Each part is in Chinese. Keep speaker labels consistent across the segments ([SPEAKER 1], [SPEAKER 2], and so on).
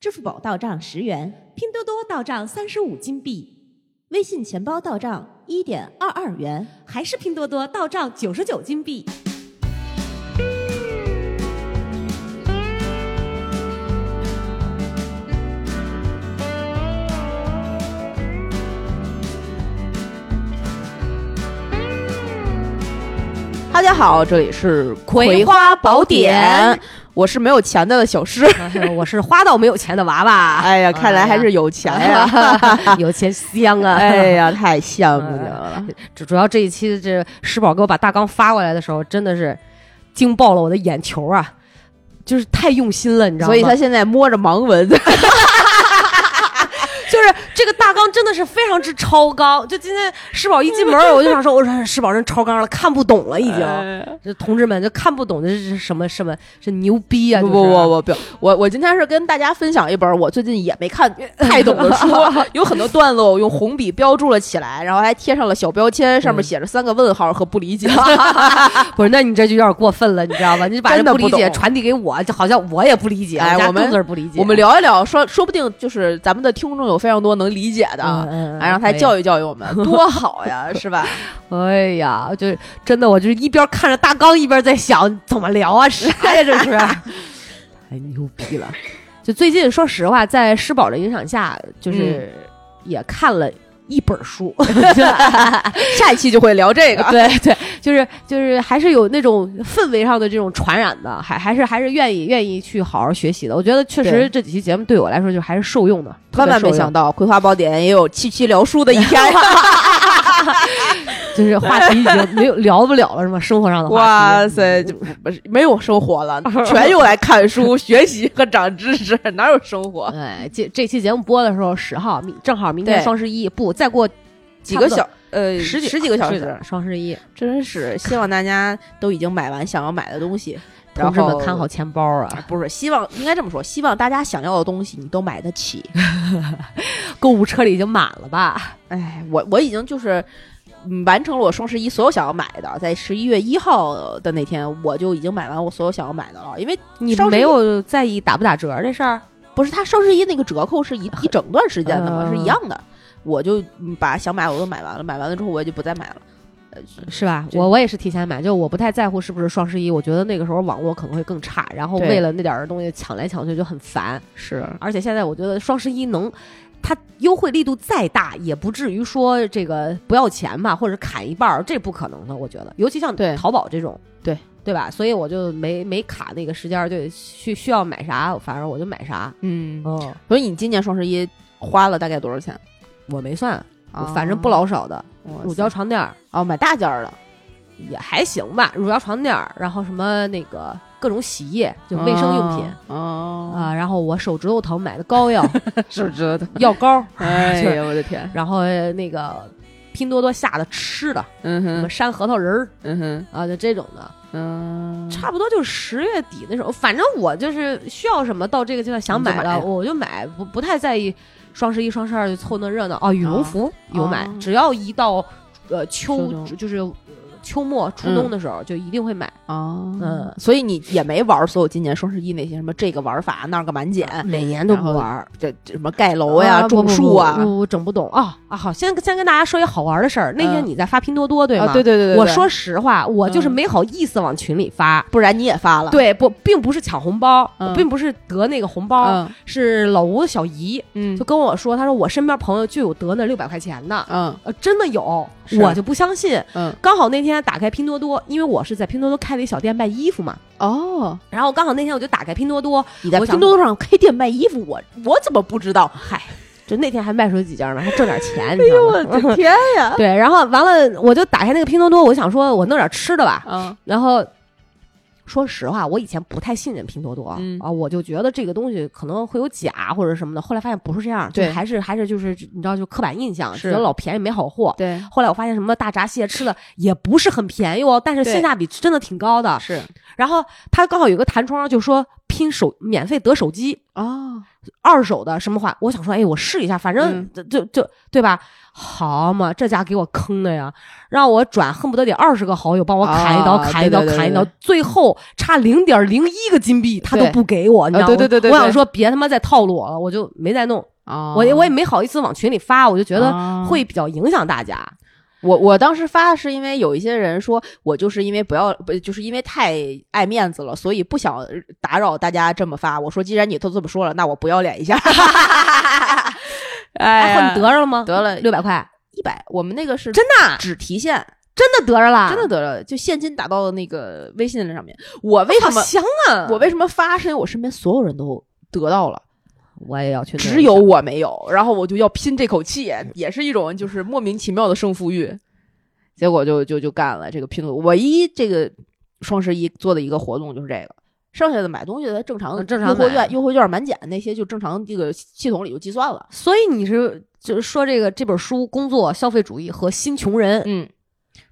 [SPEAKER 1] 支付宝到账十元，拼多多到账三十五金币，微信钱包到账一点二二元，还是拼多多到账九十九金币。
[SPEAKER 2] 大家好，这里是《葵
[SPEAKER 3] 葵
[SPEAKER 2] 花宝典》
[SPEAKER 3] 宝
[SPEAKER 2] 我是没有钱的小诗。
[SPEAKER 3] 我是花到没有钱的娃娃，
[SPEAKER 2] 哎呀，看来还是有钱哎呀！
[SPEAKER 3] 有钱香啊！
[SPEAKER 2] 哎呀，太羡慕你了。
[SPEAKER 3] 主主要这一期这石宝给我把大纲发过来的时候，真的是惊爆了我的眼球啊！就是太用心了，你知道吗？
[SPEAKER 2] 所以他现在摸着盲文，
[SPEAKER 3] 就是这个大纲真的是非常之超纲。就今天石宝一进门，我就想说，我说石宝真超纲了，看不懂了已经。
[SPEAKER 2] 哎
[SPEAKER 3] 这同志们就看不懂的这是什么什么，这牛逼啊！
[SPEAKER 2] 不
[SPEAKER 3] 就是
[SPEAKER 2] 不不不不，我我今天是跟大家分享一本我最近也没看太懂的书，有很多段落我用红笔标注了起来，然后还贴上了小标签，上面写着三个问号和不理解。
[SPEAKER 3] 啊不是，那你这就有点过分了，你知道吧？你就把这
[SPEAKER 2] 真的
[SPEAKER 3] 不理
[SPEAKER 2] 不
[SPEAKER 3] 解
[SPEAKER 2] 懂
[SPEAKER 3] 传递给我，就好像我也不理解，
[SPEAKER 2] 哎
[SPEAKER 3] 家
[SPEAKER 2] 我们
[SPEAKER 3] 豆子儿不理解，
[SPEAKER 2] 我们聊一聊，说说不定就是咱们的听众有非常多能理解的，
[SPEAKER 3] 嗯嗯嗯
[SPEAKER 2] 哎，让他
[SPEAKER 3] 可以
[SPEAKER 2] 教育教育我们，多好呀，是吧？
[SPEAKER 3] 哎呀，就是真的，我就是一边看着大纲，一边在想怎么聊 啊，啥呀，这是太牛逼了！就最近，说实话，在施宝的影响下，就是
[SPEAKER 2] 嗯
[SPEAKER 3] 也看了一本 书，
[SPEAKER 2] 下一期就会聊这个。
[SPEAKER 3] 对对，就是就是还是有那种氛围上的这种传染的，还还是还是愿意愿意去好好学习的。我觉得确实
[SPEAKER 2] 对
[SPEAKER 3] 这几期节目对我来说就还是受用的，特
[SPEAKER 2] 万
[SPEAKER 3] 别
[SPEAKER 2] 万没
[SPEAKER 3] 受用
[SPEAKER 2] 想到，《葵花宝典》也有七期聊书的一 天，
[SPEAKER 3] 就是话题已经没有聊不了了，是吗？生活上的话题，
[SPEAKER 2] 哇塞，就不是没有生活 了，全用来看书、学习和长知识， 哪有生活？
[SPEAKER 3] 哎，这这期节目播的时候十号，明正好明天
[SPEAKER 2] 对
[SPEAKER 3] 双十一，不再过
[SPEAKER 2] 几个
[SPEAKER 3] 差不多
[SPEAKER 2] 小呃
[SPEAKER 3] 十
[SPEAKER 2] 十几个小
[SPEAKER 3] 是
[SPEAKER 2] 时
[SPEAKER 3] 的，双十一，
[SPEAKER 2] 真是希望大家都已经买完想要买的东西，然
[SPEAKER 3] 同
[SPEAKER 2] 后
[SPEAKER 3] 志们看好。钱包 啊！
[SPEAKER 2] 不是，希望应该这么说，希望大家想要的东西你都买得起。
[SPEAKER 3] 购物车里已经满了吧？
[SPEAKER 2] 哎，我我已经就是。嗯，完成了我双十一所有想要买的，在十一月一号的那天，我就已经买完我所有想要买的了。因为
[SPEAKER 3] 你
[SPEAKER 2] 双十一
[SPEAKER 3] 没有在意打不打折这事儿？
[SPEAKER 2] 不是它双十一那个折扣是一一整段时间的嘛，
[SPEAKER 3] 嗯
[SPEAKER 2] 是一样的。我就嗯把想买我都买完了，买完了之后我也就不再买了。
[SPEAKER 3] 是吧？
[SPEAKER 2] 嗯这
[SPEAKER 3] 我我也是提前买，就我不太在乎是不是双十一，我觉得那个时候网络可能会更差，然后
[SPEAKER 2] 对
[SPEAKER 3] 为了那点儿东西抢来抢去就很烦。
[SPEAKER 2] 是，
[SPEAKER 3] 而且现在我觉得双十一能，它优惠力度再大，也不至于说这个不要钱吧，或者砍一半儿，这不可能的。我觉得，尤其像
[SPEAKER 2] 对
[SPEAKER 3] 淘宝这种，
[SPEAKER 2] 对
[SPEAKER 3] 对吧？所以我就没没卡那个时间儿，就需需要买啥，反正我就买啥。
[SPEAKER 2] 嗯。
[SPEAKER 3] 嗯，
[SPEAKER 2] 所以你今年双十一花了大概多少钱？
[SPEAKER 3] 我没算，我
[SPEAKER 2] 啊
[SPEAKER 3] 反正不老少的。
[SPEAKER 2] 哇
[SPEAKER 3] 乳
[SPEAKER 2] 塞
[SPEAKER 3] 胶床垫儿
[SPEAKER 2] 哦，买大件儿的，
[SPEAKER 3] 也还行吧，乳胶床垫儿，然后什么那个各种洗衣液，就卫生用品。
[SPEAKER 2] 哦
[SPEAKER 3] 啊，然后我手指头疼买的膏 药、
[SPEAKER 2] 啊， 是值 的。
[SPEAKER 3] 药膏，
[SPEAKER 2] 哎呀，我的天，
[SPEAKER 3] 然后呃那个拼多多下的吃的，
[SPEAKER 2] 嗯
[SPEAKER 3] 什么
[SPEAKER 2] 哼，
[SPEAKER 3] 山核桃仁儿
[SPEAKER 2] 嗯哼，
[SPEAKER 3] 啊，就这种的，
[SPEAKER 2] 嗯，
[SPEAKER 3] 差不多就是十月底那时候。反正我就是需要什么到这个阶段想买
[SPEAKER 2] 你就买
[SPEAKER 3] 的，我就买，不不太在意双十一、双十二就凑那热闹。哦，羽绒服有买
[SPEAKER 2] 啊哦，
[SPEAKER 3] 只要一到呃
[SPEAKER 2] 秋
[SPEAKER 3] 秋
[SPEAKER 2] 冬嗯
[SPEAKER 3] 就是呃秋末初冬的时候，就一定会买。
[SPEAKER 2] 哦，
[SPEAKER 3] 嗯
[SPEAKER 2] 所以你也没玩儿所有今年双十一那些什么这个玩法那个满减，
[SPEAKER 3] 每年
[SPEAKER 2] 啊
[SPEAKER 3] 都
[SPEAKER 2] 然
[SPEAKER 3] 不
[SPEAKER 2] 后
[SPEAKER 3] 玩儿，
[SPEAKER 2] 这这什么盖楼呀、
[SPEAKER 3] 啊
[SPEAKER 2] 种树啊
[SPEAKER 3] 不不不，我我整不懂啊啊！好，先先跟大家说一好玩的事儿。那天
[SPEAKER 2] 嗯
[SPEAKER 3] 你在发拼多多对吗？
[SPEAKER 2] 啊，对对对对，
[SPEAKER 3] 我
[SPEAKER 2] 对
[SPEAKER 3] 说实话，我就是
[SPEAKER 2] 嗯
[SPEAKER 3] 没好意思往群里发。
[SPEAKER 2] 不然你也发了，
[SPEAKER 3] 对，不，并不是抢红包，
[SPEAKER 2] 啊嗯
[SPEAKER 3] 我并不是得那个红包，
[SPEAKER 2] 嗯
[SPEAKER 3] 是老吴的小姨
[SPEAKER 2] 嗯
[SPEAKER 3] 就跟我说，她说我身边朋友就有得那六百块钱的，
[SPEAKER 2] 嗯
[SPEAKER 3] 呃，真的有，
[SPEAKER 2] 是
[SPEAKER 3] 我就不相信。
[SPEAKER 2] 嗯
[SPEAKER 3] 刚好那天打开拼多多，因为我是在拼多多开了一小店卖衣服嘛，
[SPEAKER 2] 哦，
[SPEAKER 3] 然后刚好那天我就打开拼多多，
[SPEAKER 2] 你在
[SPEAKER 3] 我
[SPEAKER 2] 拼
[SPEAKER 3] 想
[SPEAKER 2] 多多上开店卖衣服，我我怎么不知道？
[SPEAKER 3] 嗨，就那天还卖出几件呢，还挣点钱，你
[SPEAKER 2] 哎
[SPEAKER 3] 知
[SPEAKER 2] 呦
[SPEAKER 3] 道
[SPEAKER 2] 我
[SPEAKER 3] 吗？
[SPEAKER 2] 的天呀！
[SPEAKER 3] 对，然后完了，我就打开那个拼多多，我想说我弄点吃的吧。
[SPEAKER 2] 嗯
[SPEAKER 3] 然后说实话，我以前不太信任拼多多、
[SPEAKER 2] 嗯
[SPEAKER 3] 啊，我就觉得这个东西可能会有假或者什么的。后来发现不是这样，就
[SPEAKER 2] 对
[SPEAKER 3] 还是还是就是你知道，就刻板印象，
[SPEAKER 2] 是
[SPEAKER 3] 觉得老便宜没好货。
[SPEAKER 2] 对
[SPEAKER 3] 后来我发现什么大闸蟹吃的也不是很便宜哦，但是
[SPEAKER 2] 对
[SPEAKER 3] 性价比真的挺高的。
[SPEAKER 2] 啊是
[SPEAKER 3] 然后他刚好有个弹窗就说拼手免费得手机，
[SPEAKER 2] 哦，
[SPEAKER 3] 二手的什么话，我想说，哎，我试一下，反正
[SPEAKER 2] 嗯
[SPEAKER 3] 就就就对吧？好嘛，这家给我坑的呀，让我转恨不得得二十个好友帮我砍一刀，
[SPEAKER 2] 啊
[SPEAKER 3] 砍一刀，
[SPEAKER 2] 对对对
[SPEAKER 3] 砍一
[SPEAKER 2] 对
[SPEAKER 3] 刀，最后差零点零一个金币他都
[SPEAKER 2] 对
[SPEAKER 3] 不给我，你知道
[SPEAKER 2] 对
[SPEAKER 3] 吗？
[SPEAKER 2] 对对对
[SPEAKER 3] 我
[SPEAKER 2] 对
[SPEAKER 3] 想说别他妈再套路我了，我就没再弄，
[SPEAKER 2] 啊
[SPEAKER 3] 我也我也没好意思往群里发，我就觉得
[SPEAKER 2] 啊
[SPEAKER 3] 会比较影响大家。
[SPEAKER 2] 我我当时发是因为有一些人说我就是因为不要不就是因为太爱面子了，所以不想打扰大家这么发。我说既然你都这么说了，那我不要脸一 下。哎
[SPEAKER 3] 哎，
[SPEAKER 2] 呀，
[SPEAKER 3] 你得着了吗？
[SPEAKER 2] 得了啊
[SPEAKER 3] 六百块，
[SPEAKER 2] 一百，我们那个是
[SPEAKER 3] 真的
[SPEAKER 2] 只提现，
[SPEAKER 3] 真的得着了，
[SPEAKER 2] 真的得了，就现金打到那个微信上面。我为什
[SPEAKER 3] 好
[SPEAKER 2] 么
[SPEAKER 3] 香啊！
[SPEAKER 2] 我为什么发？是因为我身边所有人都得到了，
[SPEAKER 3] 我也要去弄一下，
[SPEAKER 2] 只有我没有，然后我就要拼这口气，也是一种就是莫名其妙的胜负欲，结果就就就干了这个拼多多。唯一这个双十一做的一个活动就是这个，剩下的买东西的正常
[SPEAKER 3] 嗯正常
[SPEAKER 2] 优惠
[SPEAKER 3] 买
[SPEAKER 2] 券、优惠券满减那些就正常这个系统里就计算了。
[SPEAKER 3] 所以你是就是说这个这本书《工作、消费主义和新穷人》
[SPEAKER 2] 嗯，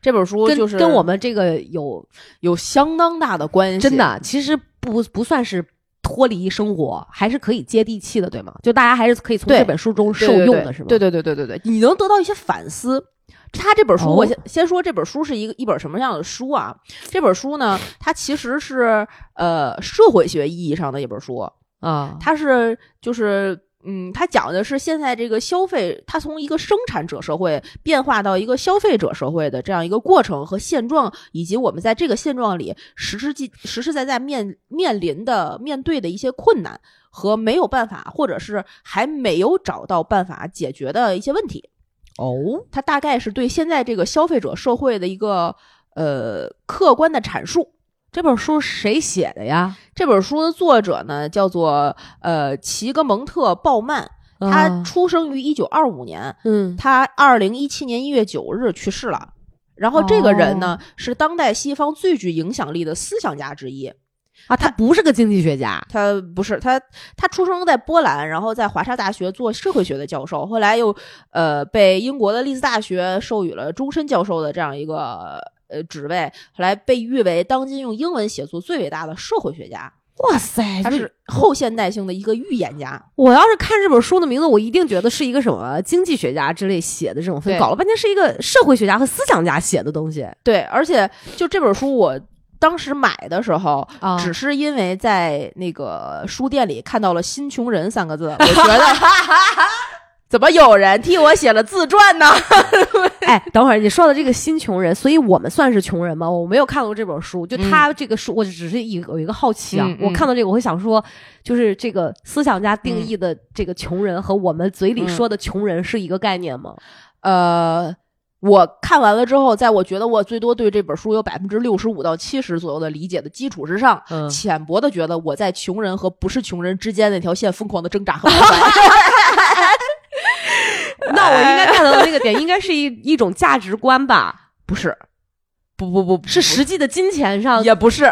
[SPEAKER 2] 这本书
[SPEAKER 3] 跟
[SPEAKER 2] 就是
[SPEAKER 3] 跟我们这个有
[SPEAKER 2] 有相当大的关系，
[SPEAKER 3] 真的其实不不算是脱离生活，还是可以接地气的，对吗？就大家还是可以从
[SPEAKER 2] 对
[SPEAKER 3] 这本书中
[SPEAKER 2] 对
[SPEAKER 3] 受
[SPEAKER 2] 对
[SPEAKER 3] 用
[SPEAKER 2] 对
[SPEAKER 3] 的，是吗？
[SPEAKER 2] 对对对对对对，你能得到一些反思。他这本书，
[SPEAKER 3] 哦
[SPEAKER 2] 我先先说这本书是一个一本什么样的书啊？这本书呢，它其实是呃社会学意义上的一本书，
[SPEAKER 3] 啊，
[SPEAKER 2] 它是就是嗯，它讲的是现在这个消费，它从一个生产者社会变化到一个消费者社会的这样一个过程和现状，以及我们在这个现状里实实际实实在在面面临的面对的一些困难和没有办法，或者是还没有找到办法解决的一些问题。
[SPEAKER 3] 哦，
[SPEAKER 2] 它大概是对现在这个消费者社会的一个呃客观的阐述。
[SPEAKER 3] 这本书谁写的呀？
[SPEAKER 2] 这本书的作者呢，叫做呃齐格蒙特·鲍曼，他
[SPEAKER 3] 啊
[SPEAKER 2] 出生于一九二五年，
[SPEAKER 3] 嗯
[SPEAKER 2] 他二零一七年一月九日去世了。然后这个人呢，是当代西方最具影响力的思想家之一。
[SPEAKER 3] 啊，他不是个经济学家，
[SPEAKER 2] 他不是他，他出生在波兰，然后在华沙大学做社会学的教授，后来又呃被英国的利兹大学授予了终身教授的这样一个呃职位，后来被誉为当今用英文写作最伟大的社会学家。
[SPEAKER 3] 哇塞，
[SPEAKER 2] 他
[SPEAKER 3] 就是
[SPEAKER 2] 后现代性的一个预言家。
[SPEAKER 3] 我要是看这本书的名字，我一定觉得是一个什么经济学家之类写的这种分，
[SPEAKER 2] 对
[SPEAKER 3] 搞了半天是一个社会学家和思想家写的东西
[SPEAKER 2] 对，而且就这本书，我当时买的时候，
[SPEAKER 3] 啊
[SPEAKER 2] 只是因为在那个书店里看到了“新穷人”三个字，我觉 得怎么有人替我写了自传呢？
[SPEAKER 3] 哎，等会儿你说的这个新穷人，所以我们算是穷人吗？我没有看过这本书，就他这个书，我只是一个有一个好奇啊。
[SPEAKER 2] 嗯嗯
[SPEAKER 3] 我看到这个，我会想说，就是这个思想家定义的这个穷人和我们嘴里说的穷人是一个概念吗？
[SPEAKER 2] 呃，我看完了之后，在我觉得我最多对这本书有百分之六十五到七十左右的理解的基础之上，
[SPEAKER 3] 嗯
[SPEAKER 2] 浅薄的觉得我在穷人和不是穷人之间那条线疯狂的挣扎和徘徊。
[SPEAKER 3] 嗯那我应该看到的那个点，应该是一一种价值观吧？
[SPEAKER 2] 不是， 不不不，不
[SPEAKER 3] 是实际的金钱上。
[SPEAKER 2] 也不是，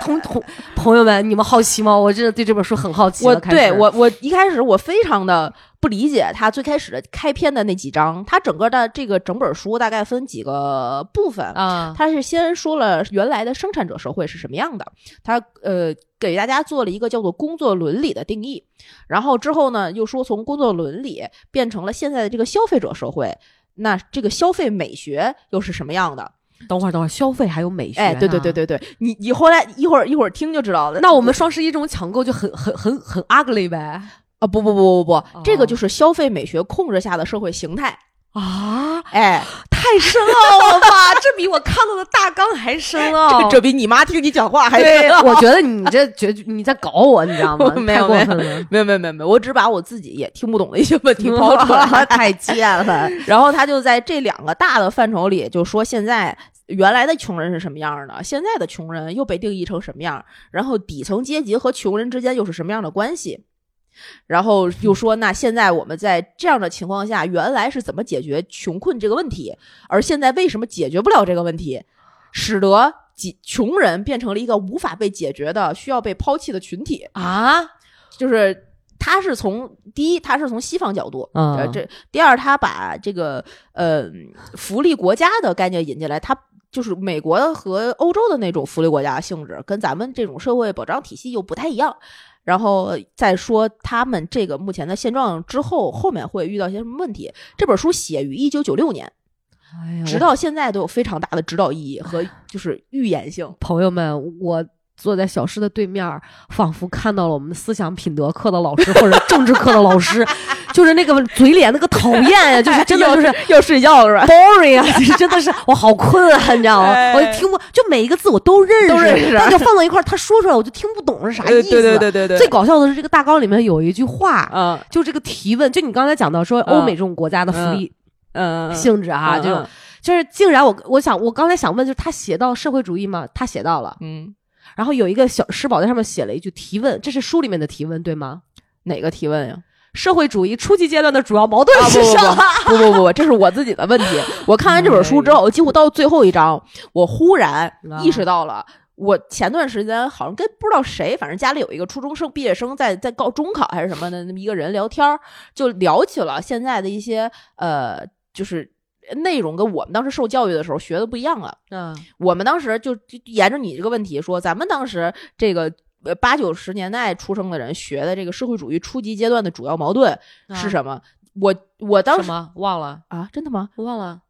[SPEAKER 3] 同同朋友们，你们好奇吗？我真的对这本书很好奇了。
[SPEAKER 2] 我
[SPEAKER 3] 开始
[SPEAKER 2] 对我我一开始我非常的不理解他最开始的开篇的那几章，他整个的这个整本书大概分几个部分。
[SPEAKER 3] 啊，
[SPEAKER 2] 他是先说了原来的生产者社会是什么样的，他呃给大家做了一个叫做工作伦理的定义，然后之后呢又说从工作伦理变成了现在的这个消费者社会，那这个消费美学又是什么样的？
[SPEAKER 3] 等会儿等会儿，消费还有美学。
[SPEAKER 2] 哎，对对对。对对，你你后来一会儿一会儿听就知道了。
[SPEAKER 3] 那我们双十一这种抢购就很很很很 ugly 呗
[SPEAKER 2] 啊不不不不不，这
[SPEAKER 3] 哦
[SPEAKER 2] 个就是消费美学控制下的社会形态。
[SPEAKER 3] 啊！
[SPEAKER 2] 哎，
[SPEAKER 3] 太深奥了吧？这比我看到的大纲还深 奥。
[SPEAKER 2] 这比你妈听你讲话还
[SPEAKER 3] 哦对
[SPEAKER 2] 深，奥
[SPEAKER 3] 我觉得你这绝你在搞我，你知道吗
[SPEAKER 2] ？没有
[SPEAKER 3] 太过分了。
[SPEAKER 2] 没有没有没有没有，我只把我自己也听不懂的一些问题抛出来。
[SPEAKER 3] 嗯 太贱了！
[SPEAKER 2] 然后他就在这两个大的范畴里，就说现在原来的穷人是什么样的，现在的穷人又被定义成什么样，然后底层阶级和穷人之间又是什么样的关系。然后又说，那现在我们在这样的情况下，原来是怎么解决穷困这个问题，而现在为什么解决不了这个问题，使得几穷人变成了一个无法被解决的、需要被抛弃的群体？
[SPEAKER 3] 啊，
[SPEAKER 2] 就是他是从第一，他是从西方角度，
[SPEAKER 3] 嗯
[SPEAKER 2] 呃，这第二，他把这个呃福利国家的概念引进来，他。就是美国和欧洲的那种福利国家性质，跟咱们这种社会保障体系又不太一样。然后再说他们这个目前的现状之后，后面会遇到一些什么问题。这本书写于一九九六年，
[SPEAKER 3] 哎呀，
[SPEAKER 2] 直到现在都有非常大的指导意义和就是预言性。
[SPEAKER 3] 朋友们，我坐在小诗的对面儿，仿佛看到了我们思想品德课的老师或者政治课的 老师，就是那个嘴脸那个讨厌呀，就是真的就是
[SPEAKER 2] 要睡觉是吧？
[SPEAKER 3] boring 啊， 就是真的是我好困啊，你知道吗？
[SPEAKER 2] 哎
[SPEAKER 3] 我就听不就每一个字我都认识，
[SPEAKER 2] 都认识
[SPEAKER 3] 但就放到一块儿，他说出来我就听不懂是啥意
[SPEAKER 2] 对
[SPEAKER 3] 思。
[SPEAKER 2] 对对对对对，
[SPEAKER 3] 最搞笑的是这个大纲里面有一句话。
[SPEAKER 2] 嗯
[SPEAKER 3] 就这个提问，就你刚才讲到说欧美这种国家的福利
[SPEAKER 2] 啊嗯嗯
[SPEAKER 3] 性质啊，这种就是竟然我我想我刚才想问，就是他写到社会主义吗？他写到了，
[SPEAKER 2] 嗯
[SPEAKER 3] 然后有一个小诗宝在上面写了一句提问，这是书里面的提问对吗？
[SPEAKER 2] 哪个提问呀？
[SPEAKER 3] 社会主义初级阶段的主要矛盾
[SPEAKER 2] 啊
[SPEAKER 3] 是什么？
[SPEAKER 2] 不不不不，这是我自己的问题。我看完这本书之后，几乎到最后一章，我忽然
[SPEAKER 3] 啊
[SPEAKER 2] 意识到了。我前段时间好像跟不知道谁，反正家里有一个初中生毕业生在在告中考还是什么的那么一个人聊天儿，就聊起了现在的一些呃，就是内容跟我们当时受教育的时候学的不一样了。
[SPEAKER 3] 嗯
[SPEAKER 2] 我们当时就就沿着你这个问题说，咱们当时这个呃八九十年代出生的人学的这个社会主义初级阶段的主要矛盾是什么？我我当
[SPEAKER 3] 啊嗯什
[SPEAKER 2] 时
[SPEAKER 3] 么忘了？
[SPEAKER 2] 啊，真的吗？
[SPEAKER 3] 忘了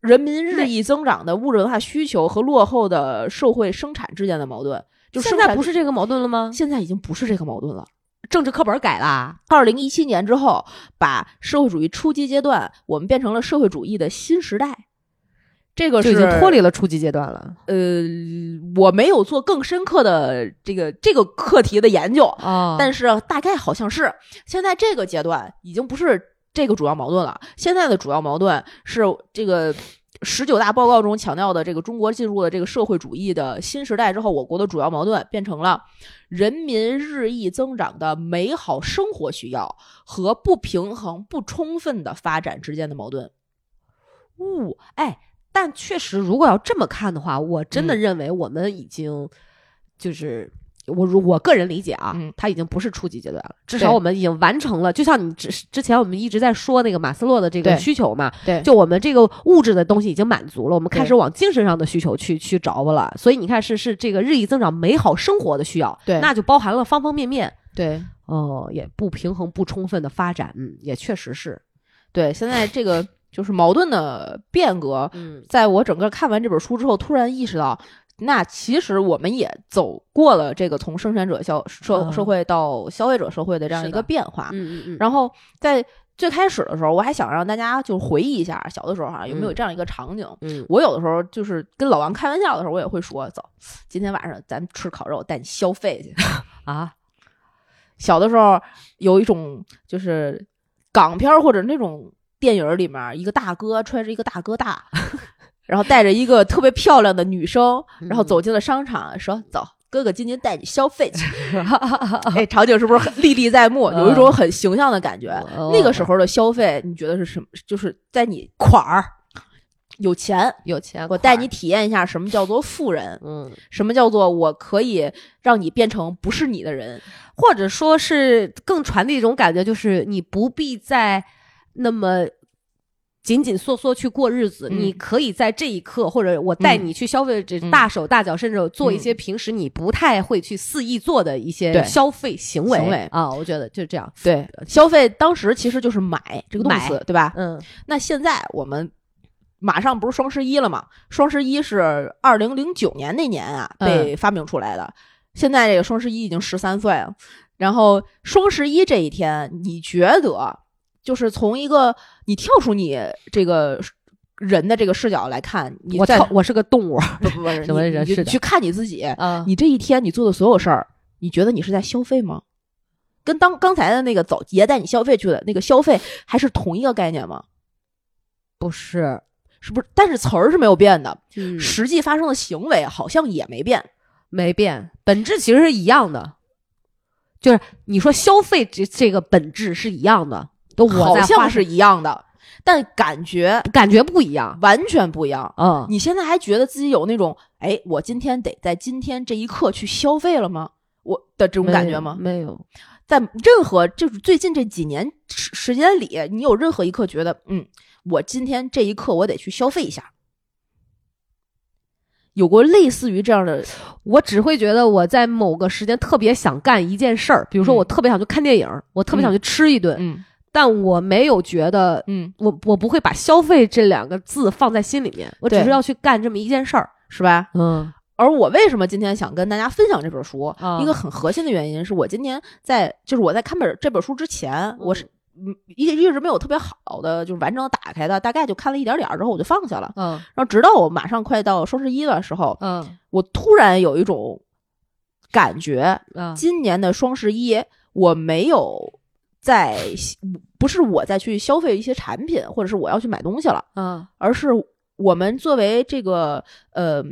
[SPEAKER 2] 人民日益增长的物质文化需求和落后的社会生产之间的矛盾，就
[SPEAKER 3] 现
[SPEAKER 2] 生
[SPEAKER 3] 在
[SPEAKER 2] 产
[SPEAKER 3] 不是这个矛盾了吗？
[SPEAKER 2] 现在已经不是这个矛盾了。
[SPEAKER 3] 政治课本改啦，
[SPEAKER 2] 二零一七年之后，把社会主义初级阶段，我们变成了社会主义的新时代。这个
[SPEAKER 3] 就是已经脱离了初级阶段了
[SPEAKER 2] 呃，我没有做更深刻的这个这个课题的研究，
[SPEAKER 3] 啊
[SPEAKER 2] 但是大概好像是现在这个阶段已经不是这个主要矛盾了。现在的主要矛盾是这个十九大报告中强调的，这个中国进入了这个社会主义的新时代之后，我国的主要矛盾变成了人民日益增长的美好生活需要和不平衡、不充分的发展之间的矛盾。
[SPEAKER 3] 物哎，但确实，如果要这么看的话，我真的
[SPEAKER 2] 嗯
[SPEAKER 3] 认为我们已经就是。我如我个人理解啊，
[SPEAKER 2] 嗯
[SPEAKER 3] 它已经不是初级阶段了，至少
[SPEAKER 2] 对
[SPEAKER 3] 我们已经完成了。就像你之之前我们一直在说那个马斯洛的这个
[SPEAKER 2] 对
[SPEAKER 3] 需求嘛，
[SPEAKER 2] 对
[SPEAKER 3] 就我们这个物质的东西已经满足了，我们开
[SPEAKER 2] 对
[SPEAKER 3] 始往精神上的需求去去着吧了。所以你看是，是这个日益增长美好生活的需要，
[SPEAKER 2] 对
[SPEAKER 3] 那就包含了方方面面。
[SPEAKER 2] 对
[SPEAKER 3] 哦，也不平衡、不充分的发展，嗯，也确实是，
[SPEAKER 2] 对，现在这个就是矛盾的变革，
[SPEAKER 3] 嗯，
[SPEAKER 2] 在我整个看完这本书之后，突然意识到，那其实我们也走过了这个从生产者消社
[SPEAKER 3] 嗯
[SPEAKER 2] 社会到消费者社会的这样
[SPEAKER 3] 是
[SPEAKER 2] 一
[SPEAKER 3] 的
[SPEAKER 2] 个变化。
[SPEAKER 3] 嗯嗯嗯，
[SPEAKER 2] 然后在最开始的时候，我还想让大家就回忆一下小的时候啊，有没有
[SPEAKER 3] 嗯
[SPEAKER 2] 这样一个场景？
[SPEAKER 3] 嗯
[SPEAKER 2] 我有的时候就是跟老王开玩笑的时候，我也会说：“走，今天晚上咱们吃烤肉，带你消费去。
[SPEAKER 3] 啊，”
[SPEAKER 2] 小的时候有一种就是港片儿或者那种电影儿里面，一个大哥揣着一个大哥大， 然后带着一个特别漂亮的女生，然后走进了商场，说：“走，哥哥今天带你消费去。”哎，场景是不是很历历在目？有一种很形象的感觉。
[SPEAKER 3] 嗯
[SPEAKER 2] 那个时候的消费，你觉得是什么？就是在你款儿有钱，
[SPEAKER 3] 有钱，
[SPEAKER 2] 我带你，体验一下什么叫做富人，
[SPEAKER 3] 嗯，
[SPEAKER 2] 什么叫做我可以让你变成不是你的人。
[SPEAKER 3] 或者说是更传递一种感觉，就是你不必再那么。紧紧缩缩去过日子，
[SPEAKER 2] 嗯
[SPEAKER 3] 你可以在这一刻，或者我带
[SPEAKER 2] 嗯
[SPEAKER 3] 你去消费，这
[SPEAKER 2] 嗯
[SPEAKER 3] 大手大脚，甚至做一些平时你不太会去肆意做的一些
[SPEAKER 2] 对
[SPEAKER 3] 消费行为
[SPEAKER 2] 行为
[SPEAKER 3] 啊。我觉得就这样，
[SPEAKER 2] 对，消费当时其实就是买这个动
[SPEAKER 3] 买
[SPEAKER 2] 词，对吧？
[SPEAKER 3] 嗯
[SPEAKER 2] 那现在我们马上不是双十一了吗？双十一是二零零九年那年啊
[SPEAKER 3] 嗯
[SPEAKER 2] 被发明出来的。现在这个双十一已经十三岁了，然后双十一这一天，你觉得就是从一个你跳出你这个人的这个视角来看，你
[SPEAKER 3] 我
[SPEAKER 2] 在
[SPEAKER 3] 操，我是个动物
[SPEAKER 2] 不不不是
[SPEAKER 3] 什么
[SPEAKER 2] 你
[SPEAKER 3] 人
[SPEAKER 2] 你
[SPEAKER 3] 视
[SPEAKER 2] 就
[SPEAKER 3] 角
[SPEAKER 2] 去看你自己，
[SPEAKER 3] 啊
[SPEAKER 2] 你这一天你做的所有事儿，你觉得你是在消费吗？跟当刚才的那个走爷带你消费去的那个消费还是同一个概念吗？
[SPEAKER 3] 不是，
[SPEAKER 2] 是不是？但是词儿是没有变的，
[SPEAKER 3] 嗯
[SPEAKER 2] 实际发生的行为好像也没变。
[SPEAKER 3] 没变，本质其实是一样的，就是你说消费这这个本质是一样的，都我
[SPEAKER 2] 好
[SPEAKER 3] 在花
[SPEAKER 2] 像是一样的，但感觉
[SPEAKER 3] 感觉不一样，
[SPEAKER 2] 完全不一样。
[SPEAKER 3] 嗯，
[SPEAKER 2] 你现在还觉得自己有那种，哎，我今天得在今天这一刻去消费了吗？我的这
[SPEAKER 3] 这
[SPEAKER 2] 种感觉吗？
[SPEAKER 3] 没有，
[SPEAKER 2] 在任何就是最近这几年时时间里，你有任何一刻觉得，嗯，我今天这一刻我得去消费一下，有过类似于这样的，
[SPEAKER 3] 我只会觉得我在某个时间特别想干一件事儿，比如说
[SPEAKER 2] 嗯
[SPEAKER 3] 我特别想去看电影，我特别想去吃一顿，
[SPEAKER 2] 嗯
[SPEAKER 3] 但我没有觉得
[SPEAKER 2] 嗯，
[SPEAKER 3] 我我不会把消费这两个字放在心里面，我只
[SPEAKER 2] 对
[SPEAKER 3] 是要去干这么一件事儿。
[SPEAKER 2] 是吧？
[SPEAKER 3] 嗯
[SPEAKER 2] 而我为什么今天想跟大家分享这本书，
[SPEAKER 3] 啊
[SPEAKER 2] 一个很核心的原因是我今天在就是我在看本这本书之前，我是嗯一一直没有特别好的就是完整的打开的，大概就看了一点点儿之后我就放下了。
[SPEAKER 3] 嗯
[SPEAKER 2] 然后直到我马上快到双十一的时候，
[SPEAKER 3] 嗯
[SPEAKER 2] 我突然有一种感觉，
[SPEAKER 3] 嗯
[SPEAKER 2] 今年的双十一我没有在不是我在去消费一些产品，或者是我要去买东西了。
[SPEAKER 3] 嗯
[SPEAKER 2] 而是我们作为这个呃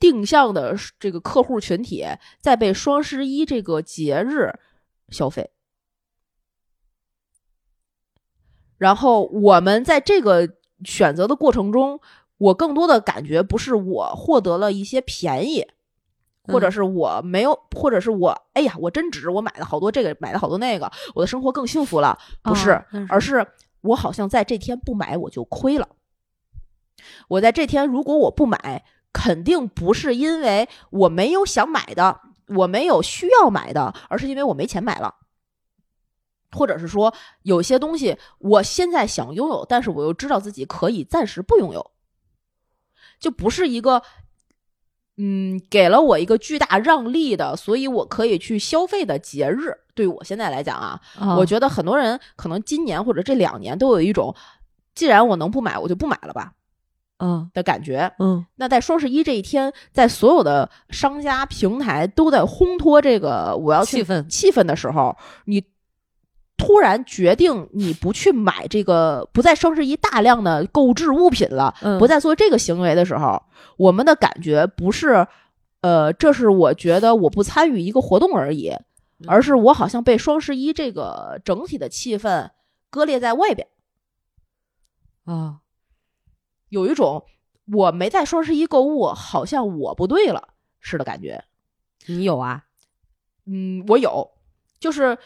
[SPEAKER 2] 定向的这个客户群体，在被双十一这个节日消费。然后我们在这个选择的过程中，我更多的感觉不是我获得了一些便宜，或者
[SPEAKER 3] 嗯
[SPEAKER 2] 是我没有，或者是我哎呀，我真值，我买了好多这个，买了好多那个，我的生活更幸福了。不是，
[SPEAKER 3] 哦那是
[SPEAKER 2] 而是我好像在这天不买我就亏了。我在这天如果我不买，肯定不是因为我没有想买的，我没有需要买的，而是因为我没钱买了。或者是说，有些东西我现在想拥有，但是我又知道自己可以暂时不拥有，就不是一个，嗯，给了我一个巨大让利的，所以我可以去消费的节日。对我现在来讲啊，
[SPEAKER 3] 嗯哦
[SPEAKER 2] 我觉得很多人可能今年或者这两年都有一种，既然我能不买，我就不买了吧
[SPEAKER 3] 嗯
[SPEAKER 2] 的感觉。
[SPEAKER 3] 嗯
[SPEAKER 2] 那在双十一这一天，在所有的商家平台都在烘托这个我要去
[SPEAKER 3] 气氛
[SPEAKER 2] 气氛的时候，你突然决定你不去买这个，不在双十一大量的购置物品了，
[SPEAKER 3] 嗯
[SPEAKER 2] 不再做这个行为的时候，我们的感觉不是，呃，这是我觉得我不参与一个活动而已，
[SPEAKER 3] 嗯
[SPEAKER 2] 而是我好像被双十一这个整体的气氛割裂在外边，
[SPEAKER 3] 啊
[SPEAKER 2] 有一种我没在双十一购物，好像我不对了似的感觉。
[SPEAKER 3] 你有啊
[SPEAKER 2] 嗯，我有，就是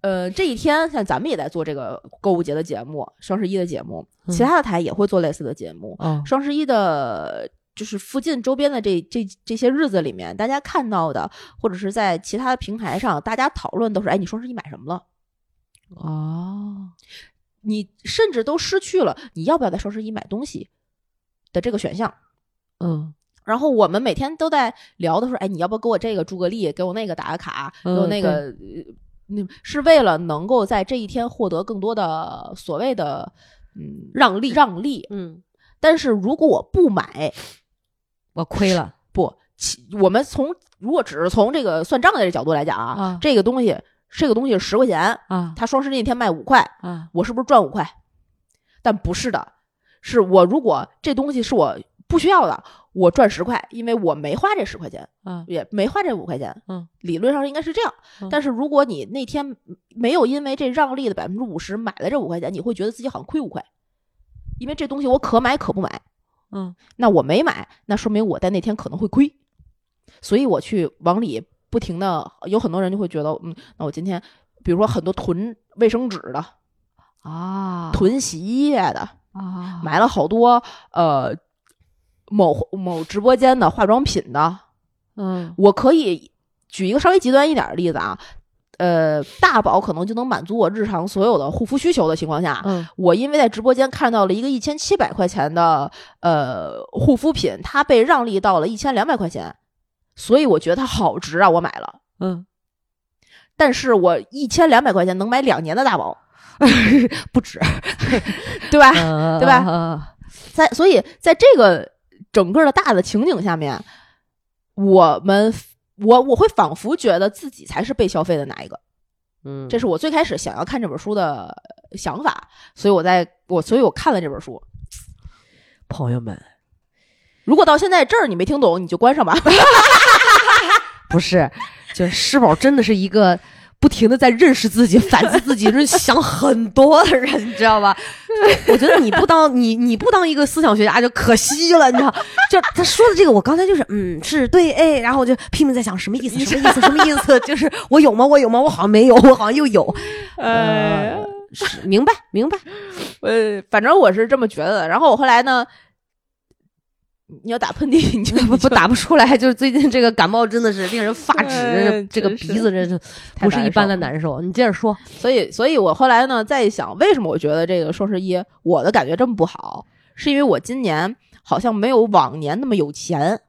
[SPEAKER 2] 呃，这一天像咱们也在做这个购物节的节目，双十一的节目，其
[SPEAKER 3] 嗯
[SPEAKER 2] 他的台也会做类似的节目。
[SPEAKER 3] 哦
[SPEAKER 2] 双十一的，就是附近周边的这这这些日子里面，大家看到的，或者是在其他的平台上，大家讨论都是，哎，你双十一买什么了？
[SPEAKER 3] 哦
[SPEAKER 2] 你甚至都失去了你要不要在双十一买东西的这个选项。
[SPEAKER 3] 嗯
[SPEAKER 2] 然后我们每天都在聊的时候，哎，你要不要给我这个助个力，给我那个打个卡，给
[SPEAKER 3] 嗯
[SPEAKER 2] 我那个，呃那、是为了能够在这一天获得更多的所谓的嗯让利让利。
[SPEAKER 3] 嗯，
[SPEAKER 2] 但是如果我不买，
[SPEAKER 3] 我亏了
[SPEAKER 2] 不，其我们从如果只是从这个算账的这角度来讲啊，
[SPEAKER 3] 啊
[SPEAKER 2] 这个东西这个东西十块钱，
[SPEAKER 3] 啊
[SPEAKER 2] 它双十一那天卖五块，
[SPEAKER 3] 啊
[SPEAKER 2] 我是不是赚五块？但不是的，是我如果这东西是我不需要的，我赚十块，因为我没花这十块钱。
[SPEAKER 3] 啊
[SPEAKER 2] 也没花这五块钱，
[SPEAKER 3] 嗯，
[SPEAKER 2] 理论上应该是这样。
[SPEAKER 3] 嗯
[SPEAKER 2] 但是如果你那天没有因为这让利的百分之五十买了这五块钱，你会觉得自己好像亏五块，因为这东西我可买可不买。
[SPEAKER 3] 嗯
[SPEAKER 2] 那我没买，那说明我在那天可能会亏，所以我去往里不停的，有很多人就会觉得，嗯，那我今天，比如说很多囤卫生纸的、
[SPEAKER 3] 啊
[SPEAKER 2] 囤洗衣液的，
[SPEAKER 3] 啊
[SPEAKER 2] 买了好多呃某某直播间的化妆品的，
[SPEAKER 3] 嗯
[SPEAKER 2] 我可以举一个稍微极端一点的例子啊，呃，大宝可能就能满足我日常所有的护肤需求的情况下，
[SPEAKER 3] 嗯
[SPEAKER 2] 我因为在直播间看到了一个一千七百块钱的呃护肤品，它被让利到了一千两百块钱，所以我觉得它好值啊，我买了。
[SPEAKER 3] 嗯，
[SPEAKER 2] 但是我一千两百块钱能买两年的大宝，
[SPEAKER 3] 不止
[SPEAKER 2] 对吧？
[SPEAKER 3] 对
[SPEAKER 2] 对吧？在所以在这个整个的大的情景下面，我们我我会仿佛觉得自己才是被消费的那一个。
[SPEAKER 3] 嗯，
[SPEAKER 2] 这是我最开始想要看这本书的呃想法，所以我在我所以我看了这本书。
[SPEAKER 3] 朋友们。
[SPEAKER 2] 如果到现在这儿你没听懂，你就关上吧。
[SPEAKER 3] 不是，就是 施宝真的是一个不停的在认识自己、反思自己、就是想很多的人，你知道吧？ 我觉得你不当你你不当一个思想学家就可惜了，你知道？就他说的这个，我刚才就是嗯是对哎，然后我就拼命在想什么意思，什么意思，什么意思？就是我有吗？我有吗？我好像没有，我好像又有。 呃，是明 白明白。
[SPEAKER 2] 呃，反正我是这么觉得的。然后我后来呢，你要打喷嚏，你就
[SPEAKER 3] 不不
[SPEAKER 2] 你就
[SPEAKER 3] 打不出来，就是最近这个感冒真的是令人发指
[SPEAKER 2] 对，
[SPEAKER 3] 这个
[SPEAKER 2] 真
[SPEAKER 3] 鼻
[SPEAKER 2] 是
[SPEAKER 3] 子真是
[SPEAKER 2] 太
[SPEAKER 3] 不是
[SPEAKER 2] 难
[SPEAKER 3] 一般
[SPEAKER 2] 受
[SPEAKER 3] 的
[SPEAKER 2] 了
[SPEAKER 3] 难受。你接着说，
[SPEAKER 2] 所以，所以我后来呢，再一想，为什么我觉得这个双十一我的感觉这么不好，是因为我今年好像没有往年那么有钱。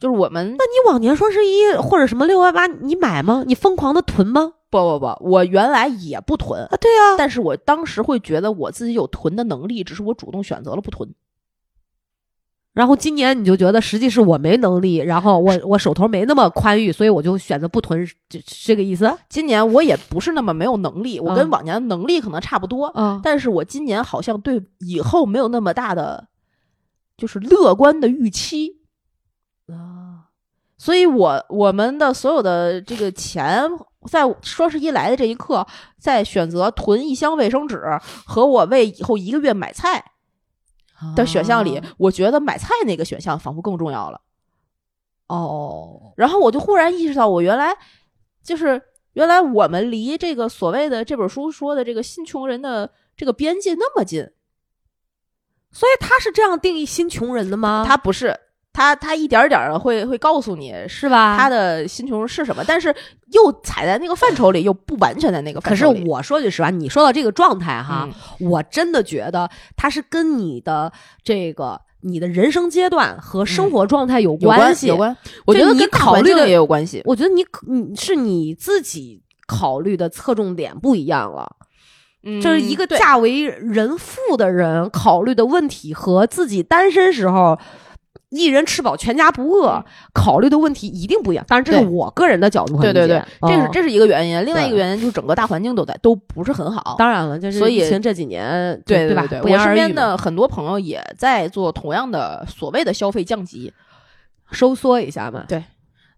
[SPEAKER 2] 就是我们
[SPEAKER 3] 你往年双十一或者什么六幺八，你买吗？你疯狂的囤吗？
[SPEAKER 2] 不不不，我原来也不囤，
[SPEAKER 3] 啊，对啊，
[SPEAKER 2] 但是我当时会觉得我自己有囤的能力，只是我主动选择了不囤。
[SPEAKER 3] 然后今年你就觉得实际是我没能力，然后我我手头没那么宽裕，所以我就选择不囤，这这个意思啊
[SPEAKER 2] 今年我也不是那么没有能力，我
[SPEAKER 3] 嗯
[SPEAKER 2] 跟往年的能力可能差不多，
[SPEAKER 3] 啊
[SPEAKER 2] 但是我今年好像对以后没有那么大的就是乐观的预期。所以我我们的所有的这个钱，在双十一来的这一刻，在选择囤一箱卫生纸和我为以后一个月买菜的选项里，
[SPEAKER 3] 啊
[SPEAKER 2] 我觉得买菜那个选项仿佛更重要了。
[SPEAKER 3] 哦，
[SPEAKER 2] 然后我就忽然意识到，我原来就是原来我们离这个所谓的这本书说的这个新穷人的这个边界那么近，
[SPEAKER 3] 所以他是这样定义新穷人的吗？
[SPEAKER 2] 他不是他他一点儿点的会会告诉你是
[SPEAKER 3] 是吧？
[SPEAKER 2] 他的新穷是什么，但是又踩在那个范畴里，又不完全在那个
[SPEAKER 3] 可
[SPEAKER 2] 范
[SPEAKER 3] 是
[SPEAKER 2] 畴里。
[SPEAKER 3] 我说句实话，你说到这个状态哈，
[SPEAKER 2] 嗯
[SPEAKER 3] 我真的觉得它是跟你的这个你的人生阶段和生活状态有
[SPEAKER 2] 嗯有关
[SPEAKER 3] 系。
[SPEAKER 2] 有关，我
[SPEAKER 3] 这
[SPEAKER 2] 觉得
[SPEAKER 3] 你
[SPEAKER 2] 跟大
[SPEAKER 3] 考
[SPEAKER 2] 环
[SPEAKER 3] 虑
[SPEAKER 2] 境
[SPEAKER 3] 的
[SPEAKER 2] 也有关系。
[SPEAKER 3] 我觉得你你是你自己考虑的侧重点不一样了，
[SPEAKER 2] 嗯
[SPEAKER 3] 就是一个
[SPEAKER 2] 对
[SPEAKER 3] 嫁为人妇的人考虑的问题和自己单身时候。一人吃饱全家不饿，考虑的问题一定不一样。当然，这是
[SPEAKER 2] 嗯对
[SPEAKER 3] 我个人的角度和
[SPEAKER 2] 对
[SPEAKER 3] 理
[SPEAKER 2] 对
[SPEAKER 3] 解。
[SPEAKER 2] 对，哦这是
[SPEAKER 3] 嗯
[SPEAKER 2] 这是一个原因，另外一个
[SPEAKER 3] 对
[SPEAKER 2] 原因就是整个大环境都在都不是很好。
[SPEAKER 3] 当然了，就是
[SPEAKER 2] 所以
[SPEAKER 3] 疫情这几年，
[SPEAKER 2] 对
[SPEAKER 3] 对吧？
[SPEAKER 2] 对对，
[SPEAKER 3] 不
[SPEAKER 2] 我
[SPEAKER 3] 言
[SPEAKER 2] 身
[SPEAKER 3] 而喻
[SPEAKER 2] 边
[SPEAKER 3] 嘛
[SPEAKER 2] 的很多朋友也在做同样的所谓的消费降级，
[SPEAKER 3] 收缩一下嘛。
[SPEAKER 2] 对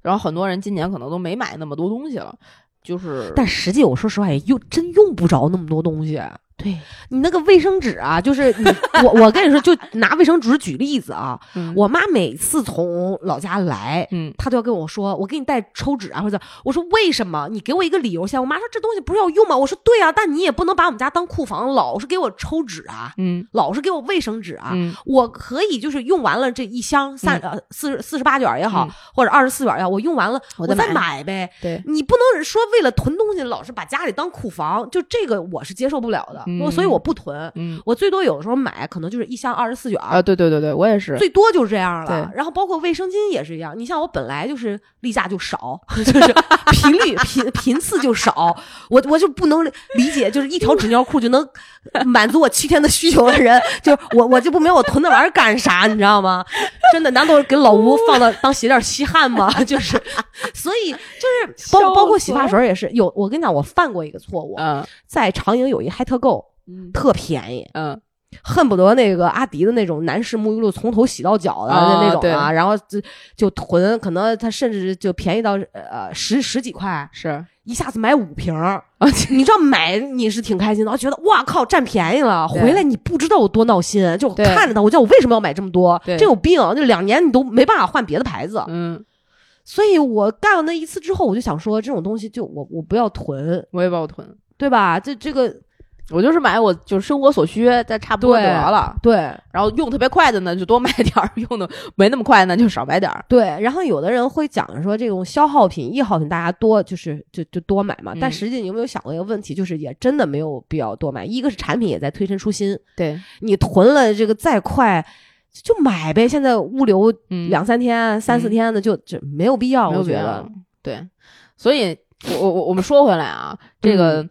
[SPEAKER 2] 然后很多人今年可能都没买那么多东西了，就是
[SPEAKER 3] 但实际我说实话也用真用不着那么多东西。
[SPEAKER 2] 对，
[SPEAKER 3] 你那个卫生纸啊， 就是你我我跟你说，就拿卫生纸举例子啊，
[SPEAKER 2] 嗯
[SPEAKER 3] 我妈每次从老家来。
[SPEAKER 2] 嗯
[SPEAKER 3] 她都要跟我说，我给你带抽纸啊，或者我说为什么？你给我一个理由先。我妈说这东西不是要用吗？我说对啊，但你也不能把我们家当库房，老是给我抽纸啊，
[SPEAKER 2] 嗯
[SPEAKER 3] 老是给我卫生纸啊。
[SPEAKER 2] 嗯
[SPEAKER 3] 我可以就是用完了这一箱三呃四十四十八卷也好，或者二十四卷也好，我用完了
[SPEAKER 2] 嗯我再
[SPEAKER 3] 再
[SPEAKER 2] 买
[SPEAKER 3] 买呗。
[SPEAKER 2] 对，
[SPEAKER 3] 你不能说为了囤东西，老是把家里当库房，就这个我是接受不了的。
[SPEAKER 2] 嗯
[SPEAKER 3] 我所以我不囤，
[SPEAKER 2] 嗯
[SPEAKER 3] 我最多有时候买可能就是一箱二十四卷儿，
[SPEAKER 2] 啊，对对对对，我也是，
[SPEAKER 3] 最多就是这样了
[SPEAKER 2] 对。
[SPEAKER 3] 然后包括卫生巾也是一样，你像我本来就是例假就少， 就是频率频频次就少，我我就不能理解，就是一条纸尿裤就能满足我七天的需求的人，就是我我就不明白我囤那玩意儿干啥，你知道吗？真的，难道给老
[SPEAKER 2] 哦
[SPEAKER 3] 吴放到当鞋垫吸汗吗？ 就是，所以就是包
[SPEAKER 2] 笑
[SPEAKER 3] 包括
[SPEAKER 2] 死
[SPEAKER 3] 洗发
[SPEAKER 2] 了
[SPEAKER 3] 水也是有，我跟你讲，我犯过一个错误，
[SPEAKER 2] 嗯
[SPEAKER 3] 在长营有一嗨特购，
[SPEAKER 2] 嗯
[SPEAKER 3] 特便宜，
[SPEAKER 2] 嗯
[SPEAKER 3] 恨不得那个阿迪的那种男士沐浴露从头洗到脚的
[SPEAKER 2] 啊
[SPEAKER 3] 那种啊，
[SPEAKER 2] 对
[SPEAKER 3] 然后就就囤，可能它甚至就便宜到呃十十几块，
[SPEAKER 2] 是
[SPEAKER 3] 一下子买五瓶儿，
[SPEAKER 2] 啊，
[SPEAKER 3] 你知道买你是挺开心的，觉得哇靠占便宜了，
[SPEAKER 2] 对
[SPEAKER 3] 回来你不知道有多闹心，就
[SPEAKER 2] 对
[SPEAKER 3] 看着它，我叫我为什么要买这么多，
[SPEAKER 2] 对
[SPEAKER 3] 真有病，那两年你都没办法换别的牌子，
[SPEAKER 2] 嗯，
[SPEAKER 3] 所以我干了那一次之后，我就想说这种东西就我我不要囤，
[SPEAKER 2] 我也不好囤，
[SPEAKER 3] 对吧？这这个
[SPEAKER 2] 我就是买我就是生活所需，但差不多
[SPEAKER 3] 对
[SPEAKER 2] 得了。
[SPEAKER 3] 对。
[SPEAKER 2] 然后用特别快的呢，就多买点儿； 用的没那么快呢，就少买点儿。
[SPEAKER 3] 对，然后有的人会讲说，这种消耗品、易耗品，大家多就是就就多买嘛。但
[SPEAKER 2] 嗯
[SPEAKER 3] 实际你有没有想过一个问题，就是也真的没有必要多买。一个是产品也在推陈出新，
[SPEAKER 2] 对，
[SPEAKER 3] 你囤了这个再快就买呗。现在物流
[SPEAKER 2] 嗯
[SPEAKER 3] 两三天、三四
[SPEAKER 2] 嗯
[SPEAKER 3] 天的就就没有必要，
[SPEAKER 2] 没有啊
[SPEAKER 3] 我觉
[SPEAKER 2] 别
[SPEAKER 3] 得
[SPEAKER 2] 的。对，所以我我我我们说回来啊，这个、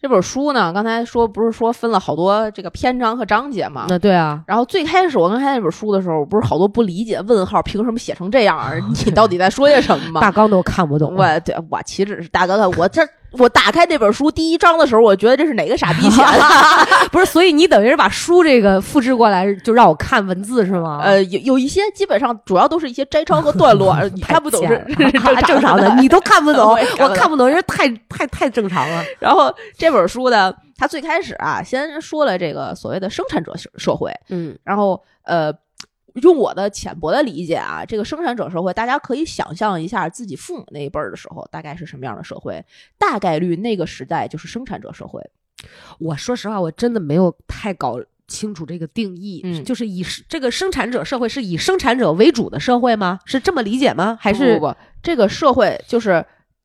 [SPEAKER 2] 这本书呢，刚才说不是说分了好多这个篇章和章节嘛？
[SPEAKER 3] 那对啊，
[SPEAKER 2] 然后最开始我刚看那本书的时候，我不是好多不理解，问号凭什么写成这样 儿？你到底在说些什么吗？
[SPEAKER 3] 大纲都看不懂。
[SPEAKER 2] 我对我岂止是大哥哥，我这我打开那本书第一章的时候，我觉得这是哪个傻逼写的？
[SPEAKER 3] 不是，所以你等于是把书这个复制过来，就让我看文字是吗？
[SPEAKER 2] 呃，有有一些基本上主要都是一些摘抄和段 落，呃你
[SPEAKER 3] 太
[SPEAKER 2] 看不懂
[SPEAKER 3] 贱
[SPEAKER 2] 是
[SPEAKER 3] 了
[SPEAKER 2] 是
[SPEAKER 3] 啊 正常
[SPEAKER 2] 的
[SPEAKER 3] 的，。你都看不 懂，
[SPEAKER 2] 我也看不
[SPEAKER 3] 我
[SPEAKER 2] 懂
[SPEAKER 3] 看不懂，因为太太太正常了。
[SPEAKER 2] 然后这本书呢，它最开始啊，先说了这个所谓的生产者社社会，
[SPEAKER 3] 嗯
[SPEAKER 2] 然后呃，用我的浅薄的理解啊，这个生产者社会，大家可以想象一下自己父母那一辈儿的时候，大概是什么样的社会？大概率那个时代就是生产者社会。
[SPEAKER 3] 我说实话，我真的没有太搞清楚这个定义，
[SPEAKER 2] 嗯
[SPEAKER 3] 就是以这个生产者社会是以生产者为主的社会吗？是这么理解吗？还
[SPEAKER 2] 还
[SPEAKER 3] 是
[SPEAKER 2] 是不这个社会就是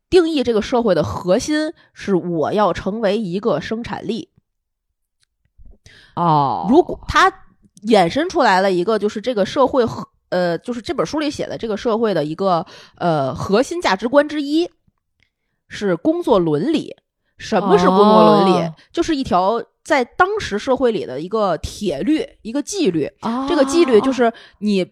[SPEAKER 2] 定义这个社会的核心是我要成为一个生产力。
[SPEAKER 3] 哦
[SPEAKER 2] 如果它衍生出来了一个，就是这个社会和呃，就是这本书里写的这个社会的一个呃核心价值观之一是工作伦理。什么是工作伦理？
[SPEAKER 3] 哦
[SPEAKER 2] 就是一条在当时社会里的一个铁律，一个纪律。
[SPEAKER 3] 哦
[SPEAKER 2] 这个纪律就是你，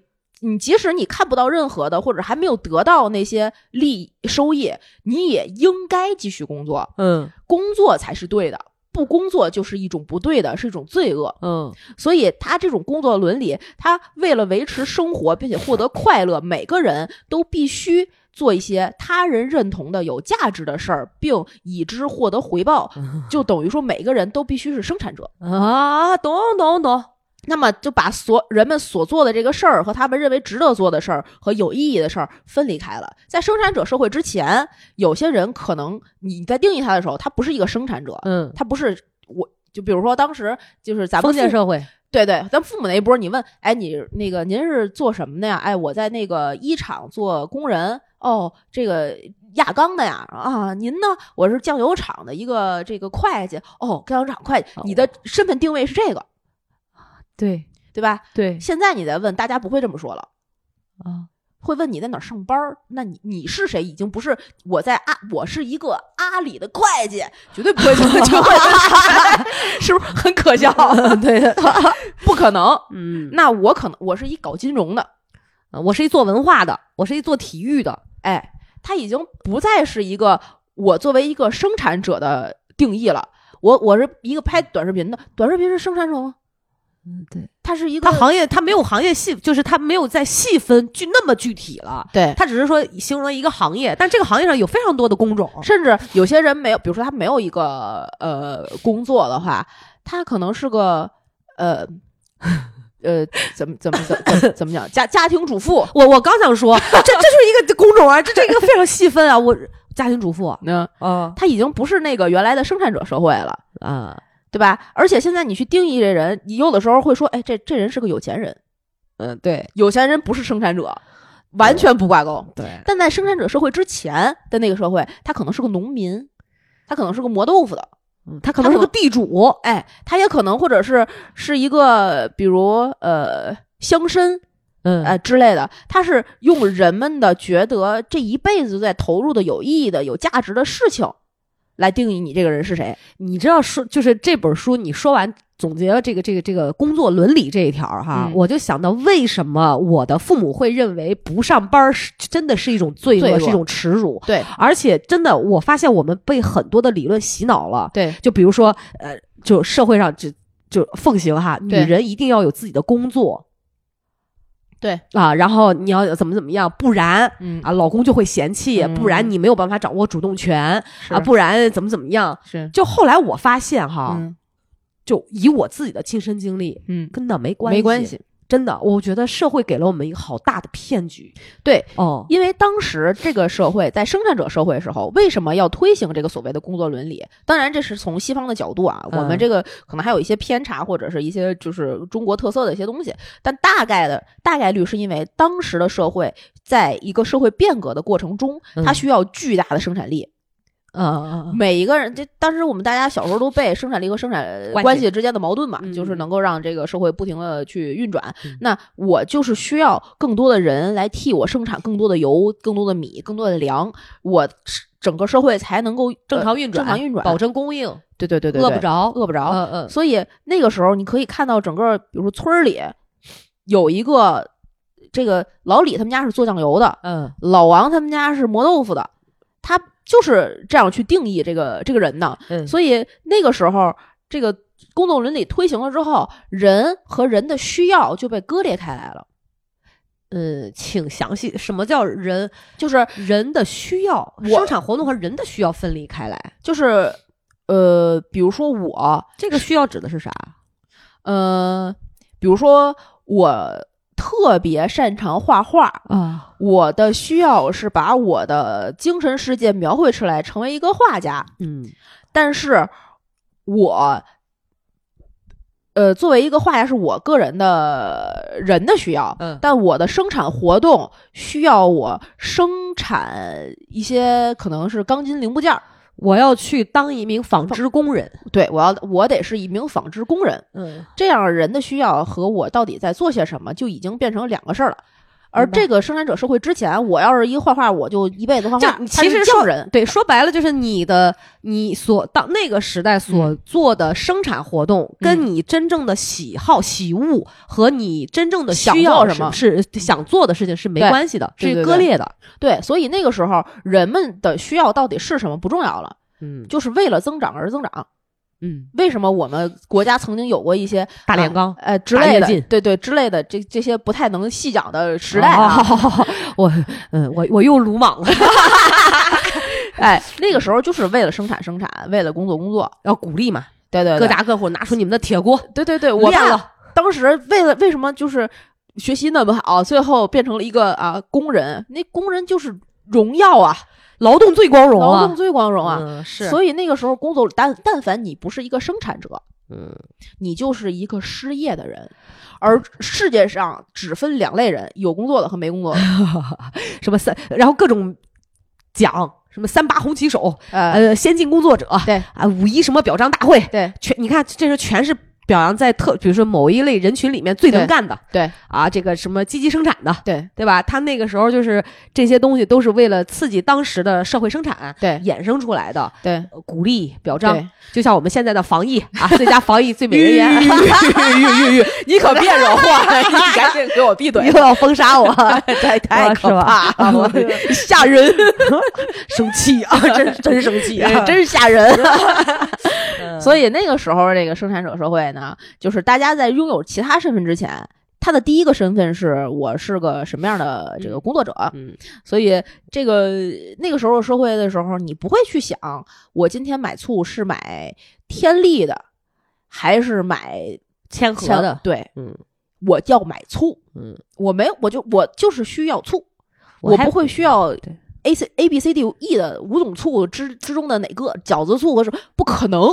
[SPEAKER 2] 你即使你看不到任何的，或者还没有得到那些利收益，你也应该继续工作，
[SPEAKER 3] 嗯
[SPEAKER 2] 工作才是对的，不工作就是一种不对的，是一种罪恶。
[SPEAKER 3] 嗯
[SPEAKER 2] 所以他这种工作伦理，他为了维持生活并且获得快乐，每个人都必须。做一些他人认同的有价值的事儿，并以之获得回 报，就等于说每个人都必须是生产者。
[SPEAKER 3] 啊，懂懂懂，
[SPEAKER 2] 那么就把所人们所做的这个事儿和他们认为值得做的事儿和有意义的事儿分离开了。在生产者社会之前，有些人可能你在定义他的时候，他不是一个生产者，
[SPEAKER 3] 嗯，
[SPEAKER 2] 他不是我。就比如说，当时就是咱们
[SPEAKER 3] 封建
[SPEAKER 2] 父
[SPEAKER 3] 社会，
[SPEAKER 2] 对对，咱父母那一波，你问，哎，你那个您是做什么的呀？哎，我在那个一厂做工人。哦，这个轧钢的呀，啊，您呢？我是酱油厂的一个这个会计。哦，酱油厂会计，你的身份定位是这个，
[SPEAKER 3] 对
[SPEAKER 2] 对吧？
[SPEAKER 3] 对
[SPEAKER 2] 现在你再问，大家不会这么说了，
[SPEAKER 3] 啊，
[SPEAKER 2] 会问你在哪儿上班儿？那你你是谁？已经不是我在阿，我是一个阿里的会计，绝对不会这么就会， 是不是很可笑？
[SPEAKER 3] 对，
[SPEAKER 2] 不可能。
[SPEAKER 3] 嗯，
[SPEAKER 2] 那我可能我是一搞金融的，
[SPEAKER 3] 我是一做文化的，我是一做体育的，
[SPEAKER 2] 哎，他已经不再是一个我作为一个生产者的定义了。我我是一个拍短视频的，短视频是生产者吗？
[SPEAKER 3] 嗯，对，
[SPEAKER 2] 它是一个
[SPEAKER 3] 他行业他没有行业细，就是他没有再细分具那么具体了，
[SPEAKER 2] 对
[SPEAKER 3] 他只是说形容一个行业，但这个行业上有非常多的工种，
[SPEAKER 2] 甚至有些人没有，比如说他没有一个呃工作的话，他可能是个呃呃怎么怎么怎么怎么怎么讲家家庭主 妇，
[SPEAKER 3] 我我刚想说，这这就是一个工种啊，这这个 非常细分啊。我家庭主妇啊
[SPEAKER 2] 嗯，
[SPEAKER 3] 啊
[SPEAKER 2] 他已经不是那个原来的生产者社会了，
[SPEAKER 3] 啊
[SPEAKER 2] 对吧？而且现在你去定义这人，你有的时候会说，哎，这这人是个有钱人，
[SPEAKER 3] 嗯，对
[SPEAKER 2] 有钱人不是生产者，完全不挂钩。
[SPEAKER 3] 对
[SPEAKER 2] 但在生产者社会之前的那个社会，他可能是个农民，他可能是个磨豆腐的，
[SPEAKER 3] 嗯，他可能是个地主，
[SPEAKER 2] 哎，他也可能或者是是一个，比如呃乡绅
[SPEAKER 3] 嗯
[SPEAKER 2] 呃之类的，他是用人们的觉得这一辈子在投入的有意义的、有价值的事情来定义你这个人是谁。
[SPEAKER 3] 你知道说就是这本书，你说完总结了这个这个这个工作伦理这一条儿哈，
[SPEAKER 2] 嗯
[SPEAKER 3] 我就想到为什么我的父母会认为不上班儿是真的是一种罪恶，
[SPEAKER 2] 罪恶
[SPEAKER 3] 是一种耻辱，
[SPEAKER 2] 对
[SPEAKER 3] 而且真的我发现我们被很多的理论洗脑了，
[SPEAKER 2] 对
[SPEAKER 3] 就比如说呃，就社会上就就奉行哈，女
[SPEAKER 2] 对
[SPEAKER 3] 人一定要有自己的工作。
[SPEAKER 2] 对
[SPEAKER 3] 啊，然后你要怎么怎么样，不然
[SPEAKER 2] 嗯
[SPEAKER 3] 啊，老公就会嫌弃，
[SPEAKER 2] 嗯
[SPEAKER 3] 不然你没有办法掌握主动权啊，
[SPEAKER 2] 啊不
[SPEAKER 3] 不然怎么怎么样。
[SPEAKER 2] 是
[SPEAKER 3] 就后来我发现哈，
[SPEAKER 2] 嗯
[SPEAKER 3] 就以我自己的亲身经历，
[SPEAKER 2] 嗯
[SPEAKER 3] 跟那没关系，
[SPEAKER 2] 没关，系，
[SPEAKER 3] 真的，我觉得社会给了我们一个好大的骗局。
[SPEAKER 2] 对。
[SPEAKER 3] 哦，
[SPEAKER 2] 因为当时这个社会在生产者社会时候，为什么要推行这个所谓的工作伦理？当然，这是从西方的角度啊，
[SPEAKER 3] 嗯
[SPEAKER 2] 我们这个可能还有一些偏差，或者是一些就是中国特色的一些东西。但大概的大概率是因为当时的社会在一个社会变革的过程中，
[SPEAKER 3] 嗯
[SPEAKER 2] 它需要巨大的生产力。
[SPEAKER 3] 嗯
[SPEAKER 2] 每一个人，这当时我们大家小时候都背生产力和生产
[SPEAKER 3] 关系
[SPEAKER 2] 关系之间的矛盾嘛，
[SPEAKER 3] 嗯
[SPEAKER 2] 就是能够让这个社会不停的去运转。
[SPEAKER 3] 嗯
[SPEAKER 2] 那我就是需要更多的人来替我生产更多的油、更多的米、更多的粮，我整个社会才能够
[SPEAKER 3] 正
[SPEAKER 2] 呃
[SPEAKER 3] 常运转，
[SPEAKER 2] 正常运转，
[SPEAKER 3] 保证供应，
[SPEAKER 2] 对对对对，
[SPEAKER 3] 饿不
[SPEAKER 2] 对。
[SPEAKER 3] 着，
[SPEAKER 2] 饿不着
[SPEAKER 3] 嗯嗯，
[SPEAKER 2] 所以那个时候，你可以看到整个，比如说村儿里有一个这个老李他们家是做酱油的，
[SPEAKER 3] 嗯，
[SPEAKER 2] 老王他们家是磨豆腐的，他就是这样去定义这个这个人的。
[SPEAKER 3] 嗯
[SPEAKER 2] 所以那个时候，这个工作伦理推行了之后，人和人的需要就被割裂开来了。
[SPEAKER 3] 嗯，请详细，什么叫人
[SPEAKER 2] 就是
[SPEAKER 3] 人的需要，
[SPEAKER 2] 我
[SPEAKER 3] 生产活动和人的需要分离开来？
[SPEAKER 2] 就是，呃，比如说我，
[SPEAKER 3] 这个需要指的是啥？
[SPEAKER 2] 呃，比如说我特别擅长画画，
[SPEAKER 3] 啊，
[SPEAKER 2] 我的需要是把我的精神世界描绘出来，成为一个画家。
[SPEAKER 3] 嗯
[SPEAKER 2] 但是我呃，作为一个画家，是我个人的人的需要，
[SPEAKER 3] 嗯
[SPEAKER 2] 但我的生产活动需要我生产一些可能是钢筋零部件儿，
[SPEAKER 3] 我要去当一名纺织工人。
[SPEAKER 2] 对我要我得是一名纺织工人，
[SPEAKER 3] 嗯，
[SPEAKER 2] 这样人的需要和我到底在做些什么，就已经变成两个事儿了。而
[SPEAKER 3] 明白
[SPEAKER 2] 这个生产者社会之前，我要是一画画，我就一辈子画
[SPEAKER 3] 就
[SPEAKER 2] 画，他
[SPEAKER 3] 其实
[SPEAKER 2] 是匠
[SPEAKER 3] 说
[SPEAKER 2] 人，
[SPEAKER 3] 对，说白了就是你的你所到那个时代所做的生产活动，跟你真正的喜好、喜恶和你真正的
[SPEAKER 2] 想
[SPEAKER 3] 需要嗯
[SPEAKER 2] 做
[SPEAKER 3] 是
[SPEAKER 2] 什么
[SPEAKER 3] 是想做的事情是没
[SPEAKER 2] 对
[SPEAKER 3] 关系的，
[SPEAKER 2] 对
[SPEAKER 3] 是
[SPEAKER 2] 对
[SPEAKER 3] 割
[SPEAKER 2] 对
[SPEAKER 3] 裂的。
[SPEAKER 2] 对，所以那个时候人们的需要到底是什么不重要了，
[SPEAKER 3] 嗯
[SPEAKER 2] 就是为了增长而增长。
[SPEAKER 3] 嗯，
[SPEAKER 2] 为什么我们国家曾经有过一些
[SPEAKER 3] 大炼钢。
[SPEAKER 2] 呃之
[SPEAKER 3] 大
[SPEAKER 2] 类
[SPEAKER 3] 跃
[SPEAKER 2] 的
[SPEAKER 3] 进，
[SPEAKER 2] 对对之类的这这些不太能细讲的时代
[SPEAKER 3] 哦
[SPEAKER 2] 啊，
[SPEAKER 3] 好好好我嗯，我我又鲁莽了，
[SPEAKER 2] 哎，那个时候就是为了生产生产，为了工作工作，
[SPEAKER 3] 要鼓励嘛，
[SPEAKER 2] 对对
[SPEAKER 3] 各
[SPEAKER 2] 对，
[SPEAKER 3] 家各户拿出你们的铁锅，
[SPEAKER 2] 对对对，我
[SPEAKER 3] 练
[SPEAKER 2] 爸
[SPEAKER 3] 了
[SPEAKER 2] 当时为了为什么就是学习那么好，最后变成了一个啊工人，那工人就是荣耀啊，
[SPEAKER 3] 劳动最光荣啊，
[SPEAKER 2] 劳动最光荣啊，
[SPEAKER 3] 嗯是，以
[SPEAKER 2] 所以那个时候工作，但但凡你不是一个生产者，
[SPEAKER 3] 嗯，
[SPEAKER 2] 你就是一个失业的人。而世界上只分两类人，有工作的和没工作的。
[SPEAKER 3] 什么三，然后各种奖，什么三八红旗手，
[SPEAKER 2] 呃，
[SPEAKER 3] 呃，先进工作者，
[SPEAKER 2] 对
[SPEAKER 3] 啊，五一什么表彰大会，
[SPEAKER 2] 对
[SPEAKER 3] 全你看这是全是表扬在特，比如说某一类人群里面最能
[SPEAKER 2] 对
[SPEAKER 3] 干的，
[SPEAKER 2] 对
[SPEAKER 3] 啊，这个什么积极生产的，
[SPEAKER 2] 对
[SPEAKER 3] 对吧？他那个时候就是这些东西都是为了刺激当时的社会生产
[SPEAKER 2] 对
[SPEAKER 3] 衍生出来的，
[SPEAKER 2] 对
[SPEAKER 3] 呃鼓励表彰
[SPEAKER 2] 对，，
[SPEAKER 3] 就像我们现在的防疫啊，最佳防疫最美人 言，
[SPEAKER 2] 你可别惹祸，你赶紧给我闭嘴
[SPEAKER 3] 又！要封杀我，
[SPEAKER 2] 太太可怕
[SPEAKER 3] 是吧
[SPEAKER 2] 了， 吓 人，
[SPEAKER 3] 生气啊，真真生气啊，嗯
[SPEAKER 2] 真是吓 人。
[SPEAKER 3] 所
[SPEAKER 2] 所以那个时候，这个生产者社会呢，就是大家在拥有其他身份之前，他的第一个身份是我是个什么样的这个工作者。
[SPEAKER 3] 嗯，
[SPEAKER 2] 所以这个那个时候社会的时候，你不会去想我今天买醋是买天利的，还是买
[SPEAKER 3] 谦
[SPEAKER 2] 钱
[SPEAKER 3] 和的，
[SPEAKER 2] 对，
[SPEAKER 3] 嗯
[SPEAKER 2] 我要买醋，
[SPEAKER 3] 嗯，
[SPEAKER 2] 我没我就我就是需要醋，
[SPEAKER 3] 我
[SPEAKER 2] 我
[SPEAKER 3] 还
[SPEAKER 2] 不会需要
[SPEAKER 3] 对
[SPEAKER 2] A C A B C D E 的五种醋之之中的哪个饺子醋和什么不可能。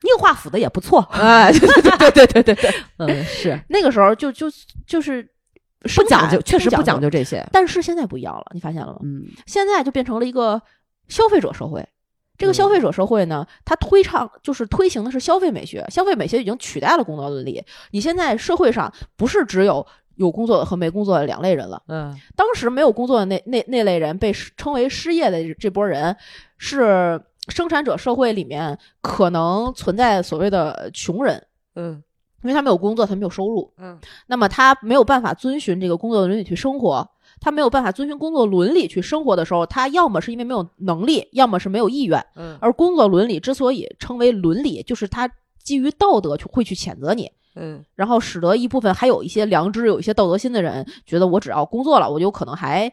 [SPEAKER 3] 宁化府的也不 错，
[SPEAKER 2] 哎，对对对对对对对，
[SPEAKER 3] 嗯，是
[SPEAKER 2] 那个时候就就就是
[SPEAKER 3] 不
[SPEAKER 2] 生
[SPEAKER 3] 讲
[SPEAKER 2] 产
[SPEAKER 3] 究，确实不
[SPEAKER 2] 不
[SPEAKER 3] 讲
[SPEAKER 2] 究。
[SPEAKER 3] 究这些，
[SPEAKER 2] 但是现在不一样了，你发现了吗？
[SPEAKER 3] 嗯
[SPEAKER 2] 现在就变成了一个消费者社会。这个
[SPEAKER 3] 嗯
[SPEAKER 2] 消费者社会呢，它推倡就是推行的是消费美学，消费美学已经取代了工作伦理。你现在社会上不是只有有工作的和没工作的两类人了，
[SPEAKER 3] 嗯
[SPEAKER 2] 当时没有工作的那那那类人被失称为失业的这这波人，是生产者社会里面可能存在所谓的穷人，
[SPEAKER 3] 嗯
[SPEAKER 2] 因为他没有工作，他没有收入，
[SPEAKER 3] 嗯，
[SPEAKER 2] 那么他没有办法遵循这个工作伦理去生活，他没有办法遵循工作伦理去生活的时候，他要么是因为没有能力，要么是没有意愿。
[SPEAKER 3] 嗯
[SPEAKER 2] 而工作伦理之所以称为伦理，就是他基于道德去会去谴责你，
[SPEAKER 3] 嗯
[SPEAKER 2] 然后使得一部分还有一些良知、有一些道德心的人，觉得我只要工作了，我就可能还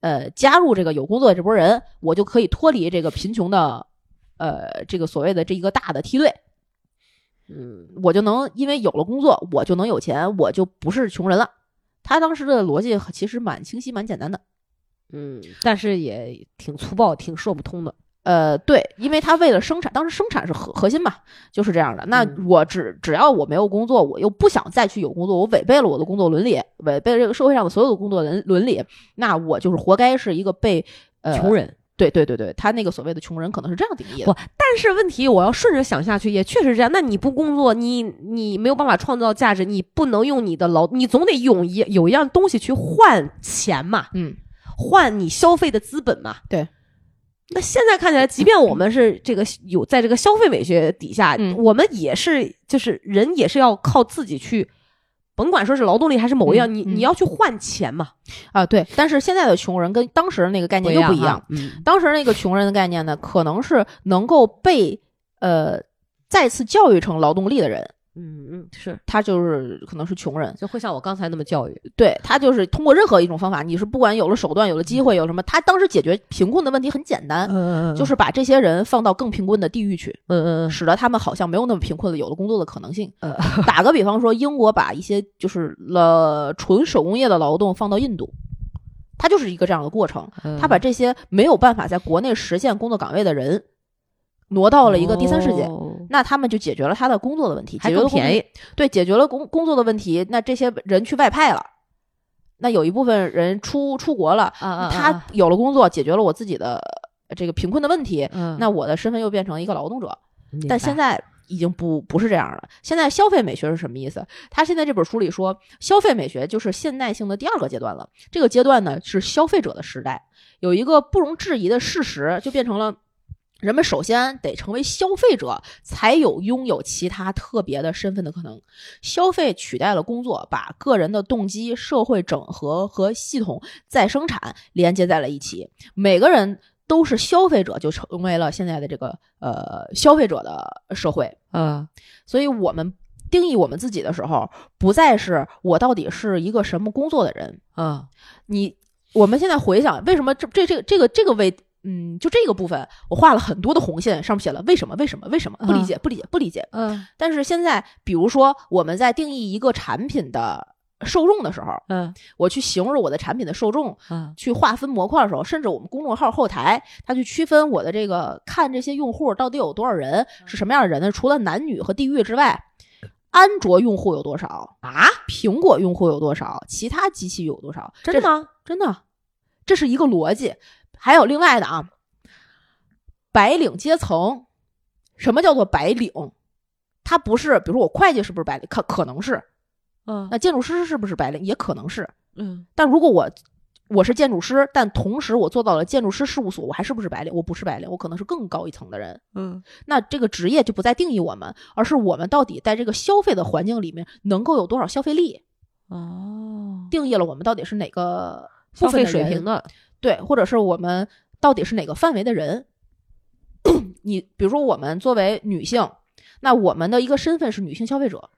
[SPEAKER 2] 呃加入这个有工作的这波人，我就可以脱离这个贫穷的呃这个所谓的这一个大的梯队。
[SPEAKER 3] 嗯，
[SPEAKER 2] 我就能因为有了工作，我就能有钱，我就不是穷人了。他当时的逻辑其实蛮清晰、蛮简单的。
[SPEAKER 3] 嗯，但是也挺粗暴，挺说不通的。
[SPEAKER 2] 呃，对，因为他为了生产，当时生产是核核心嘛，就是这样的。那
[SPEAKER 3] 嗯
[SPEAKER 2] 我只只要我没有工作，我又不想再去有工作，我违背了我的工作伦理，违背了这个社会上的所有的工作伦伦理，那我就是活该是一个被呃
[SPEAKER 3] 穷。人，
[SPEAKER 2] 对对对对，他那个所谓的穷人可能是这样定义的
[SPEAKER 3] 不。但是问题我要顺着想下去，也确实这样。那你不工作，你你没有办法创造价值，你不能用你的劳，你总得用一有一样东西去换钱嘛，
[SPEAKER 2] 嗯，
[SPEAKER 3] 换你消费的资本嘛。
[SPEAKER 2] 对。
[SPEAKER 3] 那现在看起来，即便我们是这个有在这个消费美学底下，
[SPEAKER 2] 嗯
[SPEAKER 3] 我们也是就是人也是要靠自己去，甭管说是劳动力还是某一样，
[SPEAKER 2] 嗯
[SPEAKER 3] 你
[SPEAKER 2] 嗯
[SPEAKER 3] 你要去换钱嘛，
[SPEAKER 2] 啊，对。但是现在的穷人跟当时的那个概念又不一样
[SPEAKER 3] 啊。。嗯
[SPEAKER 2] 当时那个穷人的概念呢，可能是能够被呃再次教育成劳动力的人，
[SPEAKER 3] 嗯嗯，是
[SPEAKER 2] 他就是可能是穷人，
[SPEAKER 3] 就会像我刚才那么教育。
[SPEAKER 2] 对他就是通过任何一种方法，你是不管有了手段，有了机会，有什么，他当时解决贫困的问题很简单。
[SPEAKER 3] 嗯
[SPEAKER 2] 就是把这些人放到更贫困的地域去，
[SPEAKER 3] 嗯嗯
[SPEAKER 2] 使得他们好像没有那么贫困了，有了工作的可能性。
[SPEAKER 3] 呃
[SPEAKER 2] 打个比方说，英国把一些就是了纯手工业的劳动放到印度，它就是一个这样的过程。
[SPEAKER 3] 嗯，
[SPEAKER 2] 他把这些没有办法在国内实现工作岗位的人挪到了一个第三世界，
[SPEAKER 3] 哦
[SPEAKER 2] 那他们就解决了他的工作的问题，
[SPEAKER 3] 还
[SPEAKER 2] 解决了
[SPEAKER 3] 更
[SPEAKER 2] 工
[SPEAKER 3] 便宜，
[SPEAKER 2] 对，解决了工工作的问题，那这些人去外派了，那有一部分人出出国了，
[SPEAKER 3] 啊啊，
[SPEAKER 2] 他有了工作，解决了我自己的呃这个贫困的问题，
[SPEAKER 3] 嗯，
[SPEAKER 2] 那我的身份又变成一个劳动者。
[SPEAKER 3] 明
[SPEAKER 2] 但
[SPEAKER 3] 白
[SPEAKER 2] 现在已经不不是这样了。现在消费美学是什么意思？他现在这本书里说，消费美学就是现代性的第二个阶段了。这个阶段呢是消费者的时代，有一个不容置疑的事实，就变成了。人们首先得成为消费者，才有拥有其他特别的身份的可能。消费取代了工作，把个人的动机、社会整合和系统再生产连接在了一起。每个人都是消费者，就成为了现在的这个呃消费者的社会。
[SPEAKER 3] 嗯
[SPEAKER 2] 所以，我们定义我们自己的时候，不再是我到底是一个什么工作的人。
[SPEAKER 3] 嗯
[SPEAKER 2] 你我们现在回想，为什么这这这个这个这个位，嗯，就这个部分，我画了很多的红线，上面写了为什么为什么为什么不理解不理解不理解。
[SPEAKER 3] 嗯
[SPEAKER 2] 但是现在，比如说我们在定义一个产品的受众的时候，
[SPEAKER 3] 嗯
[SPEAKER 2] 我去形容我的产品的受众，
[SPEAKER 3] 嗯
[SPEAKER 2] 去划分模块的时候，甚至我们公众号后台，它去区分我的这个看这些用户到底有多少人
[SPEAKER 3] 嗯
[SPEAKER 2] 是什么样的人呢？除了男女和地域之外，安卓用户有多少啊？苹果用户有多少？其他机器有多少？
[SPEAKER 3] 真的
[SPEAKER 2] 吗？真的，这是一个逻辑。还有另外的啊，白领阶层，什么叫做白领？它不是，比如说我会计是不是白领？可可能是，
[SPEAKER 3] 嗯
[SPEAKER 2] 那建筑师是不是白领？也可能是。
[SPEAKER 3] 嗯
[SPEAKER 2] 但如果我我是建筑师，但同时我做到了建筑师事务所，我还是不是白领？我不是白领，我可能是更高一层的人。
[SPEAKER 3] 嗯
[SPEAKER 2] 那这个职业就不再定义我们，而是我们到底在这个消费的环境里面能够有多少消费力，
[SPEAKER 3] 哦，
[SPEAKER 2] 定义了我们到底是哪个部
[SPEAKER 3] 消
[SPEAKER 2] 分
[SPEAKER 3] 费
[SPEAKER 2] 的
[SPEAKER 3] 水
[SPEAKER 2] 人
[SPEAKER 3] 平的
[SPEAKER 2] 对，或者是我们到底是哪个范围的人。你比如说，我们作为女性，那我们的一个身份是女性消费者。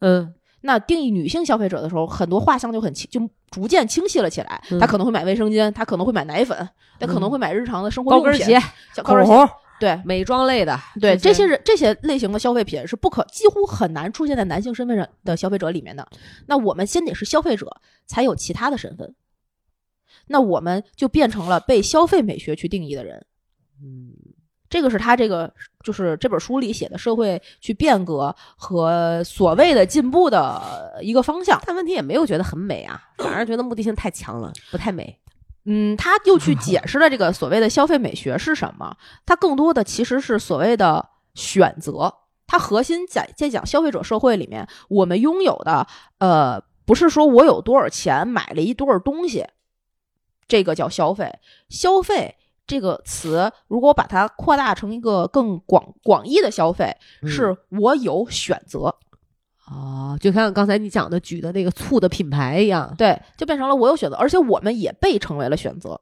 [SPEAKER 3] 嗯
[SPEAKER 2] 那定义女性消费者的时候，很多画像就很清，就逐渐清晰了起来。
[SPEAKER 3] 嗯
[SPEAKER 2] 她可能会买卫生巾，她可能会买奶粉，她可能会买日常的生活
[SPEAKER 3] 高
[SPEAKER 2] 用
[SPEAKER 3] 跟
[SPEAKER 2] 品，
[SPEAKER 3] 鞋、
[SPEAKER 2] 小高
[SPEAKER 3] 口
[SPEAKER 2] 跟鞋。
[SPEAKER 3] 红、
[SPEAKER 2] 对
[SPEAKER 3] 美妆类的，
[SPEAKER 2] 对，
[SPEAKER 3] 就
[SPEAKER 2] 这
[SPEAKER 3] 是
[SPEAKER 2] 些人这些类型的消费品是不可几乎很难出现在男性身份上的消费者里面的。那我们先得是消费者，才有其他的身份。那我们就变成了被消费美学去定义的人。
[SPEAKER 3] 嗯
[SPEAKER 2] 这个是他这个就是这本书里写的社会去变革和所谓的进步的一个方向。
[SPEAKER 3] 但问题也没有觉得很美啊，反而觉得目的性太强了，不太美。
[SPEAKER 2] 嗯，他又去解释了这个所谓的消费美学是什么。它更多的其实是所谓的选择。它核心在在讲消费者社会里面，我们拥有的呃，不是说我有多少钱买了一多少东西，这个叫消费。消费这个词，如果把它扩大成一个更广广义的消费，
[SPEAKER 3] 嗯
[SPEAKER 2] 是我有选择。
[SPEAKER 3] 哦，就像刚才你讲的举的那个醋的品牌一样。
[SPEAKER 2] 对，就变成了我有选择，而且我们也被成为了选择。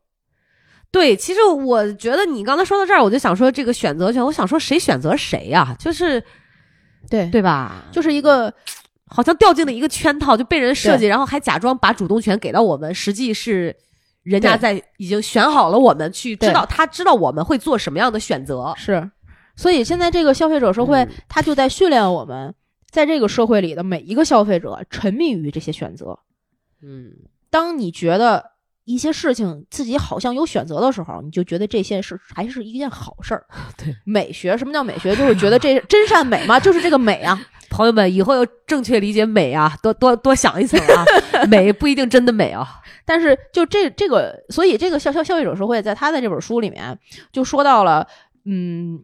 [SPEAKER 3] 对，其实我觉得你刚才说到这儿，我就想说这个选择权，我想说谁选择谁呀、就是
[SPEAKER 2] 对对，
[SPEAKER 3] 对吧？
[SPEAKER 2] 就是一个
[SPEAKER 3] 好像掉进了一个圈套，就被人设计，然后还假装把主动权给到我们，实际是人家
[SPEAKER 2] 对
[SPEAKER 3] 在已经选好了我们去知
[SPEAKER 2] 对
[SPEAKER 3] 道他知道我们会做什么样的选择。
[SPEAKER 2] 是，所以现在这个消费者社会
[SPEAKER 3] 嗯，
[SPEAKER 2] 它就在训练我们，在这个社会里的每一个消费者沉迷于这些选择。
[SPEAKER 3] 嗯，
[SPEAKER 2] 当你觉得一些事情自己好像有选择的时候，你就觉得这件事还是一件好事儿。
[SPEAKER 3] 对，
[SPEAKER 2] 美学，什么叫美学？就是觉得这 真善美嘛，就是这个美啊。
[SPEAKER 3] 朋友们以后要正确理解美啊，多多多想一层啊， 美不一定真的美啊。
[SPEAKER 2] 但是就这这个，所以这个消消消费者社会在他的这本书里面就说到了，嗯，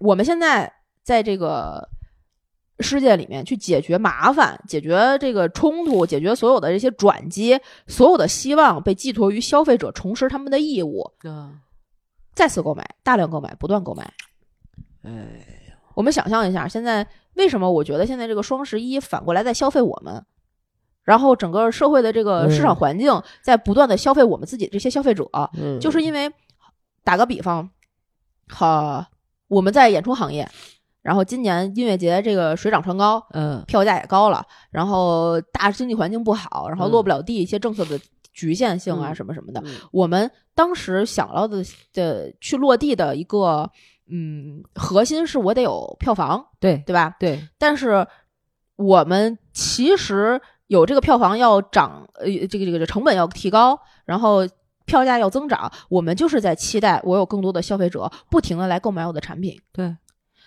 [SPEAKER 2] 我们现在在这个世界里面去解决麻烦、解决这个冲突、解决所有的这些转机，所有的希望被寄托于消费者重拾他们的义务，
[SPEAKER 3] 嗯，
[SPEAKER 2] 再次购买、大量购买、不断购买。
[SPEAKER 3] 哎，
[SPEAKER 2] 我们想象一下，现在为什么我觉得现在这个双十一反过来在消费我们，然后整个社会的这个市场
[SPEAKER 3] 嗯
[SPEAKER 2] 环境在不断的消费我们自己这些消费者，
[SPEAKER 3] 嗯
[SPEAKER 2] 就是因为打个比方，好、我们在演出行业，然后今年音乐节这个水涨船高，
[SPEAKER 3] 嗯
[SPEAKER 2] 票价也高了，然后大经济环境不好，然后
[SPEAKER 3] 嗯
[SPEAKER 2] 落不了地，一些政策的局限性啊
[SPEAKER 3] 嗯
[SPEAKER 2] 什么什么的，
[SPEAKER 3] 嗯
[SPEAKER 2] 我们当时想到的的去落地的一个嗯核心是我得有票房，
[SPEAKER 3] 对
[SPEAKER 2] 对吧？
[SPEAKER 3] 对，
[SPEAKER 2] 但是我们其实有这个票房要涨，呃，这个这个这个成本要提高，然后票价要增长，我们就是在期待我有更多的消费者不停的来购买我的产品。
[SPEAKER 3] 对，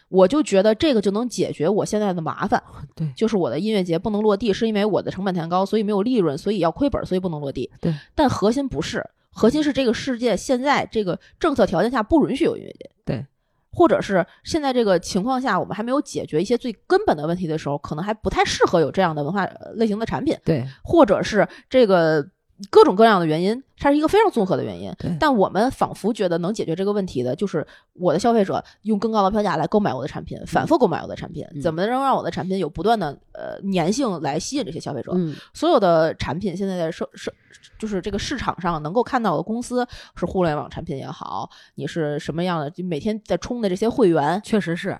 [SPEAKER 2] 我就觉得这个就能解决我现在的麻烦，
[SPEAKER 3] 对
[SPEAKER 2] 就是我的音乐节不能落地，是因为我的成本太高，所以没有利润，所以要亏本，所以不能落地。
[SPEAKER 3] 对，
[SPEAKER 2] 但核心不是，核心是这个世界现在这个政策条件下不允许有音乐节。
[SPEAKER 3] 对，
[SPEAKER 2] 或者是现在这个情况下，我们还没有解决一些最根本的问题的时候，可能还不太适合有这样的文化呃类型的产品。
[SPEAKER 3] 对
[SPEAKER 2] 或者是这个各种各样的原因，它是一个非常综合的原因
[SPEAKER 3] 对。
[SPEAKER 2] 但我们仿佛觉得能解决这个问题的，就是我的消费者用更高的票价来购买我的产品，反复购买我的产品，
[SPEAKER 3] 嗯
[SPEAKER 2] 怎么能让我的产品有不断的呃粘性来吸引这些消费者？
[SPEAKER 3] 嗯
[SPEAKER 2] 所有的产品现在在社社就是这个市场上能够看到的公司，是互联网产品也好，你是什么样的，就每天在冲的这些会员，
[SPEAKER 3] 确实是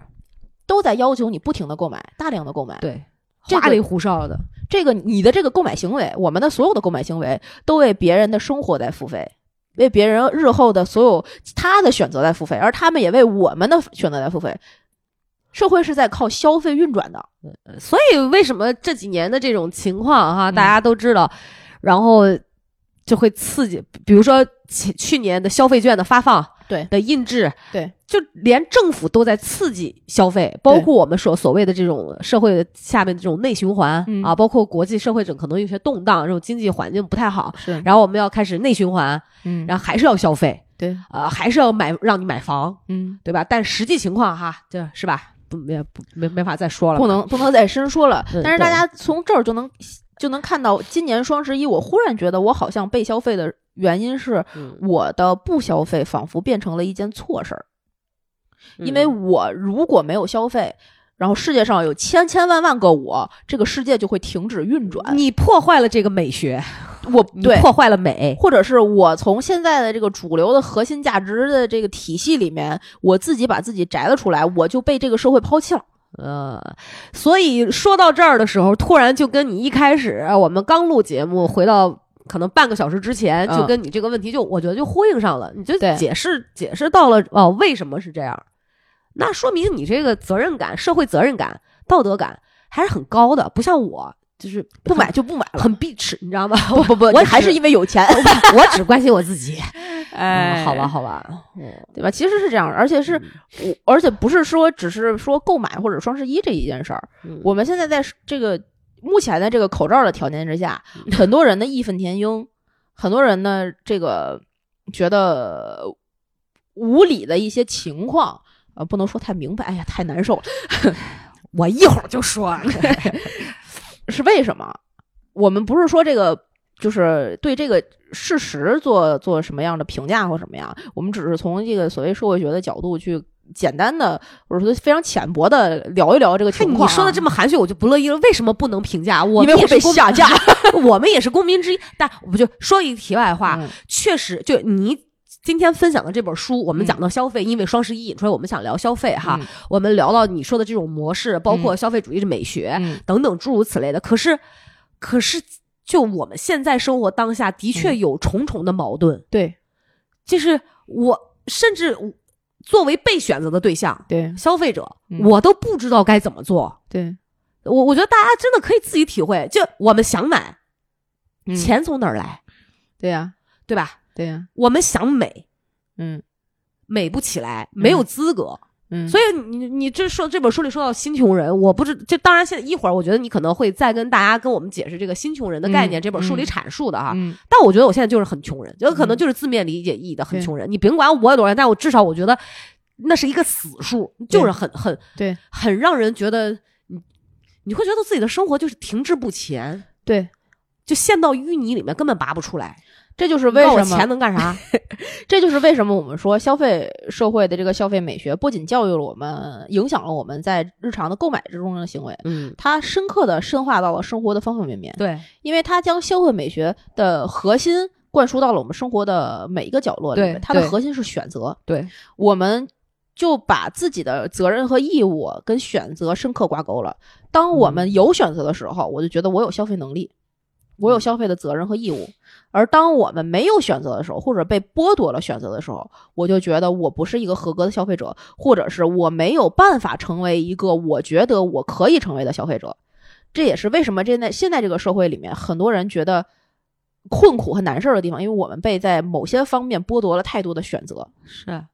[SPEAKER 2] 都在要求你不停的购买，大量的购买。
[SPEAKER 3] 对，
[SPEAKER 2] 这个
[SPEAKER 3] 花里胡哨的，
[SPEAKER 2] 这个你的这个购买行为，我们的所有的购买行为，都为别人的生活在付费，为别人日后的所有他的选择在付费，而他们也为我们的选择在付费。社会是在靠消费运转的，
[SPEAKER 3] 所以为什么这几年的这种情况哈，
[SPEAKER 2] 嗯
[SPEAKER 3] 大家都知道，然后就会刺激，比如说去去年的消费券的发放，
[SPEAKER 2] 对
[SPEAKER 3] 的印制，
[SPEAKER 2] 对，
[SPEAKER 3] 就连政府都在刺激消费，包
[SPEAKER 2] 对
[SPEAKER 3] 括我们所所谓的这种社会下面这种内循环、
[SPEAKER 2] 嗯
[SPEAKER 3] 啊，包括国际社会整可能有些动荡，这种经济环境不太好，
[SPEAKER 2] 是，
[SPEAKER 3] 然后我们要开始内循环，
[SPEAKER 2] 嗯
[SPEAKER 3] 然后还是要消费，
[SPEAKER 2] 对，
[SPEAKER 3] 呃，还是要买让你买房，
[SPEAKER 2] 嗯，
[SPEAKER 3] 对吧？但实际情况哈，就是吧，不没不没没法再说了，
[SPEAKER 2] 不能不能再深说了
[SPEAKER 3] 嗯。
[SPEAKER 2] 但是大家从这儿就能就能看到，今年双十一，我忽然觉得我好像被消费的原因是
[SPEAKER 3] 嗯，
[SPEAKER 2] 我的不消费仿佛变成了一件错事儿。因为
[SPEAKER 3] 嗯
[SPEAKER 2] 我如果没有消费，然后世界上有千千万万个我，这个世界就会停止运转。
[SPEAKER 3] 你破坏了这个美学，
[SPEAKER 2] 我
[SPEAKER 3] 你
[SPEAKER 2] 对，
[SPEAKER 3] 破坏了美，
[SPEAKER 2] 或者是我从现在的这个主流的核心价值的这个体系里面，我自己把自己摘了出来，我就被这个社会抛弃了。
[SPEAKER 3] 呃，所以说到这儿的时候，突然就跟你一开始呃我们刚录节目回到。可能半个小时之前
[SPEAKER 2] 嗯
[SPEAKER 3] 就跟你这个问题就，我觉得就呼应上了，你就
[SPEAKER 2] 对
[SPEAKER 3] 解释解释到了哦，为什么是这样？那说明你这个责任感、社会责任感、道德感还是很高的，不像我就是
[SPEAKER 2] 不买就不买了，
[SPEAKER 3] 很必吃，你知道吗？
[SPEAKER 2] 不不不，
[SPEAKER 3] 我
[SPEAKER 2] 你还
[SPEAKER 3] 只
[SPEAKER 2] 是因哦为有钱，
[SPEAKER 3] 我只关心我自己。嗯好吧，
[SPEAKER 2] 吧，
[SPEAKER 3] 好吧，嗯
[SPEAKER 2] 对吧？其实是这样，而且是我，而且不是说只是说购买或者双十一这一件事儿，
[SPEAKER 3] 嗯
[SPEAKER 2] 我们现在在这个目前的这个口罩的条件之下，很多人的义愤填膺，很多人呢这个觉得无理的一些情况，呃，不能说太明白，哎呀，太难受了，
[SPEAKER 3] 我一会儿就 说。
[SPEAKER 2] 是为什么？我们不是说这个，就是对这个事实做做什么样的评价或什么样，我们只是从这个所谓社会学的角度去简单的，或者说非常浅薄的聊一聊这个
[SPEAKER 3] 看
[SPEAKER 2] 情
[SPEAKER 3] 你
[SPEAKER 2] 况、啊
[SPEAKER 3] 说的这。么含蓄，我就不乐意了。为什么不能评价？啊我
[SPEAKER 2] 因
[SPEAKER 3] 们
[SPEAKER 2] 为会
[SPEAKER 3] 也是
[SPEAKER 2] 被
[SPEAKER 3] 公
[SPEAKER 2] 下 架，
[SPEAKER 3] 我们也是公民之一。但我就说一题外话，
[SPEAKER 2] 嗯
[SPEAKER 3] 确实，就你今天分享的这本书，我们
[SPEAKER 2] 嗯
[SPEAKER 3] 讲到消费，因为双十一引出来，我们想聊消费哈。
[SPEAKER 2] 嗯
[SPEAKER 3] 我们聊到你说的这种模式，包括消费主义的美学、
[SPEAKER 2] 嗯
[SPEAKER 3] 等等诸如此类的。可是，可是，就我们现在生活当下，的确有重重的矛盾。
[SPEAKER 2] 对
[SPEAKER 3] 就是我甚至我作为被选择的对象，
[SPEAKER 2] 对
[SPEAKER 3] 消费者，
[SPEAKER 2] 嗯
[SPEAKER 3] 我都不知道该怎么做。
[SPEAKER 2] 对，
[SPEAKER 3] 我我觉得大家真的可以自己体会，就我们想买，
[SPEAKER 2] 嗯
[SPEAKER 3] 钱从哪儿来，
[SPEAKER 2] 对啊呀、
[SPEAKER 3] 对啊吧？
[SPEAKER 2] 对呀、
[SPEAKER 3] 我们想美，
[SPEAKER 2] 嗯
[SPEAKER 3] 美不起来，没有资格。
[SPEAKER 2] 嗯
[SPEAKER 3] 所以你你这说这本书里说到新穷人，我不知这当然现在一会儿我觉得你可能会再跟大家跟我们解释这个新穷人的概
[SPEAKER 2] 嗯
[SPEAKER 3] 念，这本书里
[SPEAKER 2] 嗯
[SPEAKER 3] 阐述的哈。
[SPEAKER 2] 嗯
[SPEAKER 3] 但我觉得我现在就是很穷人，有可能
[SPEAKER 2] 嗯
[SPEAKER 3] 就是字面理解意义的很
[SPEAKER 2] 对
[SPEAKER 3] 穷人。你甭管我有多少钱，但我至少我觉得那是一个死数，就是很很
[SPEAKER 2] 对
[SPEAKER 3] 很让人觉得你你会觉得自己的生活就是停滞不前，
[SPEAKER 2] 对，
[SPEAKER 3] 就陷到淤泥里面根本拔不出来。
[SPEAKER 2] 这就是
[SPEAKER 3] 你
[SPEAKER 2] 为
[SPEAKER 3] 告诉我
[SPEAKER 2] 什
[SPEAKER 3] 钱
[SPEAKER 2] 么，
[SPEAKER 3] 能干啥？
[SPEAKER 2] 这就是为什么我们说消费社会的这个消费美学，不仅教育了我们，影响了我们在日常的购买之中的行为，
[SPEAKER 3] 嗯，
[SPEAKER 2] 它深刻的深化到了生活的方方面面，
[SPEAKER 3] 对
[SPEAKER 2] 因为它将消费美学的核心灌输到了我们生活的每一个角落里面
[SPEAKER 3] 对
[SPEAKER 2] 它的
[SPEAKER 3] 对
[SPEAKER 2] 核心是选择，
[SPEAKER 3] 对
[SPEAKER 2] 我们。就把自己的责任和义务跟选择深刻挂钩了。当我们有选择的时候，我就觉得我有消费能力，我有消费的责任和义务；而当我们没有选择的时候，或者被剥夺了选择的时候，我就觉得我不是一个合格的消费者，或者是我没有办法成为一个我觉得我可以成为的消费者。这也是为什么现在现在这个社会里面，很多人觉得困苦和难受的地方，因为我们被在某些方面剥夺了太多的选择。
[SPEAKER 3] 是。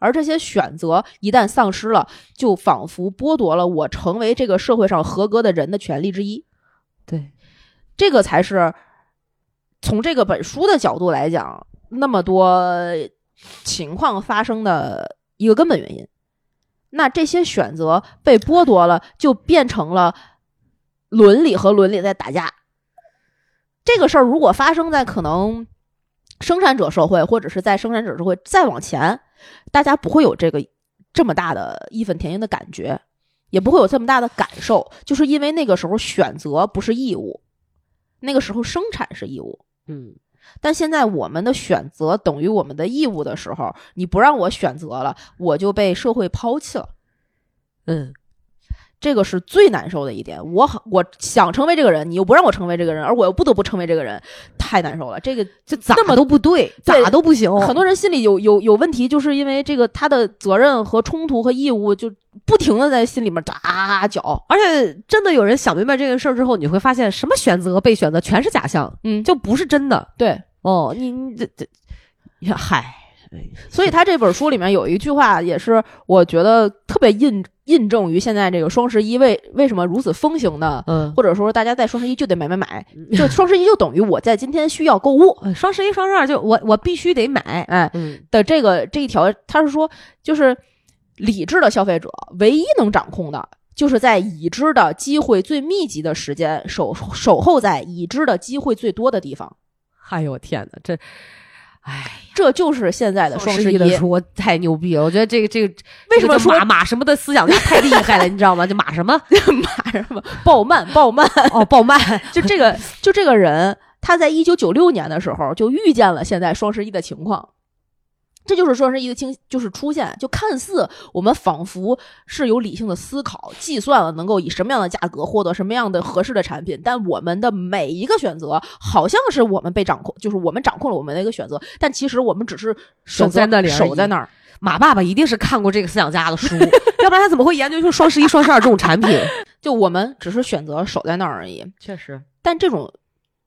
[SPEAKER 2] 而这些选择一旦丧失了，就仿佛剥夺了我成为这个社会上合格的人的权利之一。
[SPEAKER 3] 对，
[SPEAKER 2] 这个才是从这个本书的角度来讲，那么多情况发生的一个根本原因。那这些选择被剥夺了，就变成了伦理和伦理在打架。这个事儿如果发生在可能生产者社会，或者是在生产者社会再往前，大家不会有这个这么大的义愤填膺的感觉，也不会有这么大的感受，就是因为那个时候选择不是义务，那个时候生产是义务。
[SPEAKER 3] 嗯，
[SPEAKER 2] 但现在我们的选择等于我们的义务的时候，你不让我选择了，我就被社会抛弃了。
[SPEAKER 3] 嗯，
[SPEAKER 2] 这个是最难受的一点。我好，我想成为这个人，你又不让我成为这个人，而我又不得不成为这个人，太难受了。这个
[SPEAKER 3] 就咋
[SPEAKER 2] 那么
[SPEAKER 3] 都不对，
[SPEAKER 2] 对
[SPEAKER 3] 咋都不行。
[SPEAKER 2] 很多人心里有有有问题，就是因为这个他的责任和冲突和义务就不停的在心里面打搅。
[SPEAKER 3] 而且真的有人想明白这个事儿之后，你会发现什么选择被选择全是假象，
[SPEAKER 2] 嗯，就
[SPEAKER 3] 就不是真的。
[SPEAKER 2] 对，
[SPEAKER 3] 哦，你你这这，呀嗨，
[SPEAKER 2] 所以他这本书里面有一句话，也是我觉得特别印印证于现在这个双十一为为什么如此风行呢？
[SPEAKER 3] 嗯，
[SPEAKER 2] 或者说大家在双十一就得买买买，就双十一就等于我在今天需要购物，
[SPEAKER 3] 呃双十一、双十二就我我必须得买。
[SPEAKER 2] 哎
[SPEAKER 3] 嗯
[SPEAKER 2] 的这个这一条，他是说就是理智的消费者唯一能掌控的。就是在已知的机会最密集的时间守守候在已知的机会最多的地方，
[SPEAKER 3] 哎呦我天哪，这，哎，
[SPEAKER 2] 这就是现在的双十
[SPEAKER 3] 一
[SPEAKER 2] 一。
[SPEAKER 3] 的 书太牛逼了！我觉得这个这个
[SPEAKER 2] 为什么说
[SPEAKER 3] 这个叫马马什么的思想家太厉害了，你知道吗？就马 什么
[SPEAKER 2] 马什么暴漫暴漫？
[SPEAKER 3] 哦，鲍 曼，
[SPEAKER 2] 就这个就这个人，他在一九九六年的时候就遇见了现在双十一的情况，这就是双十一的清就是出现，就看似我们仿佛是有理性的思考，计算了能够以什么样的价格获得什么样的合适的产品，但我们的每一个选择好像是我们被掌控，就是我们掌控了我们的一个选择，但其实我们只是守
[SPEAKER 3] 守在那里而已
[SPEAKER 2] 守在那儿。
[SPEAKER 3] 马爸爸一定是看过这个思想家的书，要不然他怎么会研究出双十一、双十二这种产品？
[SPEAKER 2] 就我们只是选择守在那儿而已，
[SPEAKER 3] 确实，
[SPEAKER 2] 但这种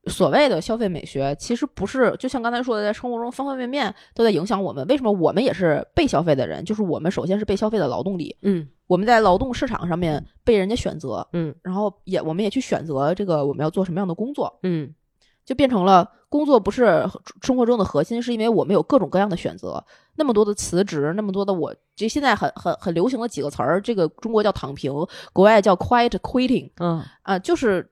[SPEAKER 2] 所谓的消费美学，其实不是，就像刚才说的，在生活中方方面面都在影响我们。为什么我们也是被消费的人？就是我们首先是被消费的劳动力，
[SPEAKER 3] 嗯
[SPEAKER 2] 我们在劳动市场上面被人家选择，
[SPEAKER 3] 嗯
[SPEAKER 2] 然后也我们也去选择这个我们要做什么样的工作，
[SPEAKER 3] 嗯，
[SPEAKER 2] 就变成了工作不是生活中的核心，是因为我们有各种各样的选择，那么多的辞职，那么多的我，这现在很很很流行的几个词儿，这个中国叫躺平，国外叫 quiet quitting，
[SPEAKER 3] 嗯
[SPEAKER 2] 啊，就是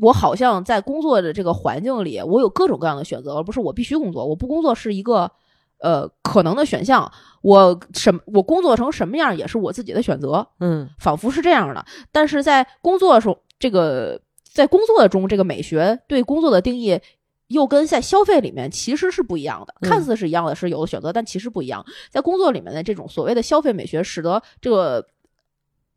[SPEAKER 2] 我好像在工作的这个环境里，我有各种各样的选择，而不是我必须工作。我不工作是一个呃可能的选项，我什么我工作成什么样也是我自己的选择，
[SPEAKER 3] 嗯
[SPEAKER 2] 仿佛是这样的。但是在工作的时候，这个在工作中，这个美学对工作的定义。又跟在消费里面其实是不一样的，
[SPEAKER 3] 嗯
[SPEAKER 2] 看似是一样的，是有的选择，但其实不一样。在工作里面的这种所谓的消费美学，使得这个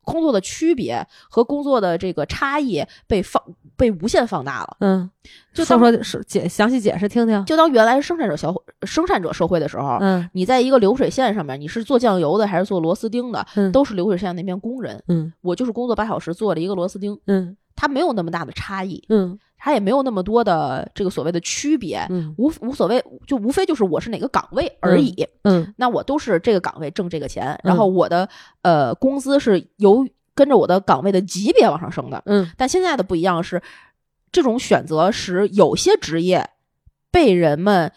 [SPEAKER 2] 工作的区别和工作的这个差异被放被无限放大了。
[SPEAKER 3] 嗯，
[SPEAKER 2] 就
[SPEAKER 3] 说
[SPEAKER 2] 当
[SPEAKER 3] 说是解详细解释听听。
[SPEAKER 2] 就当原来生产者小伙生产者社会的时候，
[SPEAKER 3] 嗯
[SPEAKER 2] 你在一个流水线上面，你是做酱油的还是做螺丝钉的，
[SPEAKER 3] 嗯
[SPEAKER 2] 都是流水线那边工人。
[SPEAKER 3] 嗯
[SPEAKER 2] 我就是工作八小时做了一个螺丝钉，
[SPEAKER 3] 嗯
[SPEAKER 2] 它没有那么大的差异，
[SPEAKER 3] 嗯
[SPEAKER 2] 它也没有那么多的这个所谓的区别，
[SPEAKER 3] 嗯
[SPEAKER 2] 无无所谓，就无非就是我是哪个岗位而已。
[SPEAKER 3] 嗯
[SPEAKER 2] 那我都是这个岗位挣这个钱，然后我的、呃工资是由跟着我的岗位的级别往上升的。
[SPEAKER 3] 嗯
[SPEAKER 2] 但现在的不一样是，这种选择使有些职业被人们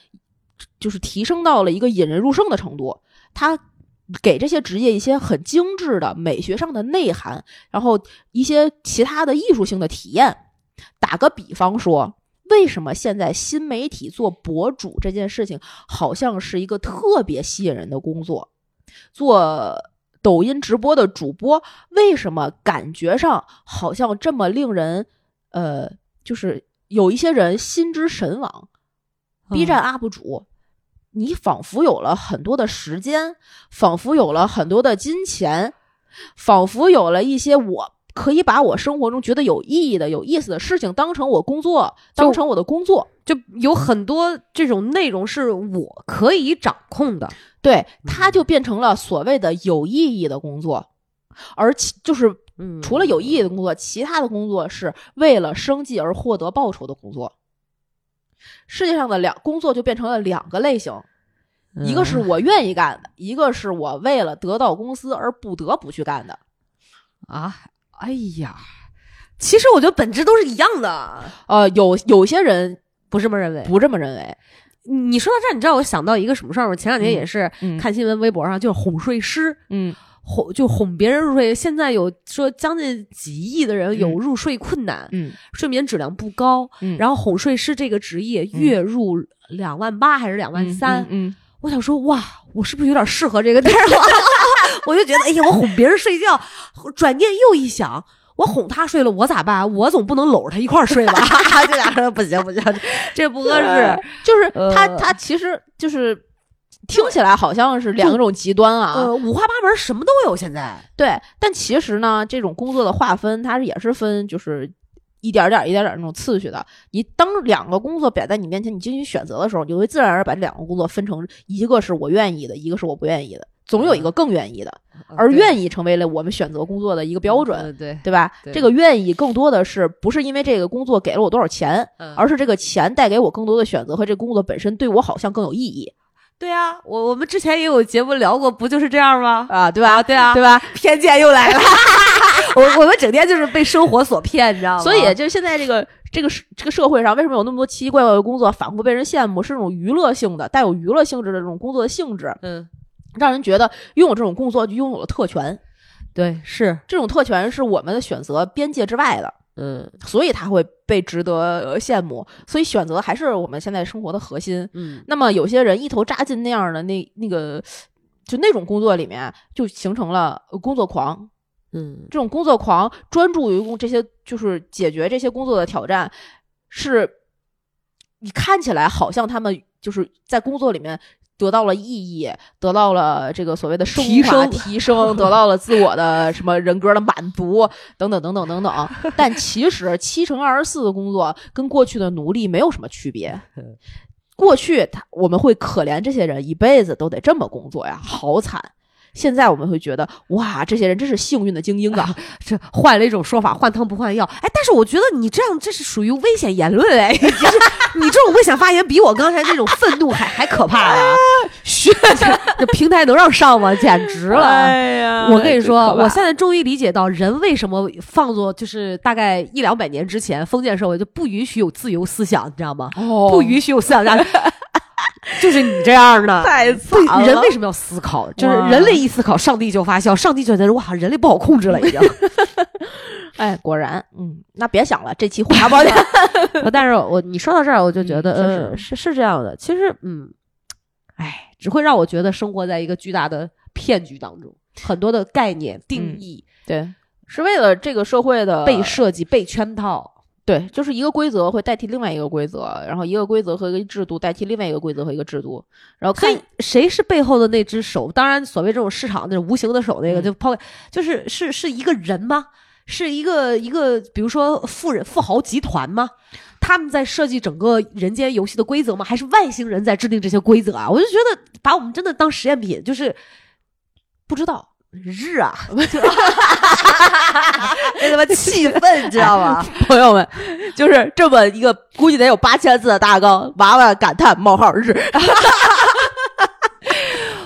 [SPEAKER 2] 就是提升到了一个引人入胜的程度，它给这些职业一些很精致的美学上的内涵，然后一些其他的艺术性的体验。打个比方说。为什么现在新媒体做博主这件事情好像是一个特别吸引人的工作？做抖音直播的主播为什么感觉上好像这么令人，呃，就是有一些人心之神往、b
[SPEAKER 3] 嗯
[SPEAKER 2] 站 UP 主，你仿佛有了很多的时间，仿佛有了很多的金钱，仿佛有了一些我。可以把我生活中觉得有意义的、有意思的事情当成我工作，
[SPEAKER 3] 就
[SPEAKER 2] 当成我的工作。
[SPEAKER 3] 就有很多这种内容是我可以掌控的。
[SPEAKER 2] 对，它就变成了所谓的有意义的工作，而其就是
[SPEAKER 3] 嗯
[SPEAKER 2] 除了有意义的工作，其他的工作是为了生计而获得报酬的工作。世界上的两工作就变成了两个类型，
[SPEAKER 3] 嗯
[SPEAKER 2] 一个是我愿意干的，一个是我为了得到公司而不得不去干的。
[SPEAKER 3] 啊，哎呀，其实我觉得本质都是一样的，
[SPEAKER 2] 呃，有有些人
[SPEAKER 3] 不是这么认为。
[SPEAKER 2] 不这么认为，
[SPEAKER 3] 你说到这儿，你知道我想到一个什么事儿吗？前两天
[SPEAKER 2] 嗯
[SPEAKER 3] 也是
[SPEAKER 2] 嗯
[SPEAKER 3] 看新闻，微博上就是哄睡师，
[SPEAKER 2] 嗯
[SPEAKER 3] 哄就哄别人入睡。现在有说将近几亿的人有
[SPEAKER 2] 嗯
[SPEAKER 3] 入睡困难，
[SPEAKER 2] 嗯
[SPEAKER 3] 睡眠质量不高，
[SPEAKER 2] 嗯
[SPEAKER 3] 然后哄睡师这个职业月入两万八还是两万三？
[SPEAKER 2] 嗯
[SPEAKER 3] 我想说，哇，我是不是有点适合这个地儿了？ 我就觉得，哎呀，我哄别人睡觉，转念又一想。我哄他睡了，我咋办？我总不能搂着他一块儿睡吧？ 这俩人不行不行，这不合适。
[SPEAKER 2] 就是
[SPEAKER 3] 呃
[SPEAKER 2] 他他其实就是听起来好像是两种极端啊，
[SPEAKER 3] 呃，五花八门，什么都有。现在，
[SPEAKER 2] 对，但其实呢，这种工作的划分，它是也是分就是一点儿点儿、一点儿点儿那种次序的。你当两个工作摆在你面前，你进行选择的时候，你会自然而然把这两个工作分成一个是我愿意的，一个是我不愿意的，总有一
[SPEAKER 3] 嗯
[SPEAKER 2] 个更愿意的，而
[SPEAKER 3] 意
[SPEAKER 2] 愿意成为了我们选择工作的一个标准。
[SPEAKER 3] 对，
[SPEAKER 2] 对吧？
[SPEAKER 3] 嗯对
[SPEAKER 2] 这个愿意更多的是不是因为这个工作给了我多少钱，
[SPEAKER 3] 而
[SPEAKER 2] 而是这个钱带给我更多的选择和这工作本身对我好像更有意义
[SPEAKER 3] 对啊，我我们之前也有节目聊过，不就是这样吗？
[SPEAKER 2] 啊，对吧？
[SPEAKER 3] 对啊
[SPEAKER 2] 对吧？
[SPEAKER 3] 偏见又来了，我我们整天就是被生活所骗，你知道吗？
[SPEAKER 2] 所以就是现在这个这个社这个社会上，为什么有那么多奇奇怪怪的工作反复被人羡慕？是这种娱乐性的、带有娱乐性质的这种工作的性质，
[SPEAKER 3] 嗯，
[SPEAKER 2] 让人觉得拥有这种工作就拥有了特权。
[SPEAKER 3] 对，是，
[SPEAKER 2] 这种特权是我们的选择边界之外的，
[SPEAKER 3] 嗯
[SPEAKER 2] 所以它会被值得呃羡慕。所以选择还是我们现在生活的核心。
[SPEAKER 3] 嗯，
[SPEAKER 2] 那么有些人一头扎进那样的那那个就那种工作里面，就形成了呃工作狂。
[SPEAKER 3] 嗯，
[SPEAKER 2] 这种工作狂专注于工这些，就是解决这些工作的挑战，是你看起来好像他们就是在工作里面得到了意义，得到了这个所谓的升
[SPEAKER 3] 提
[SPEAKER 2] 华、
[SPEAKER 3] 升
[SPEAKER 2] 提升，得到了自我的什么人格的满足等等等等等 等。但其实七乘二十四的工作跟过去的奴隶没有什么区 别。过去他我们会可怜这些人一辈子都得这么工作呀，好惨。现在我们会觉得哇，这些人真是幸运的精英啊！
[SPEAKER 3] 这换了一种说法，换汤不换药。哎，但是我觉得你这样这是属于危险言论哎，你这你这种危险发言比我刚才那种愤怒还还可 怕呀！学这平台能让上吗？简直了！
[SPEAKER 2] 哎呀
[SPEAKER 3] 我跟你说，我现在终于理解到人为什么放作就是大概一两百年之前封建社会就不允许有自由思想，你知道吗？
[SPEAKER 2] 哦
[SPEAKER 3] 不允许有思想家， 就是你这样的。
[SPEAKER 2] 太
[SPEAKER 3] 不
[SPEAKER 2] 惨了，
[SPEAKER 3] 人为什么要思考？就是
[SPEAKER 2] 哇
[SPEAKER 3] 人类一思考，上帝就发笑，上帝就觉得哇，人类不好控制了已经。
[SPEAKER 2] 哎，果然，嗯，那别想了，这期胡聊包间
[SPEAKER 3] 呃但是我你说到这儿，我就觉得，
[SPEAKER 2] 嗯确实
[SPEAKER 3] 呃，是是这样的。其实，嗯，哎，只会让我觉得生活在一个巨大的骗局当中，很多的概念
[SPEAKER 2] 嗯
[SPEAKER 3] 定义、
[SPEAKER 2] 对，是为了这个社会的
[SPEAKER 3] 被设计、被圈套。
[SPEAKER 2] 对，就是一个规则会代替另外一个规则，然后一个规则和一个制度代替另外一个规则和一个制度，然后
[SPEAKER 3] 所
[SPEAKER 2] 看
[SPEAKER 3] 以谁是背后的那只手？当然，所谓这种市场那种无形的手，那
[SPEAKER 2] 嗯
[SPEAKER 3] 个就抛开，就是是是一个人吗？是一个一个，比如说富人富豪集团吗？他们在设计整个人间游戏的规则吗？还是外星人在制定这些规则啊？我就觉得把我们真的当实验品，就是
[SPEAKER 2] 不知道，
[SPEAKER 3] 日 啊，哎那他妈气愤，你知道吗？
[SPEAKER 2] 朋友们，就是这么一个估计得有八千字的大纲，娃娃感叹冒号日，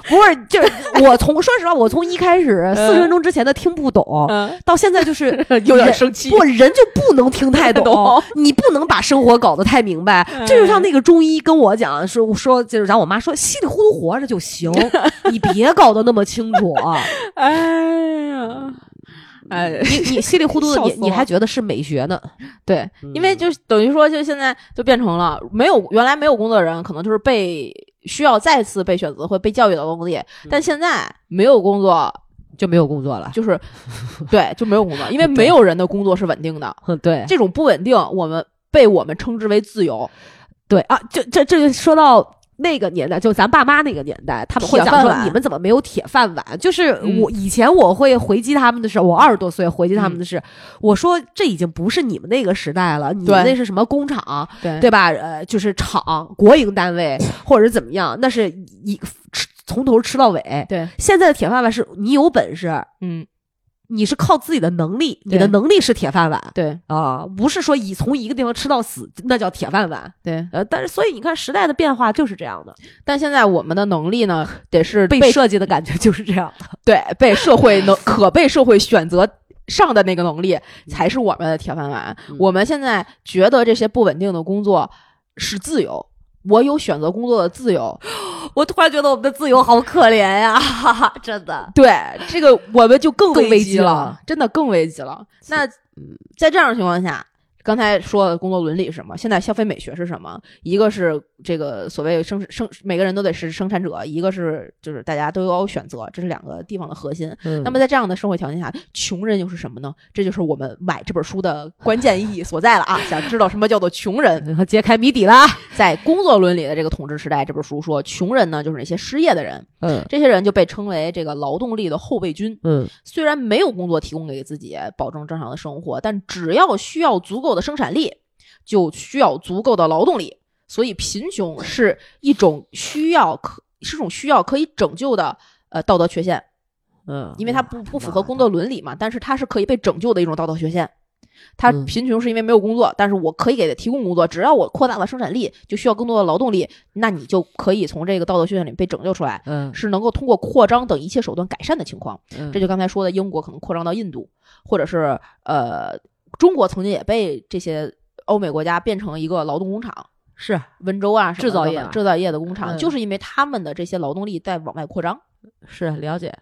[SPEAKER 3] 不是，就是我从说实话，我从一开始四十分钟之前的听不懂，
[SPEAKER 2] 嗯，
[SPEAKER 3] 到现在就是
[SPEAKER 2] 有点
[SPEAKER 3] 人
[SPEAKER 2] 生气，
[SPEAKER 3] 不，人就不能听 太懂
[SPEAKER 2] 懂，嗯
[SPEAKER 3] 你不能把生活搞得太明白。这就像那个中医跟我讲说说，就是咱我妈说稀里糊涂活着就 行，你别搞得那么清楚啊。
[SPEAKER 2] 哎呀，哎，
[SPEAKER 3] 你你稀里糊涂的，
[SPEAKER 2] 笑
[SPEAKER 3] 你
[SPEAKER 2] 死
[SPEAKER 3] 你
[SPEAKER 2] 我
[SPEAKER 3] 还觉得是美学呢？
[SPEAKER 2] 对，因为就是等于说，就现在就变成了没有原来没有工作的人，可能就是被需要再次被选择或被教育到工作里，但现在没有工作，
[SPEAKER 3] 就没有 工作了。
[SPEAKER 2] 就是对，就没有工作，因为
[SPEAKER 3] 对
[SPEAKER 2] 没有人的工作是稳定的，
[SPEAKER 3] 嗯，对
[SPEAKER 2] 这种不稳定，我们被我们称之为自由，
[SPEAKER 3] 对啊，这这这就说到。那个年代，就咱爸妈那个年代，他们会
[SPEAKER 2] 铁
[SPEAKER 3] 讲
[SPEAKER 2] 饭
[SPEAKER 3] 说
[SPEAKER 2] 碗
[SPEAKER 3] 你们怎么没有铁饭碗？就是
[SPEAKER 2] 嗯
[SPEAKER 3] 我以前我会回击他们的是，我二十多岁回击他们的是，
[SPEAKER 2] 嗯
[SPEAKER 3] 我说这已经不是你们那个时代了，你们
[SPEAKER 2] 对
[SPEAKER 3] 那是什么工厂？
[SPEAKER 2] 对
[SPEAKER 3] 对吧？呃，就是厂、国营单 位或者是怎么样，那是一吃从头吃到尾。
[SPEAKER 2] 对，
[SPEAKER 3] 现在的铁饭碗是你有本事，
[SPEAKER 2] 嗯，
[SPEAKER 3] 你是靠自己的能力，你
[SPEAKER 2] 对
[SPEAKER 3] 的能力是铁饭碗
[SPEAKER 2] 对
[SPEAKER 3] 啊，不是说以从一个地方吃到死，那叫铁饭碗。
[SPEAKER 2] 对，
[SPEAKER 3] 呃，但是所以你看时代的变化就是这样的，
[SPEAKER 2] 但现在我们的能力呢，得是
[SPEAKER 3] 被
[SPEAKER 2] 被
[SPEAKER 3] 设计的感觉就是这样的。
[SPEAKER 2] 对被社会能可被社会选择上的那个能力，才是我们的铁饭碗。
[SPEAKER 3] 嗯
[SPEAKER 2] 我们现在觉得这些不稳定的工作是自由，我有选择工作的自 由。
[SPEAKER 3] 我突然觉得我们的自由好可怜呀、 真的。
[SPEAKER 2] 对这个，我们就更
[SPEAKER 3] 更危
[SPEAKER 2] 危
[SPEAKER 3] 机
[SPEAKER 2] 机
[SPEAKER 3] 了
[SPEAKER 2] 了，嗯真的更危机了。那在这样的情况下，刚才说的工作伦理是什么？现在消费美学是什么？一个是这个所谓生生，每个人都得是生产者；一个是就是大家都有选择，这是两个地方的核心。
[SPEAKER 3] 那
[SPEAKER 2] 那么在这样的生活条件下，穷人又是什么呢？这就是我们买这本书的关键意义所在了啊！想知道什么叫做穷人，
[SPEAKER 3] 么揭开谜底啦。
[SPEAKER 2] 在工作伦理的这个统治时代，这本书说，穷人呢就是那些失业的人，
[SPEAKER 3] 嗯
[SPEAKER 2] 这些人就被称为这个劳动力的后备军。
[SPEAKER 3] 嗯
[SPEAKER 2] 虽然没有工作提供给自己保证正常的生活，但只要需要足够的生产力，就需要足够的劳动力。所以，贫穷是一种需要可是种需要可以拯救的呃道德缺陷，
[SPEAKER 3] 嗯，
[SPEAKER 2] 因为它不不符合工作伦理嘛，但是它是可以被拯救的一种道德缺陷。它
[SPEAKER 3] 嗯
[SPEAKER 2] 贫穷是因为没有工作，但是我可以给它提供工作，只要我扩大了生产力，就需要更多的劳动力，那你就可以从这个道德缺陷里被拯救出来，
[SPEAKER 3] 嗯
[SPEAKER 2] 是能够通过扩张等一切手段改善的情况。
[SPEAKER 3] 嗯
[SPEAKER 2] 这就刚才说的，英国可能扩张到印度，或者是呃，中国曾经也被这些欧美国家变成一个劳动工厂，
[SPEAKER 3] 是
[SPEAKER 2] 温州啊什么
[SPEAKER 3] 制造
[SPEAKER 2] 的
[SPEAKER 3] 业嘛
[SPEAKER 2] 制造业的工厂，
[SPEAKER 3] 嗯
[SPEAKER 2] 就是因为他们的这些劳动力在往外扩张
[SPEAKER 3] 是了解。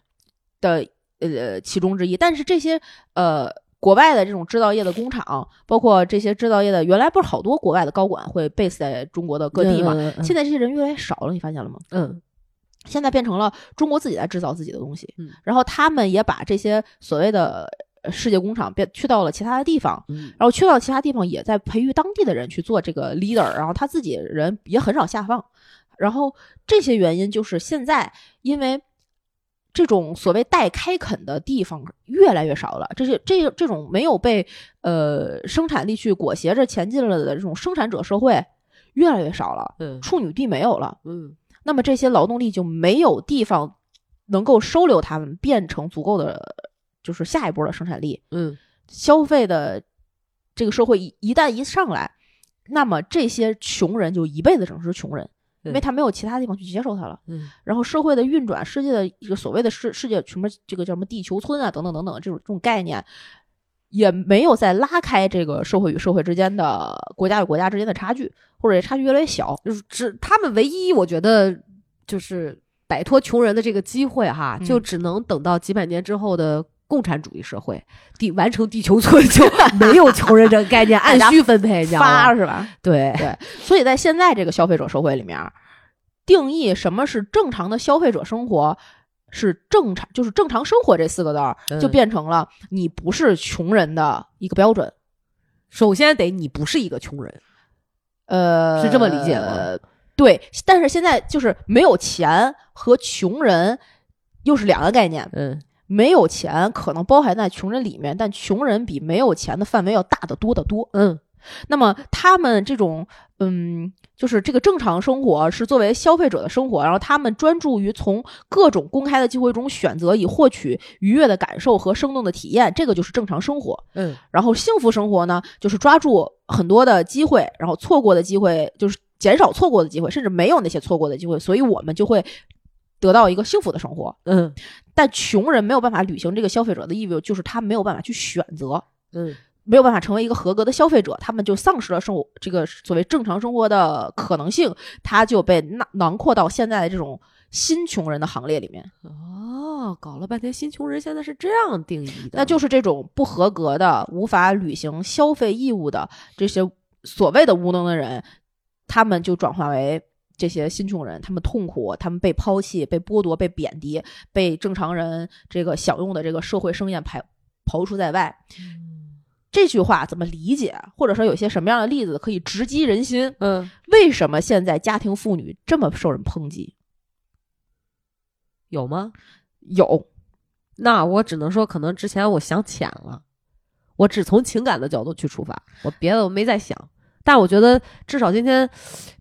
[SPEAKER 2] 的呃其中之一。但是这些呃。国外的这种制造业的工厂，包括这些制造业的，原来不是好多国外的高管会 base 在中国的各地嘛？
[SPEAKER 3] 嗯嗯嗯
[SPEAKER 2] 现在这些人越来越少了，你发现了吗？
[SPEAKER 3] 嗯
[SPEAKER 2] 现在变成了中国自己在制造自己的东西，
[SPEAKER 3] 嗯
[SPEAKER 2] 然后他们也把这些所谓的呃世界工厂变去到了其他的地方，
[SPEAKER 3] 嗯
[SPEAKER 2] 然后去到其他地方也在培育当地的人去做这个 leader，然后他自己人也很少下放，然后这些原因就是现在因为。这种所谓待开垦的地方越来越少了，这些这这种没有被呃生产力去裹挟着前进了的这种生产者社会越来越少了，
[SPEAKER 3] 嗯
[SPEAKER 2] 处女地没有了，
[SPEAKER 3] 嗯
[SPEAKER 2] 那么这些劳动力就没有地方能够收留他们，变成足够的就是下一波的生产力。
[SPEAKER 3] 嗯
[SPEAKER 2] 消费的这个社会一一旦一上来，那么这些穷人就一辈子只能是穷人，因为
[SPEAKER 3] 对
[SPEAKER 2] 他没有其他地方去接受他了。
[SPEAKER 3] 嗯
[SPEAKER 2] 然后社会的运转，世界的一个所谓的世世界什么这个叫什么地球村啊等等等等这种这种概念。也没有在拉开这个社会与社会之间的国家与国家之间的差距，或者这差距越来越小。
[SPEAKER 3] 就是只他们唯一我觉得就是摆脱穷人的这个机会哈，
[SPEAKER 2] 嗯
[SPEAKER 3] 就只能等到几百年之后的。共产主义社会地完成地球村 就没有穷人这个概念，按需分配，你知道
[SPEAKER 2] 发
[SPEAKER 3] 吗？
[SPEAKER 2] 是吧？
[SPEAKER 3] 对，
[SPEAKER 2] 所以在现在这个消费者社会里面儿，定义什么是正常的消费者生活，是正常，就是正常生活这四个字儿，就
[SPEAKER 3] 嗯
[SPEAKER 2] 变成了你不是穷人的一个标准。
[SPEAKER 3] 首先得你不是一个穷人，
[SPEAKER 2] 呃，
[SPEAKER 3] 是这么理解吗
[SPEAKER 2] 呃？对，但是现在就是没有钱和穷人又是两个概念。
[SPEAKER 3] 嗯
[SPEAKER 2] 没有钱可能包含在穷人里面，但穷人比没有钱的范围要大得多得多。
[SPEAKER 3] 嗯
[SPEAKER 2] 那么他们这种，嗯，就是这个正常生活是作为消费者的生活，然后他们专注于从各种公开的机会中选择，以获取愉悦的感受和生动的体验，这个就是正常生活。
[SPEAKER 3] 嗯
[SPEAKER 2] 然后幸福生活呢，就是抓住很多的机会，然后错过的机会就是减少错过的机会，甚至没有那些错过的机会，所以我们就会得到一个幸福的生活。
[SPEAKER 3] 嗯
[SPEAKER 2] 但穷人没有办法履行这个消费者的义务，就是他没有办法去选择。
[SPEAKER 3] 嗯
[SPEAKER 2] 没有办法成为一个合格的消费者，他们就丧失了生活这个所谓正常生活的可能性，他就被囊囊括到现在的这种新穷人的行列里面，
[SPEAKER 3] 哦，搞了半天新穷人现在是这样定义的，
[SPEAKER 2] 那就是这种不合格的、无法履行消费义务的这些所谓的无能的人，他们就转化为。这些新穷人，他们痛苦，他们被抛弃、被剥夺、被贬低、被正常人这个享用的这个社会盛宴排刨除在外。这句话怎么理解？或者说有些什么样的例子可以直击人心？
[SPEAKER 3] 嗯，
[SPEAKER 2] 为什么现在家庭妇女这么受人抨击？
[SPEAKER 3] 有吗？
[SPEAKER 2] 有，
[SPEAKER 3] 那我只能说，可能之前我想浅了，我只从情感的角度去出发，我别的我没在想。但我觉得，至少今天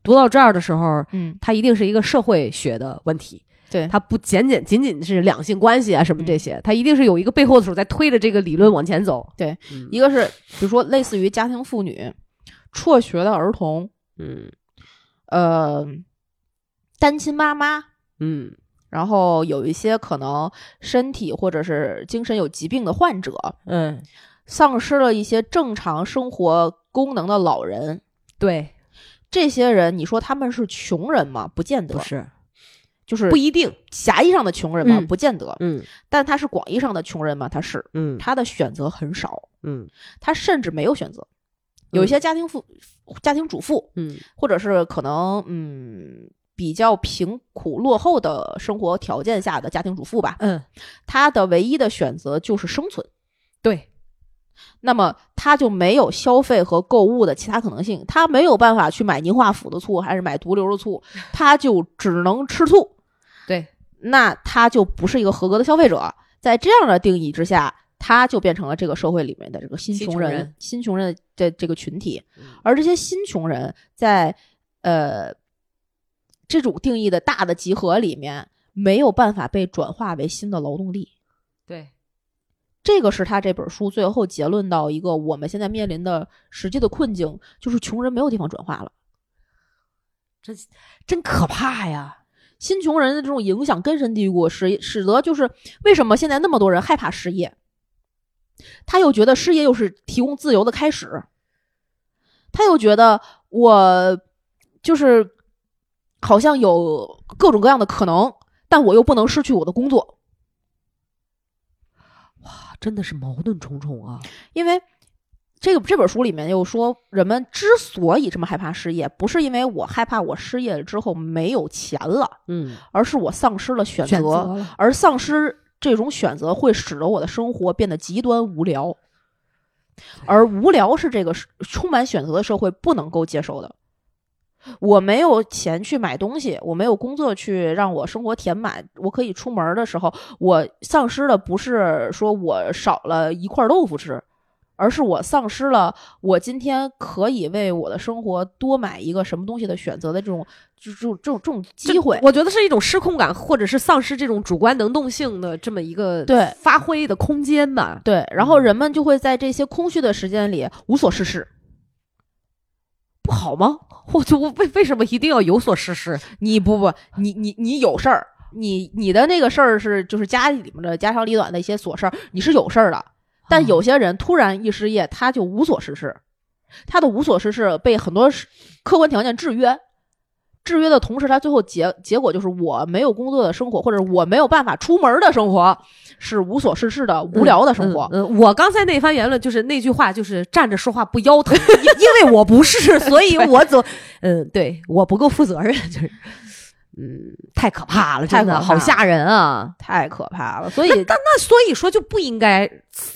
[SPEAKER 3] 读到这儿的时候，
[SPEAKER 2] 嗯，
[SPEAKER 3] 它一定是一个社会学的问题，
[SPEAKER 2] 对
[SPEAKER 3] 它不简简仅仅是两性关系啊什么这些，它一定是有一个背后的手在推着这个理论往前走。
[SPEAKER 2] 对
[SPEAKER 3] 嗯，
[SPEAKER 2] 一个是比如说类似于家庭妇女、辍学的儿童，
[SPEAKER 3] 嗯
[SPEAKER 2] 呃，单亲妈妈，
[SPEAKER 3] 嗯
[SPEAKER 2] 然后有一些可能身体或者是精神有疾病的患者，
[SPEAKER 3] 嗯，
[SPEAKER 2] 丧失了一些正常生活功能的老人，
[SPEAKER 3] 对，
[SPEAKER 2] 这些人，你说他们是穷人吗？不见得，
[SPEAKER 3] 不是
[SPEAKER 2] 就是
[SPEAKER 3] 不一定。
[SPEAKER 2] 狭义上的穷人吗？
[SPEAKER 3] 嗯
[SPEAKER 2] 不见得，
[SPEAKER 3] 嗯
[SPEAKER 2] 但他是广义上的穷人吗？他是，
[SPEAKER 3] 嗯
[SPEAKER 2] 他的选择很少，
[SPEAKER 3] 嗯
[SPEAKER 2] 他甚至没有选择。有一些家庭妇、家庭主妇，
[SPEAKER 3] 嗯
[SPEAKER 2] 或者是可能嗯比较贫苦落后的生活条件下的家庭主妇吧，
[SPEAKER 3] 嗯，
[SPEAKER 2] 她的唯一的选择就是生存。
[SPEAKER 3] 对，
[SPEAKER 2] 那么她就没有消费和购物的其他可能性，她没有办法去买宁化府的醋还是买毒瘤的醋，她就只能吃醋。
[SPEAKER 3] 对，
[SPEAKER 2] 那她就不是一个合格的消费者。在这样的定义之下，她就变成了这个社会里面的这个新
[SPEAKER 3] 新
[SPEAKER 2] 穷
[SPEAKER 3] 穷
[SPEAKER 2] 人、
[SPEAKER 3] 人
[SPEAKER 2] 新穷人的这个群体
[SPEAKER 3] 嗯。
[SPEAKER 2] 而这些新穷人在呃这种定义的大的集合里面，没有办法被转化为新的劳动力。
[SPEAKER 3] 对，
[SPEAKER 2] 这个是他这本书最后结论到一个我们现在面临的实际的困境，就是穷人没有地方转化了。
[SPEAKER 3] 真可怕呀！
[SPEAKER 2] 新穷人的这种影响根深蒂固，使使得就是为什么现在那么多人害怕失业，他又觉得失业又是提供自由的开始，他又觉得我就是好像有各种各样的可能，但我又不能失去我的工作，
[SPEAKER 3] 真的是矛盾重重啊。
[SPEAKER 2] 因为这个这本书里面又说，人们之所以这么害怕失业，不是因为我害怕我失业了之后没有钱了，
[SPEAKER 3] 嗯，
[SPEAKER 2] 而是我丧失了选择，
[SPEAKER 3] 选择了
[SPEAKER 2] 而丧失这种选择会使得我的生活变得极端无聊，而无聊是这个是充满选择的社会不能够接受的。我没有钱去买东西，我没有工作去让我生活填满。我可以出门的时候，我丧失的不是说我少了一块豆腐吃，而是我丧失了我今天可以为我的生活多买一个什么东西的选择的这种这种这种这种机会。
[SPEAKER 3] 我觉得是一种失控感，或者是丧失这种主观能动性的这么一个
[SPEAKER 2] 对
[SPEAKER 3] 发挥的空间吧。
[SPEAKER 2] 对，然
[SPEAKER 3] 嗯
[SPEAKER 2] 后人们就会在这些空虚的时间里无所事事。
[SPEAKER 3] 不好吗？我就我为为什么一定要有所事事？
[SPEAKER 2] 你不不，你你你有事儿，你你的那个事儿是就是家里面的家长里短的一些琐事儿，你是有事儿的。
[SPEAKER 3] 啊
[SPEAKER 2] 但有些人突然一失业，他就无所事事，他的无所事事被很多是客观条件制约，制约的同时，他最后结结果就是我没有工作的生活，或者我没有办法出门的生活，是无所事事的无聊的生活。
[SPEAKER 3] 嗯，嗯我刚才那番言论就是那句话，就是站着说话不腰疼， 因因为我不 是，所以我总嗯，对我不够负责任，就是嗯，太可怕了，
[SPEAKER 2] 太可
[SPEAKER 3] 真的
[SPEAKER 2] 怕
[SPEAKER 3] 好
[SPEAKER 2] 了
[SPEAKER 3] 吓人啊！
[SPEAKER 2] 太可怕了，所以
[SPEAKER 3] 那那那所以说就不应该辞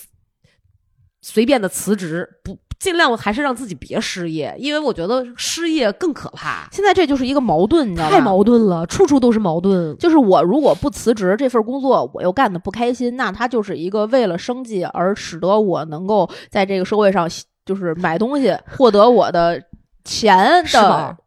[SPEAKER 3] 随便的辞职，不尽量还是让自己别失业，因为我觉得失业更可怕，
[SPEAKER 2] 现在这就是一个矛盾，你知道吗？
[SPEAKER 3] 太矛盾了，处处都是矛盾。
[SPEAKER 2] 就是我如果不辞职，这份工作我又干的不开心，那它就是一个为了生计而使得我能够在这个社会上就是买东西获得我的钱
[SPEAKER 3] 是
[SPEAKER 2] 的
[SPEAKER 3] 吧，？
[SPEAKER 2] 嗯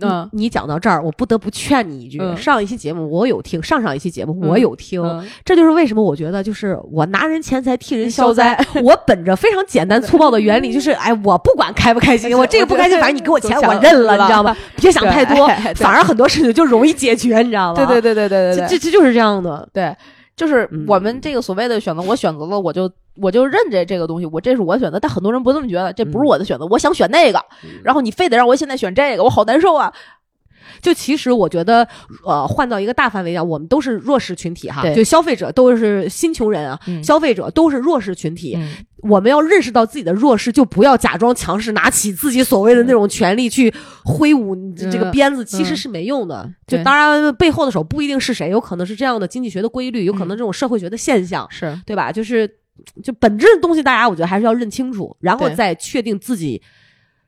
[SPEAKER 3] 你你讲到这儿，我不得不劝你一句。
[SPEAKER 2] 嗯
[SPEAKER 3] 上一期节目我有听，上上一期节目
[SPEAKER 2] 嗯
[SPEAKER 3] 我有听，
[SPEAKER 2] 嗯
[SPEAKER 3] 这就是为什么我觉得，就是我拿人钱财替人消
[SPEAKER 2] 消灾
[SPEAKER 3] 灾。我本着非常简单粗暴的原理，就是哎，我不管开不开 心，
[SPEAKER 2] 是
[SPEAKER 3] 我这个不开心，
[SPEAKER 2] 我觉得
[SPEAKER 3] 反正你给我钱
[SPEAKER 2] 就想
[SPEAKER 3] 我认了，
[SPEAKER 2] 了
[SPEAKER 3] 你知道吧？别想太多
[SPEAKER 2] 对，
[SPEAKER 3] 反而很多事情就容易解决，你知道吗？
[SPEAKER 2] 对对对对
[SPEAKER 3] 这这这就是这样的。
[SPEAKER 2] 对，就是
[SPEAKER 3] 嗯
[SPEAKER 2] 我们这个所谓的选择，我选择了，我就我就认这这个东西，我这是我的选择。但很多人不这么觉得，这不是我的选择，我想选那个，然后你非得让我现在选这个，我好难受啊！
[SPEAKER 3] 就其实我觉得，呃，换到一个大范围讲，我们都是弱势群体哈，
[SPEAKER 2] 对
[SPEAKER 3] 就消费者都是新穷人啊，
[SPEAKER 2] 嗯
[SPEAKER 3] 消费者都是弱势群体。我们要认识到自己的弱势，就不要假装强势，拿起自己所谓的那种权利去挥舞你这这个鞭子，其实是没用的。
[SPEAKER 2] 嗯对
[SPEAKER 3] 就当然背后的手不一定是谁，有可能是这样的经济学的规律，有
[SPEAKER 2] 嗯
[SPEAKER 3] 可能这种社会学的现象，
[SPEAKER 2] 是
[SPEAKER 3] 对吧？就是就本质的东西，大家我觉得还是要认清楚，然后
[SPEAKER 2] 对
[SPEAKER 3] 再确定自己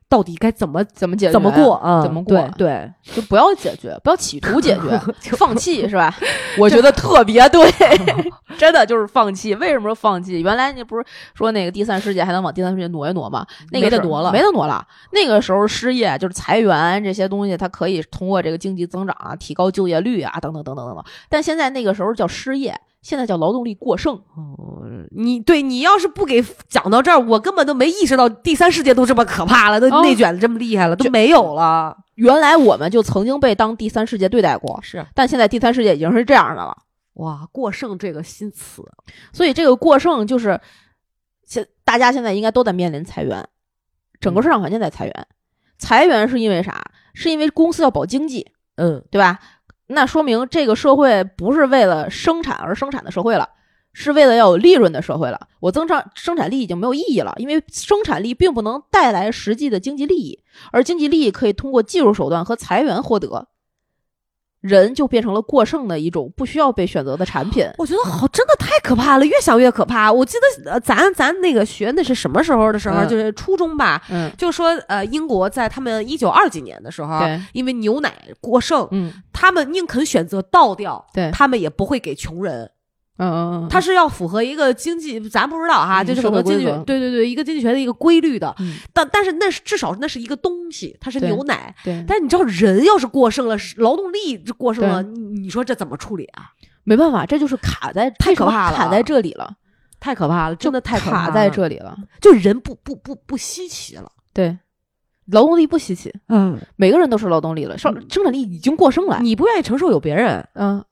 [SPEAKER 3] 到底该怎么
[SPEAKER 2] 怎么解决？
[SPEAKER 3] 怎么过？啊？
[SPEAKER 2] 怎么过
[SPEAKER 3] 对对，
[SPEAKER 2] 就不要解决，不要企图解 决，放弃是 吧？我觉得特别对， 真的就是放弃。为什么说放弃？原来你不是说那个第三世界还能往第三世界挪一挪吗？那个
[SPEAKER 3] 没得
[SPEAKER 2] 是
[SPEAKER 3] 挪了
[SPEAKER 2] 没得挪了。那个时候失业就是裁员这些东西，它可以通过这个经济增长啊、提高就业率啊等等等等等等。但现在那个时候叫失业，现在叫劳动力过剩。
[SPEAKER 3] 哦你对你要是不给讲到这儿，我根本都没意识到第三世界都这么可怕了，都
[SPEAKER 2] 哦
[SPEAKER 3] 内卷的这么厉害了，都
[SPEAKER 2] 就
[SPEAKER 3] 没有了。
[SPEAKER 2] 原来我们就曾经被当第三世界对待过，
[SPEAKER 3] 是
[SPEAKER 2] 但现在第三世界已经是这样的了。
[SPEAKER 3] 哇，过剩这个新词，
[SPEAKER 2] 所以这个过剩就是现大家现在应该都在面临裁员，整个市场环境在裁员。裁员是因为啥？是因为公司要保经济，
[SPEAKER 3] 嗯，
[SPEAKER 2] 对吧？那说明这个社会不是为了生产而生产的社会了，是为了要有利润的社会了。我增长生产力已经没有意义了，因为生产力并不能带来实际的经济利益，而经济利益可以通过技术手段和裁员获得。人就变成了过剩的一种不需要被选择的产品。
[SPEAKER 3] 我觉得好，真的太可怕了，越想越可怕。我记得、呃咱咱那个学那是什么时候的时候，
[SPEAKER 2] 嗯
[SPEAKER 3] 就是初中吧，
[SPEAKER 2] 嗯，
[SPEAKER 3] 就说呃，英国在他们一九二几年的时候，
[SPEAKER 2] 对，
[SPEAKER 3] 因为牛奶过剩，
[SPEAKER 2] 嗯，
[SPEAKER 3] 他们宁肯选择倒掉，
[SPEAKER 2] 对
[SPEAKER 3] 他们也不会给穷人。
[SPEAKER 2] 嗯，
[SPEAKER 3] 他是要符合一个经济，咱不知道哈，
[SPEAKER 2] 嗯
[SPEAKER 3] 就是
[SPEAKER 2] 社
[SPEAKER 3] 可
[SPEAKER 2] 会
[SPEAKER 3] 能经济
[SPEAKER 2] 规
[SPEAKER 3] 学
[SPEAKER 2] 则
[SPEAKER 3] 对对对一个经济学的一个规律的。
[SPEAKER 2] 嗯
[SPEAKER 3] 但但是那是至少那是一个东西，它是
[SPEAKER 2] 对
[SPEAKER 3] 牛奶。
[SPEAKER 2] 对，
[SPEAKER 3] 但是你知道，人要是过剩了，是劳动力这过剩了，
[SPEAKER 2] 对
[SPEAKER 3] 你你说这怎么处理啊？
[SPEAKER 2] 没办法，这就是卡在
[SPEAKER 3] 太
[SPEAKER 2] 为什
[SPEAKER 3] 可
[SPEAKER 2] 么
[SPEAKER 3] 怕了
[SPEAKER 2] 卡在这里了，
[SPEAKER 3] 太可怕了，真的太可怕
[SPEAKER 2] 卡
[SPEAKER 3] 了
[SPEAKER 2] 在，这里了。
[SPEAKER 3] 就人不不不不稀奇了。
[SPEAKER 2] 对，劳动力不稀奇，
[SPEAKER 3] 嗯，
[SPEAKER 2] 每个人都是劳动力了，生生产力已经过剩了。
[SPEAKER 3] 你不愿意承受有别人，
[SPEAKER 2] 嗯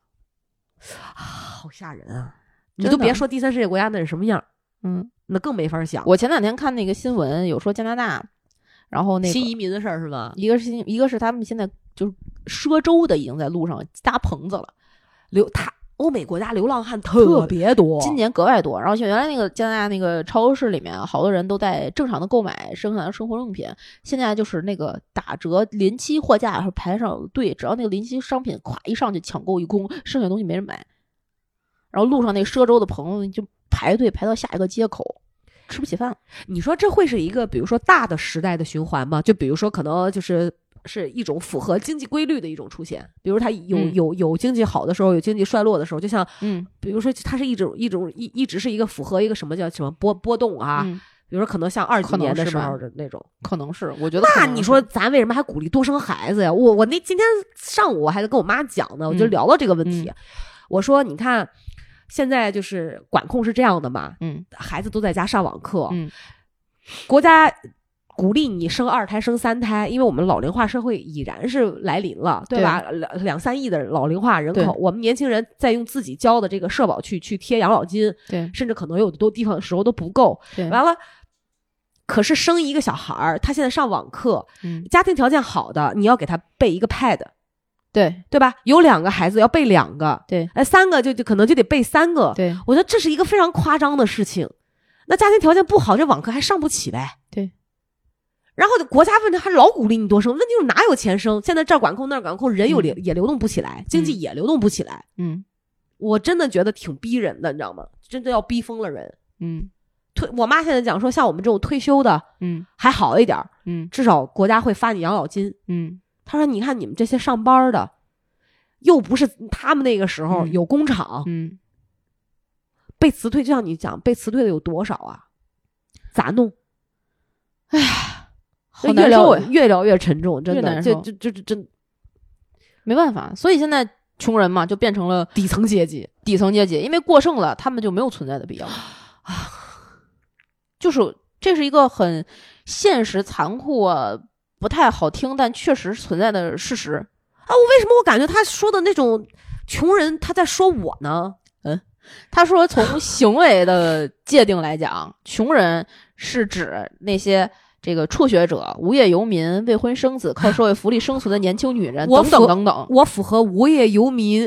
[SPEAKER 3] 好吓人啊！
[SPEAKER 2] 真
[SPEAKER 3] 你
[SPEAKER 2] 的
[SPEAKER 3] 就别说第三世界国家那是什么样，
[SPEAKER 2] 嗯，
[SPEAKER 3] 那更没法想。
[SPEAKER 2] 我前两天看那个新闻，有说加拿大，然后那个
[SPEAKER 3] 新移民的事儿是吧？
[SPEAKER 2] 一个是新一个是他们现在就是赊州的已经在路上搭棚子了，
[SPEAKER 3] 流他欧美国家流浪汉
[SPEAKER 2] 特
[SPEAKER 3] 特别多，
[SPEAKER 2] 今年格外多。然后像原来那个加拿大那个超市里面啊，好多人都在正常的购买生产生活用品，现在就是那个打折临期货架是排上队，只要那个临期商品咵一上去抢购一空，剩下的东西没人买。然后路上那赊州的朋友就排队排到下一个街口，吃不起饭。
[SPEAKER 3] 你说这会是一个，比如说大的时代的循环吗？就比如说，可能就是是一种符合经济规律的一种出现，比如它有、
[SPEAKER 2] 嗯
[SPEAKER 3] 有有经济好的时候，有经济衰落的时候，就像
[SPEAKER 2] 嗯
[SPEAKER 3] 比如说，它是一种一种一一直是一个符合一个什么叫什么波波动啊？
[SPEAKER 2] 嗯
[SPEAKER 3] 比如说，可能像二几
[SPEAKER 2] 可能
[SPEAKER 3] 年的
[SPEAKER 2] 是
[SPEAKER 3] 时
[SPEAKER 2] 吧
[SPEAKER 3] 候的那种。
[SPEAKER 2] 可能是我觉得可
[SPEAKER 3] 那
[SPEAKER 2] 能
[SPEAKER 3] 你
[SPEAKER 2] 是
[SPEAKER 3] 说咱为什么还鼓励多生孩子呀？我我那今天上午我还在跟我妈讲呢，我就
[SPEAKER 2] 嗯
[SPEAKER 3] 聊到这个问题，
[SPEAKER 2] 嗯
[SPEAKER 3] 我说你看。现在就是管控是这样的嘛，
[SPEAKER 2] 嗯
[SPEAKER 3] 孩子都在家上网课，
[SPEAKER 2] 嗯
[SPEAKER 3] 国家鼓励你生二胎、生三胎，因为我们老龄化社会已然是来临了，对吧？两两三亿的老龄化人
[SPEAKER 2] 对
[SPEAKER 3] 口，我们年轻人在用自己交的这个社保去去贴养老金，
[SPEAKER 2] 对
[SPEAKER 3] 甚至可能有的多地方时候都不够。
[SPEAKER 2] 对
[SPEAKER 3] 完了，可是生一个小孩儿，他现在上网课，
[SPEAKER 2] 嗯
[SPEAKER 3] 家庭条件好的，你要给他备一个 pad，
[SPEAKER 2] 对
[SPEAKER 3] 对吧？有两个孩子要备两个，
[SPEAKER 2] 对
[SPEAKER 3] 哎，三个就就可能就得备三个。
[SPEAKER 2] 对
[SPEAKER 3] 我觉得这是一个非常夸张的事情。那家庭条件不好，这网课还上不起呗？
[SPEAKER 2] 对。
[SPEAKER 3] 然后国家问题还老鼓励你多生，问题就是哪有钱生？现在这儿管控那儿管控，人有流、也流动不起来，经济也流动不起来。
[SPEAKER 2] 嗯
[SPEAKER 3] 我真的觉得挺逼人的，你知道吗？真的要逼疯了人。
[SPEAKER 2] 嗯
[SPEAKER 3] 退，我妈现在讲说，像我们这种退休的
[SPEAKER 2] 嗯
[SPEAKER 3] 还好一点儿，
[SPEAKER 2] 嗯
[SPEAKER 3] 至少国家会发你养老金。
[SPEAKER 2] 嗯
[SPEAKER 3] 她说：“你看你们这些上班的，又不是他们那个时候
[SPEAKER 2] 嗯
[SPEAKER 3] 有工厂，
[SPEAKER 2] 嗯，
[SPEAKER 3] 被辞退，就像你讲，被辞退的有多少啊？咋弄？
[SPEAKER 2] 好
[SPEAKER 3] 就
[SPEAKER 2] 难
[SPEAKER 3] 越
[SPEAKER 2] 受啊
[SPEAKER 3] 聊
[SPEAKER 2] 呀。
[SPEAKER 3] 越聊越沉重，真
[SPEAKER 2] 越
[SPEAKER 3] 的，
[SPEAKER 2] 难
[SPEAKER 3] 这
[SPEAKER 2] 受
[SPEAKER 3] 这这这真
[SPEAKER 2] 没办法，所以现在穷人嘛，就变成了
[SPEAKER 3] 底层阶级。
[SPEAKER 2] 底层阶级，因为过剩了，他们就没有存在的必要。
[SPEAKER 3] 啊
[SPEAKER 2] 就是这是一个很现实、残酷、啊、不太好听，但确实存在的事实。
[SPEAKER 3] 为什啊么我感觉他说的那种穷人，他在说我呢？
[SPEAKER 2] 他说， 从行为的界定来讲，穷人是指那些。这个辍学者、无业游民、未婚生子、靠社会福利生存的年轻女人，
[SPEAKER 3] 我
[SPEAKER 2] 等等
[SPEAKER 3] 符
[SPEAKER 2] 等等。
[SPEAKER 3] 我符合无业游民，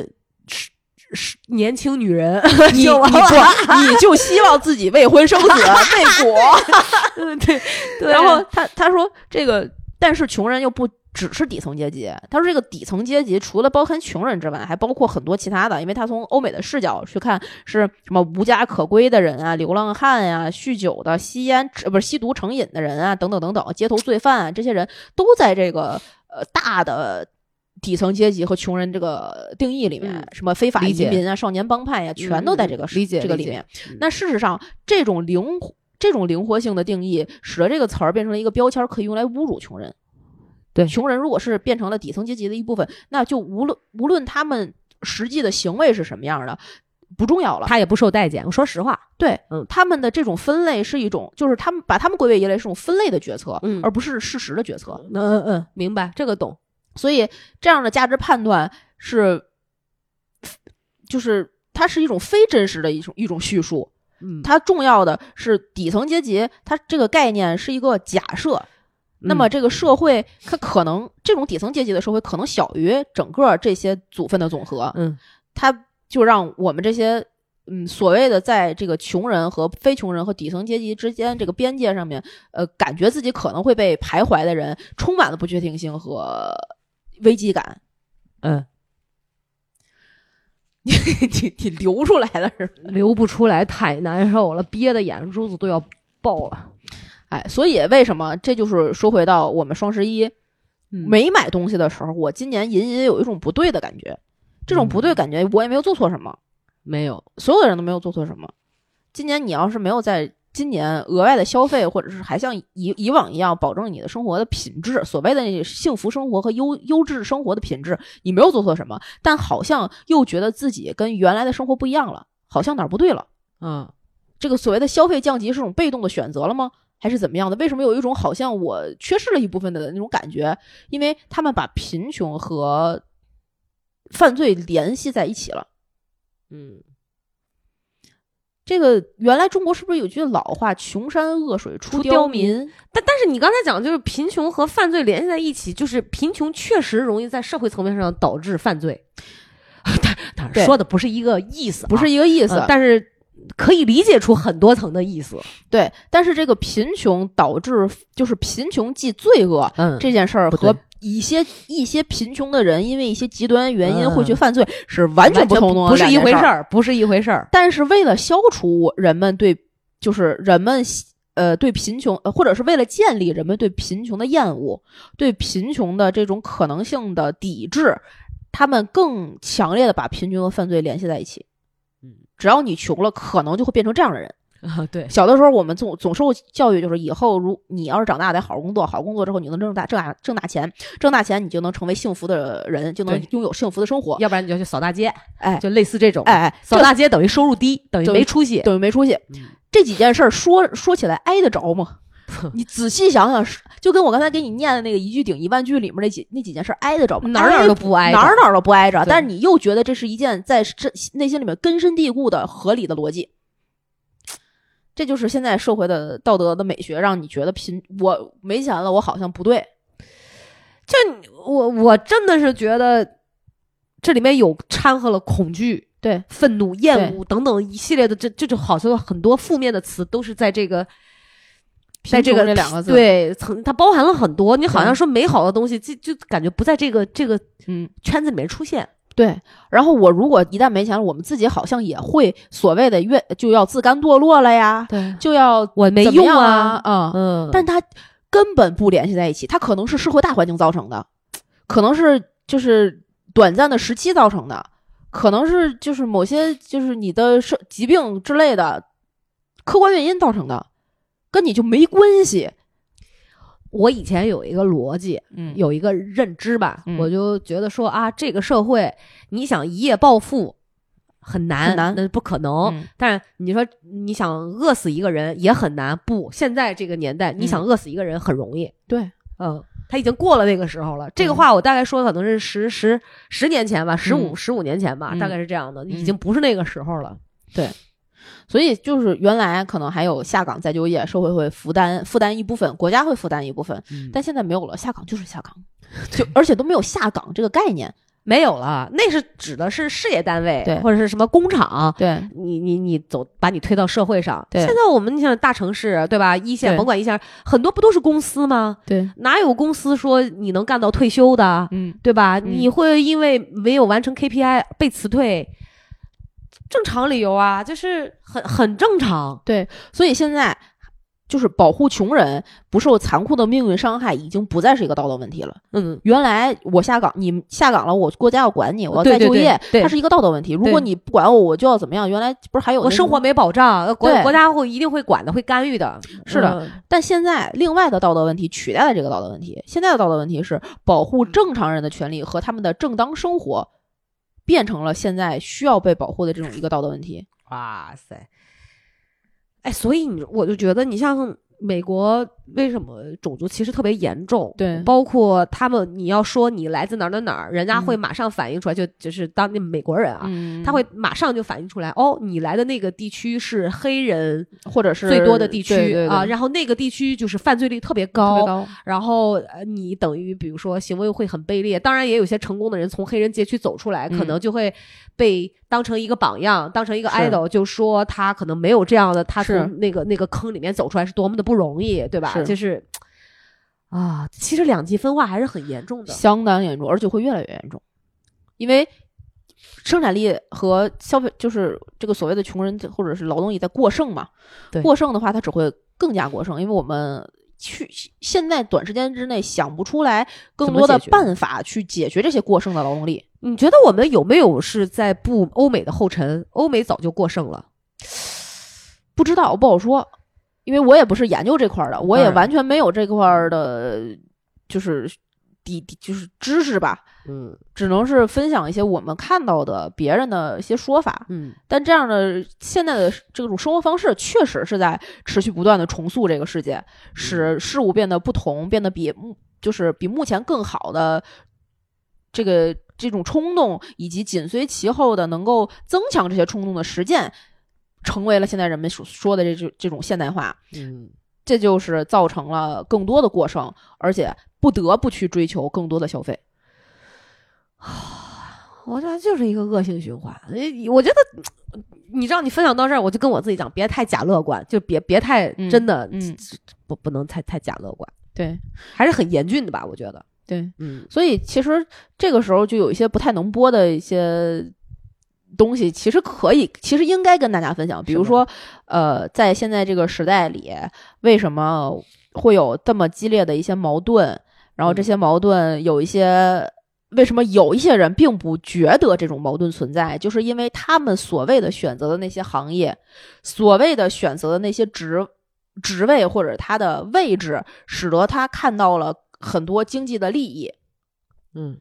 [SPEAKER 3] 是是年轻 女人，
[SPEAKER 2] 你你
[SPEAKER 3] 就
[SPEAKER 2] 不，你就希望自 己未婚生子、未果，
[SPEAKER 3] 嗯对，对
[SPEAKER 2] 然后他他说这个但是穷人又不只是底层阶级，他说这个底层阶级除了包含穷人之外，还包括很多其他的，因为他从欧美的视角去看，是什么无家可归的人啊、流浪汉呀、酗酒的、吸烟呃不是吸毒成瘾的人啊，等等等等，街头罪犯啊，这些人都在这个呃大的。底层阶级和穷人这个定义里面，
[SPEAKER 3] 嗯
[SPEAKER 2] 什么非法
[SPEAKER 3] 理
[SPEAKER 2] 移
[SPEAKER 3] 解
[SPEAKER 2] 民啊、少年帮派呀、全都在这个、
[SPEAKER 3] 嗯理解
[SPEAKER 2] 这个
[SPEAKER 3] 理
[SPEAKER 2] 里
[SPEAKER 3] 解
[SPEAKER 2] 面。
[SPEAKER 3] 嗯
[SPEAKER 2] 那事实上，这种灵活这种灵活性的定义，使得这个词儿变成了一个标签儿，可以用来侮辱穷人。
[SPEAKER 3] 对
[SPEAKER 2] 穷人如果是变成了底层阶级的一部分，那就无论无论他们实际的行为是什么样的，不重要了。
[SPEAKER 3] 他也不受待见。我说实话，
[SPEAKER 2] 对，
[SPEAKER 3] 嗯
[SPEAKER 2] 他们的这种分类是一种，就是他们把他们归为一类是一种分类的决策，
[SPEAKER 3] 嗯
[SPEAKER 2] 而不是事实的决策。
[SPEAKER 3] 嗯嗯嗯，明白这个懂。
[SPEAKER 2] 所以这样的价值判断是，就是它是一种非真实的一种一种叙述。
[SPEAKER 3] 嗯，
[SPEAKER 2] 它重要的是底层阶级，它这个概念是一个假设。那么这个社会，它可能这种底层阶级的社会可能小于整个这些组分的总和，
[SPEAKER 3] 嗯
[SPEAKER 2] 它就让我们这些嗯所谓的在这个穷人和非穷人和底层阶级之间这个边界上面，呃，感觉自己可能会被徘徊的人，充满了不确定性和危机感。
[SPEAKER 3] 嗯，
[SPEAKER 2] 你你你流出来了是吧？
[SPEAKER 3] 流不出来，太难受了，憋的眼珠子都要爆了。
[SPEAKER 2] 哎，所以为什么这就是说回到我们双十一，
[SPEAKER 3] 嗯
[SPEAKER 2] 没买东西的时候，我今年隐隐有一种不对的感觉。这种不对感觉，我也没有做错什么，
[SPEAKER 3] 嗯没有，
[SPEAKER 2] 所有的人都没有做错什么。今年你要是没有在今年额外的消费，或者是还像以以往一样保证你的生活的品质，所谓的那幸福生活和优优质生活的品质，你没有做错什么，但好像又觉得自己跟原来的生活不一样了，好像哪儿不对了。
[SPEAKER 3] 嗯，
[SPEAKER 2] 这个所谓的消费降级是种被动的选择了吗？还是怎么样的？为什么有一种好像我缺失了一部分的那种感觉？因为他们把贫穷和犯罪联系在一起了。
[SPEAKER 3] 嗯，
[SPEAKER 2] 这个原来中国是不是有句老话“穷山恶水
[SPEAKER 3] 出
[SPEAKER 2] 出
[SPEAKER 3] 刁
[SPEAKER 2] 刁民”？
[SPEAKER 3] 但但是你刚才讲的就是贫穷和犯罪联系在一起，就是贫穷确实容易在社会层面上导致犯 罪。当当
[SPEAKER 2] 对
[SPEAKER 3] 然说的不是一个意思啊、
[SPEAKER 2] 不是一个意
[SPEAKER 3] 意
[SPEAKER 2] 思。
[SPEAKER 3] 但是可以理解出很多层的意思。
[SPEAKER 2] 对，但是这个贫穷导致就是贫穷即罪恶，
[SPEAKER 3] 嗯
[SPEAKER 2] 这件事儿
[SPEAKER 3] 不对
[SPEAKER 2] 和一些一些贫穷的人因为一些极端原因
[SPEAKER 3] 嗯
[SPEAKER 2] 会去犯罪是完全不同的
[SPEAKER 3] 不是一
[SPEAKER 2] 两
[SPEAKER 3] 回
[SPEAKER 2] 件
[SPEAKER 3] 事
[SPEAKER 2] 儿。
[SPEAKER 3] 儿，不是一回事儿。
[SPEAKER 2] 但是为了消除我人们对，就是人们喜呃对贫穷，呃或者是为了建立人们对贫穷的厌恶，对贫穷的这种可能性的抵制，他们更强烈的把贫穷和犯罪联系在一起。
[SPEAKER 3] 嗯，
[SPEAKER 2] 只要你穷了，可能就会变成这样的人。
[SPEAKER 3] 啊，对，
[SPEAKER 2] 小的时候，我们总总受教育，就是以后如你要是长大得好好工作，好工作之后你能挣大挣大挣大钱，挣大钱你就能成为幸福的人，就能
[SPEAKER 3] 对
[SPEAKER 2] 拥有幸福的生活。
[SPEAKER 3] 要不然你就去扫大街，
[SPEAKER 2] 哎
[SPEAKER 3] 就类似这种。
[SPEAKER 2] 哎，，哎
[SPEAKER 3] 扫
[SPEAKER 2] 这
[SPEAKER 3] 大街等于收入低，等于
[SPEAKER 2] 等于
[SPEAKER 3] 没出息。
[SPEAKER 2] 等于没出息。
[SPEAKER 3] 嗯
[SPEAKER 2] 这几件事儿说说起来挨得着 吗？你仔细想想，是就跟我刚才给你念的那个一句顶一万句里面那几那几件事儿挨得着吗？
[SPEAKER 3] 哎哪儿哪儿都不挨着
[SPEAKER 2] 哪儿哪儿都不挨着。
[SPEAKER 3] 对
[SPEAKER 2] 但是你又觉得这是一件在这内心里面根深蒂固的合理的逻辑。这就是现在社会的道德的美学，让你觉得贫我没钱了，我好像不对。
[SPEAKER 3] 我我真的是觉得这里面有掺和了恐惧、
[SPEAKER 2] 对
[SPEAKER 3] 愤怒、厌恶等等一系列的这这种好像很多负面的词都是在这个。在
[SPEAKER 2] 贫
[SPEAKER 3] 这
[SPEAKER 2] 穷
[SPEAKER 3] 个
[SPEAKER 2] 这两个字，，
[SPEAKER 3] 对，层它包含了很多。你好
[SPEAKER 2] 对
[SPEAKER 3] 像说美好的东西，就就感觉不在这个这个
[SPEAKER 2] 嗯，
[SPEAKER 3] 圈子里面出现。
[SPEAKER 2] 对，然后我如果一旦没钱了，我们自己好像也会所谓的越就要自甘堕落了呀，
[SPEAKER 3] 对，
[SPEAKER 2] 就要
[SPEAKER 3] 我没
[SPEAKER 2] 怎么
[SPEAKER 3] 用
[SPEAKER 2] 样
[SPEAKER 3] 啊，
[SPEAKER 2] 啊，嗯，
[SPEAKER 3] 嗯，
[SPEAKER 2] 但它根本不联系在一起，它可能是社会大环境造成的，可能是就是短暂的时期造成的，可能是就是某些就是你的生疾病之类的客观原因造成的，跟你就没关系。
[SPEAKER 3] 我以前有一个逻辑，
[SPEAKER 2] 嗯有
[SPEAKER 3] 有一个认知吧，
[SPEAKER 2] 嗯
[SPEAKER 3] 我就觉得说啊，这个社会你想一夜暴富很难，
[SPEAKER 2] 很难嗯
[SPEAKER 3] 那不可能。但是你说你想饿死一个人也很难，不，现在这个年
[SPEAKER 2] 嗯
[SPEAKER 3] 代你想饿死一个人很容易，
[SPEAKER 2] 对，
[SPEAKER 3] 嗯。他已经过了那个时候了。这个话我大概说的可能是十十十年前吧，十
[SPEAKER 2] 嗯
[SPEAKER 3] 五
[SPEAKER 2] 嗯
[SPEAKER 3] 十五年前吧，
[SPEAKER 2] 嗯
[SPEAKER 3] 大概是这样的，已经不是那个时候了。
[SPEAKER 2] 所以就是原来可能还有下岗再就业，社会会负担负担一部分，国家嗯 会负担一部分，但现在没有了，下岗就是下岗，就而且都没有下岗这个概念，
[SPEAKER 3] 没有了，那是指的是事业单位，
[SPEAKER 2] 对
[SPEAKER 3] 或者是什么工厂。
[SPEAKER 2] 对
[SPEAKER 3] 你你你走，把你推到社会上。
[SPEAKER 2] 对
[SPEAKER 3] 现在我们你想大城市对吧？一线
[SPEAKER 2] 对
[SPEAKER 3] 甭管一线，很多不都是公司吗？
[SPEAKER 2] 对，
[SPEAKER 3] 哪有公司说你能干到退休的，
[SPEAKER 2] 嗯，
[SPEAKER 3] 对吧？你会因为没有完成 KPI 被辞退，正常理由啊，就是很很正常。
[SPEAKER 2] 所以现在就是保护穷人不受残酷的命运伤害，已经不再是一个道德问题了。
[SPEAKER 3] 嗯，
[SPEAKER 2] 原来我下岗，你下岗了，我国家要管你，我要
[SPEAKER 3] 对
[SPEAKER 2] 再
[SPEAKER 3] 对
[SPEAKER 2] 就
[SPEAKER 3] 对
[SPEAKER 2] 业，
[SPEAKER 3] 对
[SPEAKER 2] 它是一个道德问题。如果
[SPEAKER 3] 对
[SPEAKER 2] 你不管我，我就要怎么样？原来不是还有
[SPEAKER 3] 我
[SPEAKER 2] 那
[SPEAKER 3] 生
[SPEAKER 2] 种
[SPEAKER 3] 活没保障，呃国
[SPEAKER 2] 嗯对
[SPEAKER 3] 国家会一定会管的，会干预的。
[SPEAKER 2] 是的
[SPEAKER 3] 嗯，
[SPEAKER 2] 但现在另外的道德问题取代了这个道德问题。现在的道德问题是保护
[SPEAKER 3] 嗯
[SPEAKER 2] 正常人的权利和他们的正当生活，变成了现在需要被保护的这种一个道德问题。
[SPEAKER 3] 哇塞，哎，所以你我就觉得你像。美国为什么种族歧视特别严重？
[SPEAKER 2] 对
[SPEAKER 3] 包括他们，你要说你来自哪儿哪儿哪儿，人家
[SPEAKER 2] 嗯
[SPEAKER 3] 会马上反映出来，就就是当地美国人啊，
[SPEAKER 2] 嗯
[SPEAKER 3] 他会马上就反映出来，哦，你来的那个地区是黑人
[SPEAKER 2] 或者是
[SPEAKER 3] 最多的地区
[SPEAKER 2] 对对对
[SPEAKER 3] 啊，然后那个地区就是犯罪率特别
[SPEAKER 2] 特
[SPEAKER 3] 高，
[SPEAKER 2] 别高
[SPEAKER 3] 然后呃你等于比如说行为会很卑劣，当然也有些成功的人从黑人街区走出来，
[SPEAKER 2] 嗯
[SPEAKER 3] 可能就会被当成一个榜样，当成一个
[SPEAKER 2] 是
[SPEAKER 3] idol，就说他可能没有这样的，他
[SPEAKER 2] 是
[SPEAKER 3] 从那个那个坑里面走出来是多么的不容易，对吧？
[SPEAKER 2] 是
[SPEAKER 3] 就是啊，其实两极分化还是很严重的。
[SPEAKER 2] 相当严重，而且会越来越严重，因为生产力和消费就是这个所谓的穷人或者是劳动力在过剩嘛
[SPEAKER 3] 对，
[SPEAKER 2] 过剩的话，它只会更加过剩，因为我们。去现在短时间之内想不出来更多
[SPEAKER 3] 怎么
[SPEAKER 2] 的
[SPEAKER 3] 解决
[SPEAKER 2] 办法去解决这些过剩的劳动力，
[SPEAKER 3] 你觉得我们有没有是在步欧美的后尘？欧美早就过剩了。
[SPEAKER 2] 不知道不好说，因为我也不是研究这块儿的，我也
[SPEAKER 3] 当然
[SPEAKER 2] 完全没有这块儿的，就是底底就是知识吧，
[SPEAKER 3] 嗯
[SPEAKER 2] 只能是分享一些我们看到的别人的一些说法。
[SPEAKER 3] 嗯，
[SPEAKER 2] 但这样的现在的这种生活方式，确实是在持续不断的重塑这个世界，使事物变得不同，变得比目就是比目前更好的这个这种冲动，以及紧随其后的能够增强这些冲动的实践，成为了现在人们所说的这这这种现代化。
[SPEAKER 3] 嗯，
[SPEAKER 2] 这就是造成了更多的过剩，而且不得不去追求更多的消费。
[SPEAKER 3] 我这就是一个恶性循环。诶我觉得，你知道，你分享到这儿，我就跟我自己讲，别太假乐观，就别别太
[SPEAKER 2] 嗯
[SPEAKER 3] 真的，
[SPEAKER 2] 嗯
[SPEAKER 3] 不不能太太假乐观，
[SPEAKER 2] 对
[SPEAKER 3] 还是很严峻的吧？我觉得，
[SPEAKER 2] 对，
[SPEAKER 3] 嗯，
[SPEAKER 2] 所以其实这个时候就有一些不太能播的一些东西，其实可以，其实应该跟大家分享。比如说，呃，在现在这个时代里，为什么会有这么激烈的一些矛盾？然后这些矛盾有一些。为什么有一些人并不觉得这种矛盾存在？就是因为他们所谓的选择的那些行业，所谓的选择的那些职职位或者他的位置，使得他看到了很多经济的利益，
[SPEAKER 3] 嗯，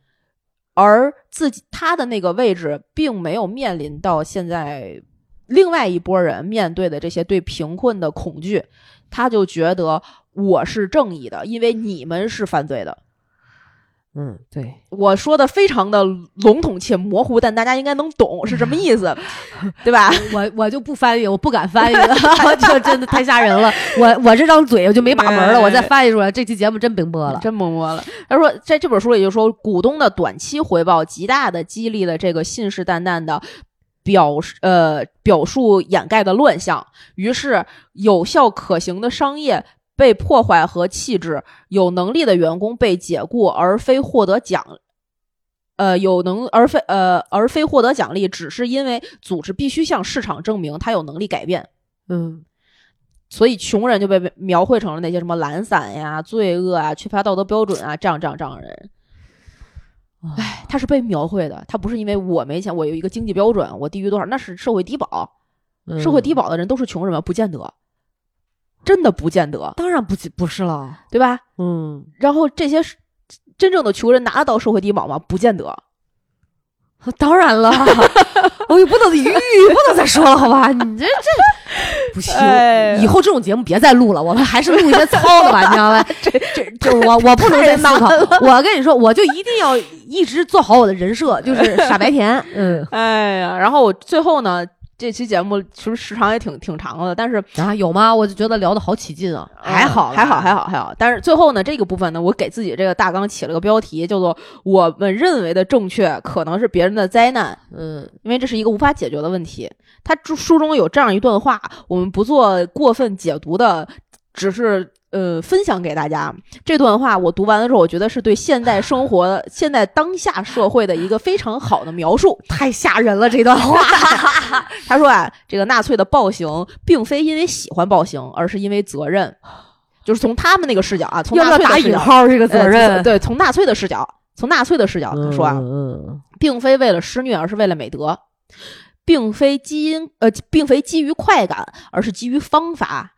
[SPEAKER 2] 而自己他的那个位置并没有面临到现在另外一波人面对的这些对贫困的恐惧，他就觉得我是正义的，因为你们是犯罪的。
[SPEAKER 3] 嗯，对，
[SPEAKER 2] 我说的非常的笼统且模糊，但大家应该能懂是什么意思，对吧？
[SPEAKER 3] 我我就不翻译，我不敢翻译了， 就真的太吓人了。我我这张嘴我就没把门了，我再翻译出来，这期节目真冰播了。
[SPEAKER 2] 真蒙摸了。他说，在这本书里就说，股东的短期回报极大的激励了这个信誓旦旦的表示呃表述掩盖的乱象，于是有效可行的商业。被破坏和弃置，有能力的员工被解雇，而非获得奖，呃，有能而非呃而非获得奖励，只是因为组织必须向市场证明他有能力改变。
[SPEAKER 3] 嗯，
[SPEAKER 2] 所以穷人就被描绘成了那些什么懒散呀、罪恶啊、缺乏道德标准啊这样这样这样的人。哎，他是被描绘的，他不是因为我没钱，我有一个经济标准，我低于多少，那是社会低保。社会低
[SPEAKER 3] 保
[SPEAKER 2] 保的人都是穷人吗？不见得，真的不见得，
[SPEAKER 3] 当然不不是了。
[SPEAKER 2] 对吧？
[SPEAKER 3] 嗯，
[SPEAKER 2] 然后这些是真正的穷人拿得到社会低保吗？不见得。
[SPEAKER 3] 当然了，我也不能语不能再说了，好吧？你这这不行，
[SPEAKER 2] 哎
[SPEAKER 3] 以后这种节目别再录了，我们还是录一些糙的吧，你知道吗？这这这，我我不能再思考。我跟你说，我就一定要一直做好我的人设，就是傻白甜。嗯
[SPEAKER 2] 哎呀，然后最后呢，这期节目其实时长也挺挺长的，但是
[SPEAKER 3] 啊，有吗？我就觉得聊的好起劲啊，
[SPEAKER 2] 还好，还好，还
[SPEAKER 3] 好。
[SPEAKER 2] 好，还好。但是最后呢，这个部分呢，我给自己这个大纲起了个标题，叫做“我们认为的正确可能是别人的灾难”。
[SPEAKER 3] 嗯，
[SPEAKER 2] 因为这是一个无法解决的问题。他书书中有这样一段话，我们不做过分解读的，只是呃分享给大家。这段话我读完了之后，我觉得是对现代生 活、现代当下社会的一个非常好的描述。
[SPEAKER 3] 太吓人了这段话。
[SPEAKER 2] 他说啊，这个纳粹的暴行并非因为喜欢暴行，而是因为责任。就是从他们那个视角啊，从
[SPEAKER 3] 要
[SPEAKER 2] 纳
[SPEAKER 3] 不要
[SPEAKER 2] 粹
[SPEAKER 3] 打
[SPEAKER 2] 的视
[SPEAKER 3] 引
[SPEAKER 2] 角，
[SPEAKER 3] 号这个责
[SPEAKER 2] 呃
[SPEAKER 3] 任？
[SPEAKER 2] 对，从纳粹的视角，从纳粹的视角他说啊，
[SPEAKER 3] 嗯
[SPEAKER 2] 并非为了施虐，而是为了美德，并非基因呃，并非基于快感，而是基于方法，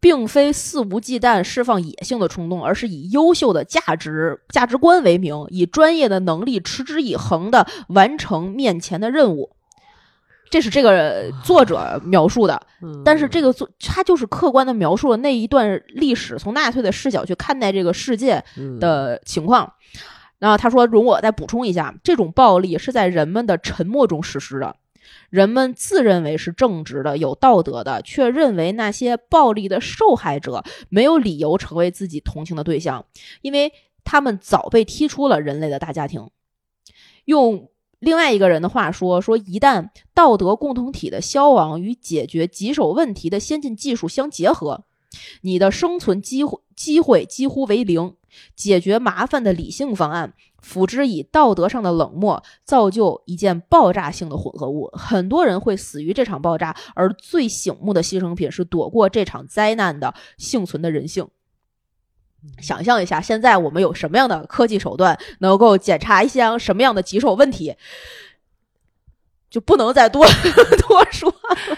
[SPEAKER 2] 并非肆无忌惮释放野性的冲动，而是以优秀的价值价值观为名，以专业的能力持之以恒的完成面前的任务。这是这个作者描述的，
[SPEAKER 3] 嗯
[SPEAKER 2] 但是这个作他就是客观的描述了那一段历史，从纳粹的视角去看待这个世界，
[SPEAKER 3] 嗯
[SPEAKER 2] 的情况。然后他说：“容我再补充一下，这种暴力是在人们的沉默中实施的。人们自认为是正直的、有道德的，却认为那些暴力的受害者没有理由成为自己同情的对象，因为他们早被踢出了人类的大家庭。用另外一个人的话说，说一旦道德共同体的消亡与解决棘手问题的先进技术相结合，你的生存机会机会几乎为零。解决麻烦的理性方案，辅之以道德上的冷漠，造就一件爆炸性的混合物。很多人会死于这场爆炸，而最醒目的牺牲品是躲过这场灾难的幸存的人性。想象一下，现在我们有什么样的科技手段能够检查一些什么样的棘手问题？就不能再多 多说了。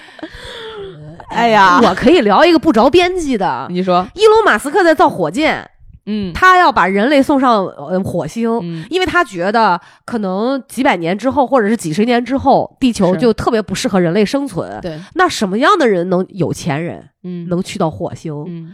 [SPEAKER 2] 哎呀，嗯
[SPEAKER 3] 我可以聊一个不着边际的。
[SPEAKER 2] 你说，
[SPEAKER 3] 伊隆马斯克在造火箭，
[SPEAKER 2] 嗯，
[SPEAKER 3] 他要把人类送上呃火星，
[SPEAKER 2] 嗯
[SPEAKER 3] 因为他觉得可能几百年之后，或者是几十年之后，地球
[SPEAKER 2] 是
[SPEAKER 3] 就特别不适合人类生存。
[SPEAKER 2] 对，
[SPEAKER 3] 那什么样的人能有钱人
[SPEAKER 2] 嗯，
[SPEAKER 3] 能去到火星？
[SPEAKER 2] 嗯，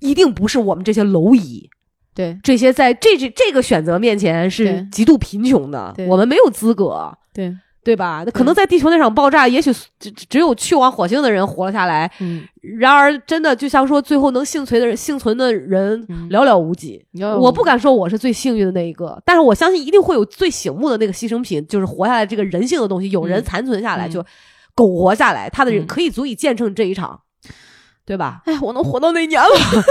[SPEAKER 3] 一定不是我们这些蝼蚁，
[SPEAKER 2] 对
[SPEAKER 3] 这些在这这这个选择面前是
[SPEAKER 2] 对
[SPEAKER 3] 极度贫穷的
[SPEAKER 2] 对，嗯
[SPEAKER 3] 我们没有资格，
[SPEAKER 2] 对，
[SPEAKER 3] 对吧？那可能在地球那场爆炸，也许只只有去往火星的人活了下来。
[SPEAKER 2] 嗯，
[SPEAKER 3] 然而，真的就像说，最后能幸存的人幸存的人
[SPEAKER 2] 嗯
[SPEAKER 3] 寥寥无几。
[SPEAKER 2] 你要
[SPEAKER 3] 我不敢说我是最幸运的那一个，但是我相信一定会有最醒目的那个牺牲品，就是活下来这个人性的东西，有人
[SPEAKER 2] 嗯
[SPEAKER 3] 残存下来、
[SPEAKER 2] 嗯
[SPEAKER 3] 就苟活下来，他的人
[SPEAKER 2] 嗯
[SPEAKER 3] 可以足以见证这一场，对吧？
[SPEAKER 2] 哎，我能活到那年吗？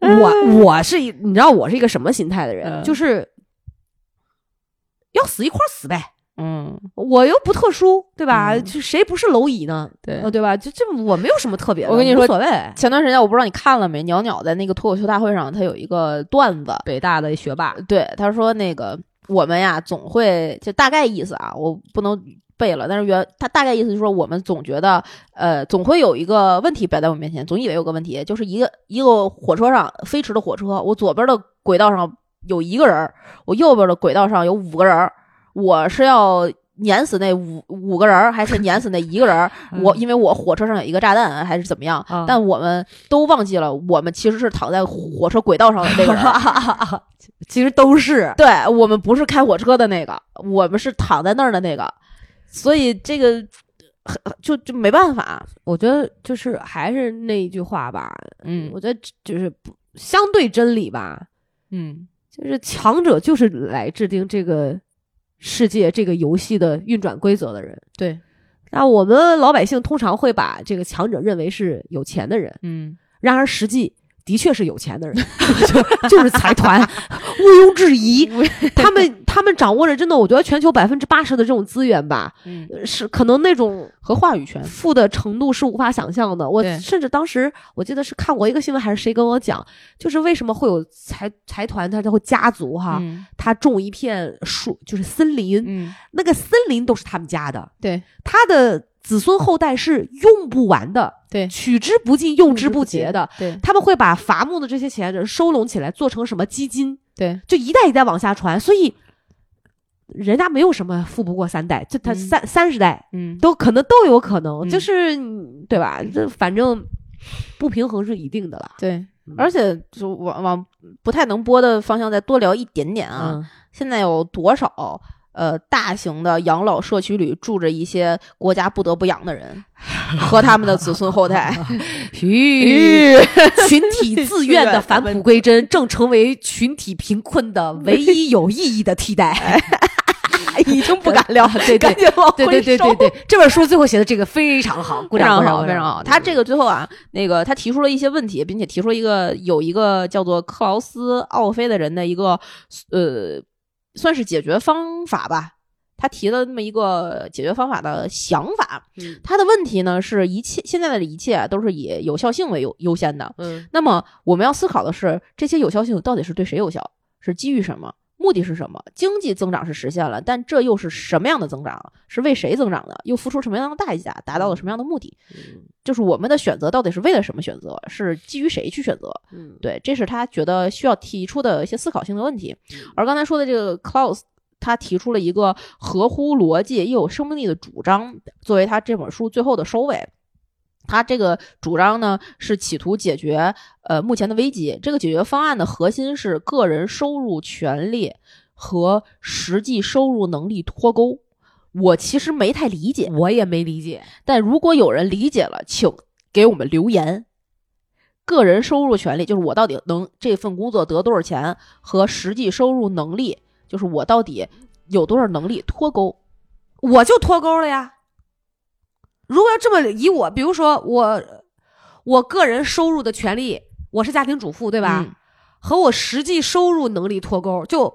[SPEAKER 3] 我我是一你知道我是一个什么心态的人，
[SPEAKER 2] 嗯
[SPEAKER 3] 就是要死一块儿死呗，
[SPEAKER 2] 嗯，
[SPEAKER 3] 我又不特殊，对吧？
[SPEAKER 2] 嗯
[SPEAKER 3] 就谁不是蝼蚁呢？
[SPEAKER 2] 对
[SPEAKER 3] 呃，对吧？就这我没有什么特别的，
[SPEAKER 2] 我跟你
[SPEAKER 3] 无
[SPEAKER 2] 说
[SPEAKER 3] 所谓。
[SPEAKER 2] 前段时间我不知道你看了没，鸟鸟在那个脱口秀大会上，他有一个段子，
[SPEAKER 3] 北大的学霸，
[SPEAKER 2] 对他说那个我们呀总会就大概意思啊，我不能背了，但是原他大概意思就是说我们总觉得呃总会有一个问题摆在我面前，总以为有个问题，就是一个一个火车上飞驰的火车，我左边的轨道上有一个人儿，我右边的轨道上有五个人儿，我是要。碾死那五五个人儿，还是碾死那一个人儿？我因为我火车上有一个炸弹，还是怎么样？
[SPEAKER 3] 啊
[SPEAKER 2] 但我们都忘记了，我们其实是躺在火车轨道上的那个人儿。
[SPEAKER 3] 其实都是
[SPEAKER 2] 对我们不是开火车的那个，我们是躺在那儿的那个，所以这个很就就没办法。
[SPEAKER 3] 我觉得就是还是那一句话吧，
[SPEAKER 2] 嗯
[SPEAKER 3] 我觉得这就是不相对真理吧，
[SPEAKER 2] 嗯，
[SPEAKER 3] 就是强者就是来制定这个世界这个游戏的运转规则的人。
[SPEAKER 2] 对，
[SPEAKER 3] 那我们老百姓通常会把这个强者认为是有钱的人，
[SPEAKER 2] 嗯，
[SPEAKER 3] 然而实际的确是有钱的人， 就就是财团，毋庸 置疑。他们他们掌握着真的，我觉得全球百分之八十的这种资源吧，
[SPEAKER 2] 嗯
[SPEAKER 3] 呃是可能那种
[SPEAKER 2] 和话语权，
[SPEAKER 3] 富的程度是无法想象的。我
[SPEAKER 2] 嗯对
[SPEAKER 3] 甚至当时我记得是看过一个新闻，还是谁跟我讲，就是为什么会有财财团，他他会家族哈，
[SPEAKER 2] 嗯
[SPEAKER 3] 他种一片树，就是森林，
[SPEAKER 2] 嗯，
[SPEAKER 3] 那个森林都是他们家的，
[SPEAKER 2] 对
[SPEAKER 3] 他的子孙后代是用不完的，
[SPEAKER 2] 对
[SPEAKER 3] 取之不尽，用之不竭的。，
[SPEAKER 2] 对
[SPEAKER 3] 他们会把伐木的这些钱收拢起来，做成什么基金，
[SPEAKER 2] 对，
[SPEAKER 3] 就一代一代往下传，所以。人家没有什么富不过三代，就他
[SPEAKER 2] 嗯
[SPEAKER 3] 三三十代
[SPEAKER 2] 嗯，
[SPEAKER 3] 都可能都有可能，
[SPEAKER 2] 嗯
[SPEAKER 3] 就是嗯对吧？这反正不平衡是一定的啦。
[SPEAKER 2] 对。而且就往往不太能播的方向再多聊一点点啊！
[SPEAKER 3] 嗯，
[SPEAKER 2] 现在有多少呃大型的养老社区里住着一些国家不得不养的 人和他们的子孙后 代。
[SPEAKER 3] 吁，群 体自愿
[SPEAKER 2] 自愿
[SPEAKER 3] 的
[SPEAKER 2] 的
[SPEAKER 3] 返璞归真，正成为群体贫困的唯一有意义的替
[SPEAKER 2] 哎
[SPEAKER 3] 代。
[SPEAKER 2] 已经不敢 聊，
[SPEAKER 3] 对对
[SPEAKER 2] 赶紧往回
[SPEAKER 3] 对
[SPEAKER 2] 收。
[SPEAKER 3] 对对对对，这本书最后写的这个非常好，鼓
[SPEAKER 2] 非
[SPEAKER 3] 掌
[SPEAKER 2] 常好，
[SPEAKER 3] 鼓掌嗯
[SPEAKER 2] 非常好。他这个最后啊，那个他提出了一些问题，并且提出了一个有一个叫做克劳斯·奥菲的人的一个呃，算是解决方法吧。他提了那么一个解决方法的想法。
[SPEAKER 3] 嗯
[SPEAKER 2] 他的问题呢是一切现在的一切啊都是以有效性为优优先的。
[SPEAKER 3] 嗯
[SPEAKER 2] 那么我们要思考的是，这些有效性到底是对谁有效？是基于什么？目的是什么？经济增长是实现了，但这又是什么样的增长？是为谁增长的？又付出什么样的代价？达到了什么样的目的？就是我们的选择到底是为了什么选择？是基于谁去选择？
[SPEAKER 3] 嗯
[SPEAKER 2] 对，这是他觉得需要提出的一些思考性的问题。而刚才说的这个 Klaus，他提出了一个合乎逻辑又有生命力的主张，作为他这本书最后的收尾。他这个主张呢，是企图解决呃目前的危机。这个解决方案的核心是个人收入权利和实际收入能力脱钩。我其实没太理解，
[SPEAKER 3] 我也没理解，
[SPEAKER 2] 但如果有人理解了，请给我们留言。个人收入权利就是我到底能这份工作得多少钱，和实际收入能力就是我到底有多少能力脱钩。
[SPEAKER 3] 我就脱钩了呀。如果要这么以我，比如说我，我个人收入的权利，我是家庭主妇，对吧？
[SPEAKER 2] 嗯
[SPEAKER 3] 和我实际收入能力脱钩，就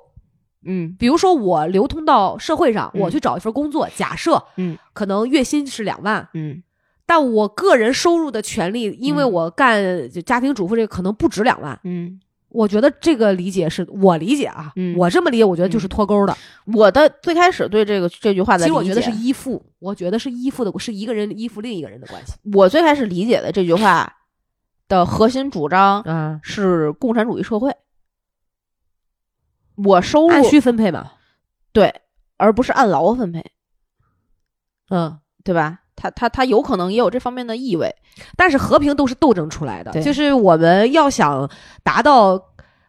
[SPEAKER 2] 嗯
[SPEAKER 3] 比如说我流通到社会上，
[SPEAKER 2] 嗯
[SPEAKER 3] 我去找一份工作，假设，
[SPEAKER 2] 嗯，
[SPEAKER 3] 可能月薪是两万，
[SPEAKER 2] 嗯
[SPEAKER 3] 但我个人收入的权利，因为我干就家庭主妇这个可能不止两万。
[SPEAKER 2] 嗯，
[SPEAKER 3] 我觉得这个理解是我理解啊，
[SPEAKER 2] 嗯
[SPEAKER 3] 我这么理解，我觉得就是脱钩的。
[SPEAKER 2] 我的最开始对这个这句话的
[SPEAKER 3] 其
[SPEAKER 2] 理
[SPEAKER 3] 实
[SPEAKER 2] 解，
[SPEAKER 3] 我觉得是依附，我觉得是依附的，是一个人依附另一个人的关系。
[SPEAKER 2] 我最开始理解的这句话的核心主张
[SPEAKER 3] 啊，
[SPEAKER 2] 是共产主义社会，我收入
[SPEAKER 3] 按需分配嘛。
[SPEAKER 2] 对，而不是按劳分配，
[SPEAKER 3] 嗯，
[SPEAKER 2] 对吧？他他他有可能也有这方面的意味。
[SPEAKER 3] 但是和平都是斗争出来的，
[SPEAKER 2] 对
[SPEAKER 3] 就是我们要想达到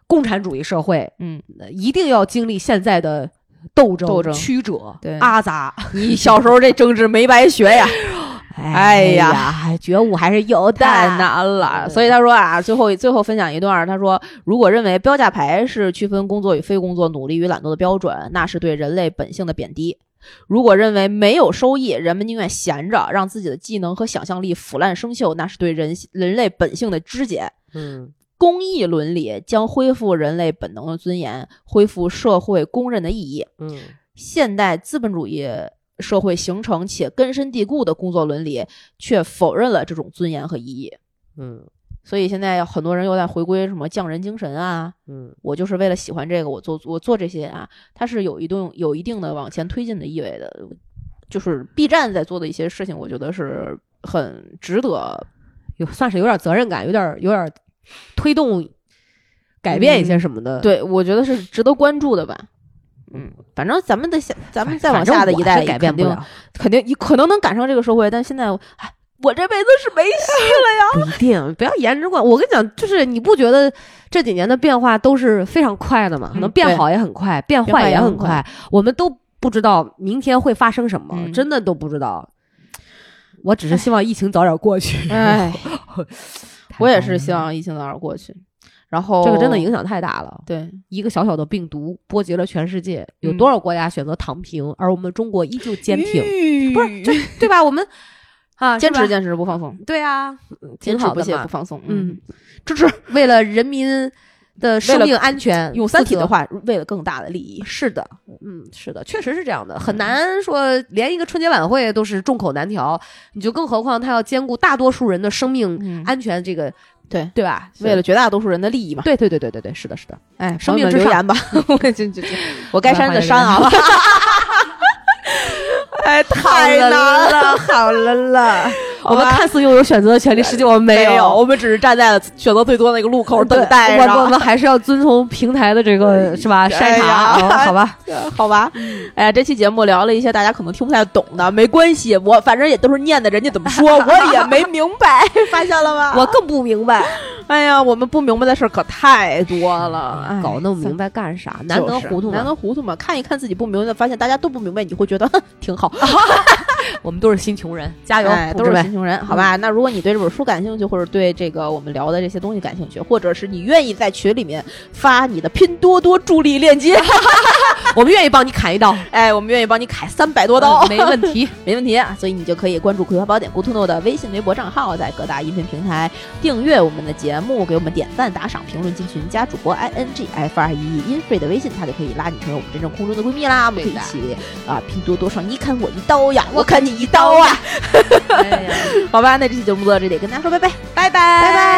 [SPEAKER 3] 共产主义社会，
[SPEAKER 2] 嗯，
[SPEAKER 3] 呃一定要经历现在的斗争、
[SPEAKER 2] 斗争
[SPEAKER 3] 曲折、
[SPEAKER 2] 对
[SPEAKER 3] 阿杂。
[SPEAKER 2] 你小时候这政治没白学呀，哎呀
[SPEAKER 3] 呀，觉悟还是有的。
[SPEAKER 2] 太难了。
[SPEAKER 3] 哎对
[SPEAKER 2] 所以他说啊，最后最后分享一段儿，他说，如果认为标价牌是区分工作与非工作、努力与懒惰的标准，那是对人类本性的贬低。如果认为没有收益，人们宁愿闲着，让自己的技能和想象力腐烂生锈，那是对人人类本性的肢解。
[SPEAKER 3] 嗯，
[SPEAKER 2] 公益伦理将恢复人类本能的尊严，恢复社会公认的意义。
[SPEAKER 3] 嗯
[SPEAKER 2] 现代资本主义社会形成且根深蒂固的工作伦理，却否认了这种尊严和意义。
[SPEAKER 3] 嗯
[SPEAKER 2] 所以现在很多人又在回归什么匠人精神啊，
[SPEAKER 3] 嗯
[SPEAKER 2] 我就是为了喜欢这个，我做我做这些啊，它是有一定有一定的往前推进的意味的。就是 B 站在做的一些事情，我觉得是很值得。
[SPEAKER 3] 有算是有点责任感，有点有点推动改变一些什么的。，
[SPEAKER 2] 对，我觉得是值得关注的吧。呃嗯，反正咱们的下，咱们再往
[SPEAKER 3] 反正
[SPEAKER 2] 下的
[SPEAKER 3] 我
[SPEAKER 2] 一代
[SPEAKER 3] 是改变不
[SPEAKER 2] 肯定
[SPEAKER 3] 了，
[SPEAKER 2] 肯定你可能能赶上这个社会，但现在，哎，我这辈子是 没戏了呀。
[SPEAKER 3] 不一定。不要颜值观，我跟你讲，就是你不觉得这几年的变化都是非常快的吗？可
[SPEAKER 2] 嗯
[SPEAKER 3] 能变
[SPEAKER 2] 对
[SPEAKER 3] 好也很快，变
[SPEAKER 2] 变
[SPEAKER 3] 坏
[SPEAKER 2] 坏也
[SPEAKER 3] 很
[SPEAKER 2] 很快
[SPEAKER 3] 我们都不知道明天会发生什么，
[SPEAKER 2] 嗯
[SPEAKER 3] 真的都不知道。我只是希望疫情早点 过去。
[SPEAKER 2] 哎，
[SPEAKER 3] 太
[SPEAKER 2] 我也
[SPEAKER 3] 难
[SPEAKER 2] 是
[SPEAKER 3] 了
[SPEAKER 2] 希望疫情早点过去。然后
[SPEAKER 3] 这个真的影响太大了。
[SPEAKER 2] 对，
[SPEAKER 3] 一个小小的病毒波及了全世界，有
[SPEAKER 2] 嗯
[SPEAKER 3] 多少国家选择躺平，而我们中国依旧坚挺，
[SPEAKER 2] 不是就
[SPEAKER 3] 对吧？我们啊，
[SPEAKER 2] 坚持
[SPEAKER 3] 坚
[SPEAKER 2] 坚持不放松，
[SPEAKER 3] 对啊，嗯
[SPEAKER 2] 坚
[SPEAKER 3] 挺
[SPEAKER 2] 持
[SPEAKER 3] 好
[SPEAKER 2] 不
[SPEAKER 3] 的
[SPEAKER 2] 懈不
[SPEAKER 3] 嘛。
[SPEAKER 2] 放松。
[SPEAKER 3] 嗯，
[SPEAKER 2] 支持。
[SPEAKER 3] 为了人民的生命安全，
[SPEAKER 2] 用《三体》的
[SPEAKER 3] 负责，
[SPEAKER 2] 话，为了更大的利益。
[SPEAKER 3] 是的，嗯，是的，确实是这样的，很难说连一个春节晚会都是众口难调，你就更何况他要兼顾大多数人的生命
[SPEAKER 2] 嗯，
[SPEAKER 3] 安全，这个
[SPEAKER 2] 对
[SPEAKER 3] 对吧？
[SPEAKER 2] 为了绝大多数人的利益嘛。
[SPEAKER 3] 对对对对对对，是的，是的，
[SPEAKER 2] 哎，
[SPEAKER 3] 生
[SPEAKER 2] 朋友
[SPEAKER 3] 命
[SPEAKER 2] 们
[SPEAKER 3] 至
[SPEAKER 2] 留
[SPEAKER 3] 上
[SPEAKER 2] 言吧，我就就 就我该删的删啊。 哎，太难了，好了 啦，
[SPEAKER 3] 我们看似拥有选择的权利，实际我们
[SPEAKER 2] 没
[SPEAKER 3] 有
[SPEAKER 2] 有，。嗯我们只是站在了选择最多那个路口
[SPEAKER 3] 对
[SPEAKER 2] 等待
[SPEAKER 3] 我我
[SPEAKER 2] 着。
[SPEAKER 3] 们还是要哎遵从平台的这个是吧筛查、
[SPEAKER 2] 哎呀
[SPEAKER 3] 哦好 吧？
[SPEAKER 2] 好吧，哎呀，这期节目聊了一些大家可能听不太懂的，没关系， 我反正也都是念的人家怎么说，我也没明白，发现了吧？
[SPEAKER 3] 我更不明白，
[SPEAKER 2] 哎呀，我们不明白的事儿可太多了，哎
[SPEAKER 3] 搞那么明白干啥？难得糊涂
[SPEAKER 2] 难
[SPEAKER 3] 嘛。
[SPEAKER 2] 得糊涂嘛。看一看自己不明白的，发现大家都不明白，你会觉 得哼嗯挺好。
[SPEAKER 3] 我们都是新穷人，加油，
[SPEAKER 2] 哎，
[SPEAKER 3] 同
[SPEAKER 2] 都
[SPEAKER 3] 志
[SPEAKER 2] 是
[SPEAKER 3] 们
[SPEAKER 2] 新穷人，好吧？那如果你对这本书感兴趣，或者对这个我们聊的这些东西感兴趣，或者是你愿意在群里面发你的拼多多助力链接，
[SPEAKER 3] 我们愿意帮你砍一 刀，
[SPEAKER 2] 哎，我们愿意帮你砍三百多刀，
[SPEAKER 3] 没问 题。
[SPEAKER 2] 嗯没问题啊，所以你就可以关注《葵花宝典》g o o d n o 的微信、微博账号，在各大音频平台订阅我们的节目，给我们点赞、打赏、评论、进群，加主播 i n g f r e e i n f r e 的微信，他就可以拉你成为我们真正空中的闺蜜啦。我们可以一起啊，拼多多上你砍我一刀呀，我砍你一刀啊，
[SPEAKER 3] 哎呀
[SPEAKER 2] 好吧？那这期节目到这里，跟大家说拜拜，拜拜，
[SPEAKER 3] 拜拜。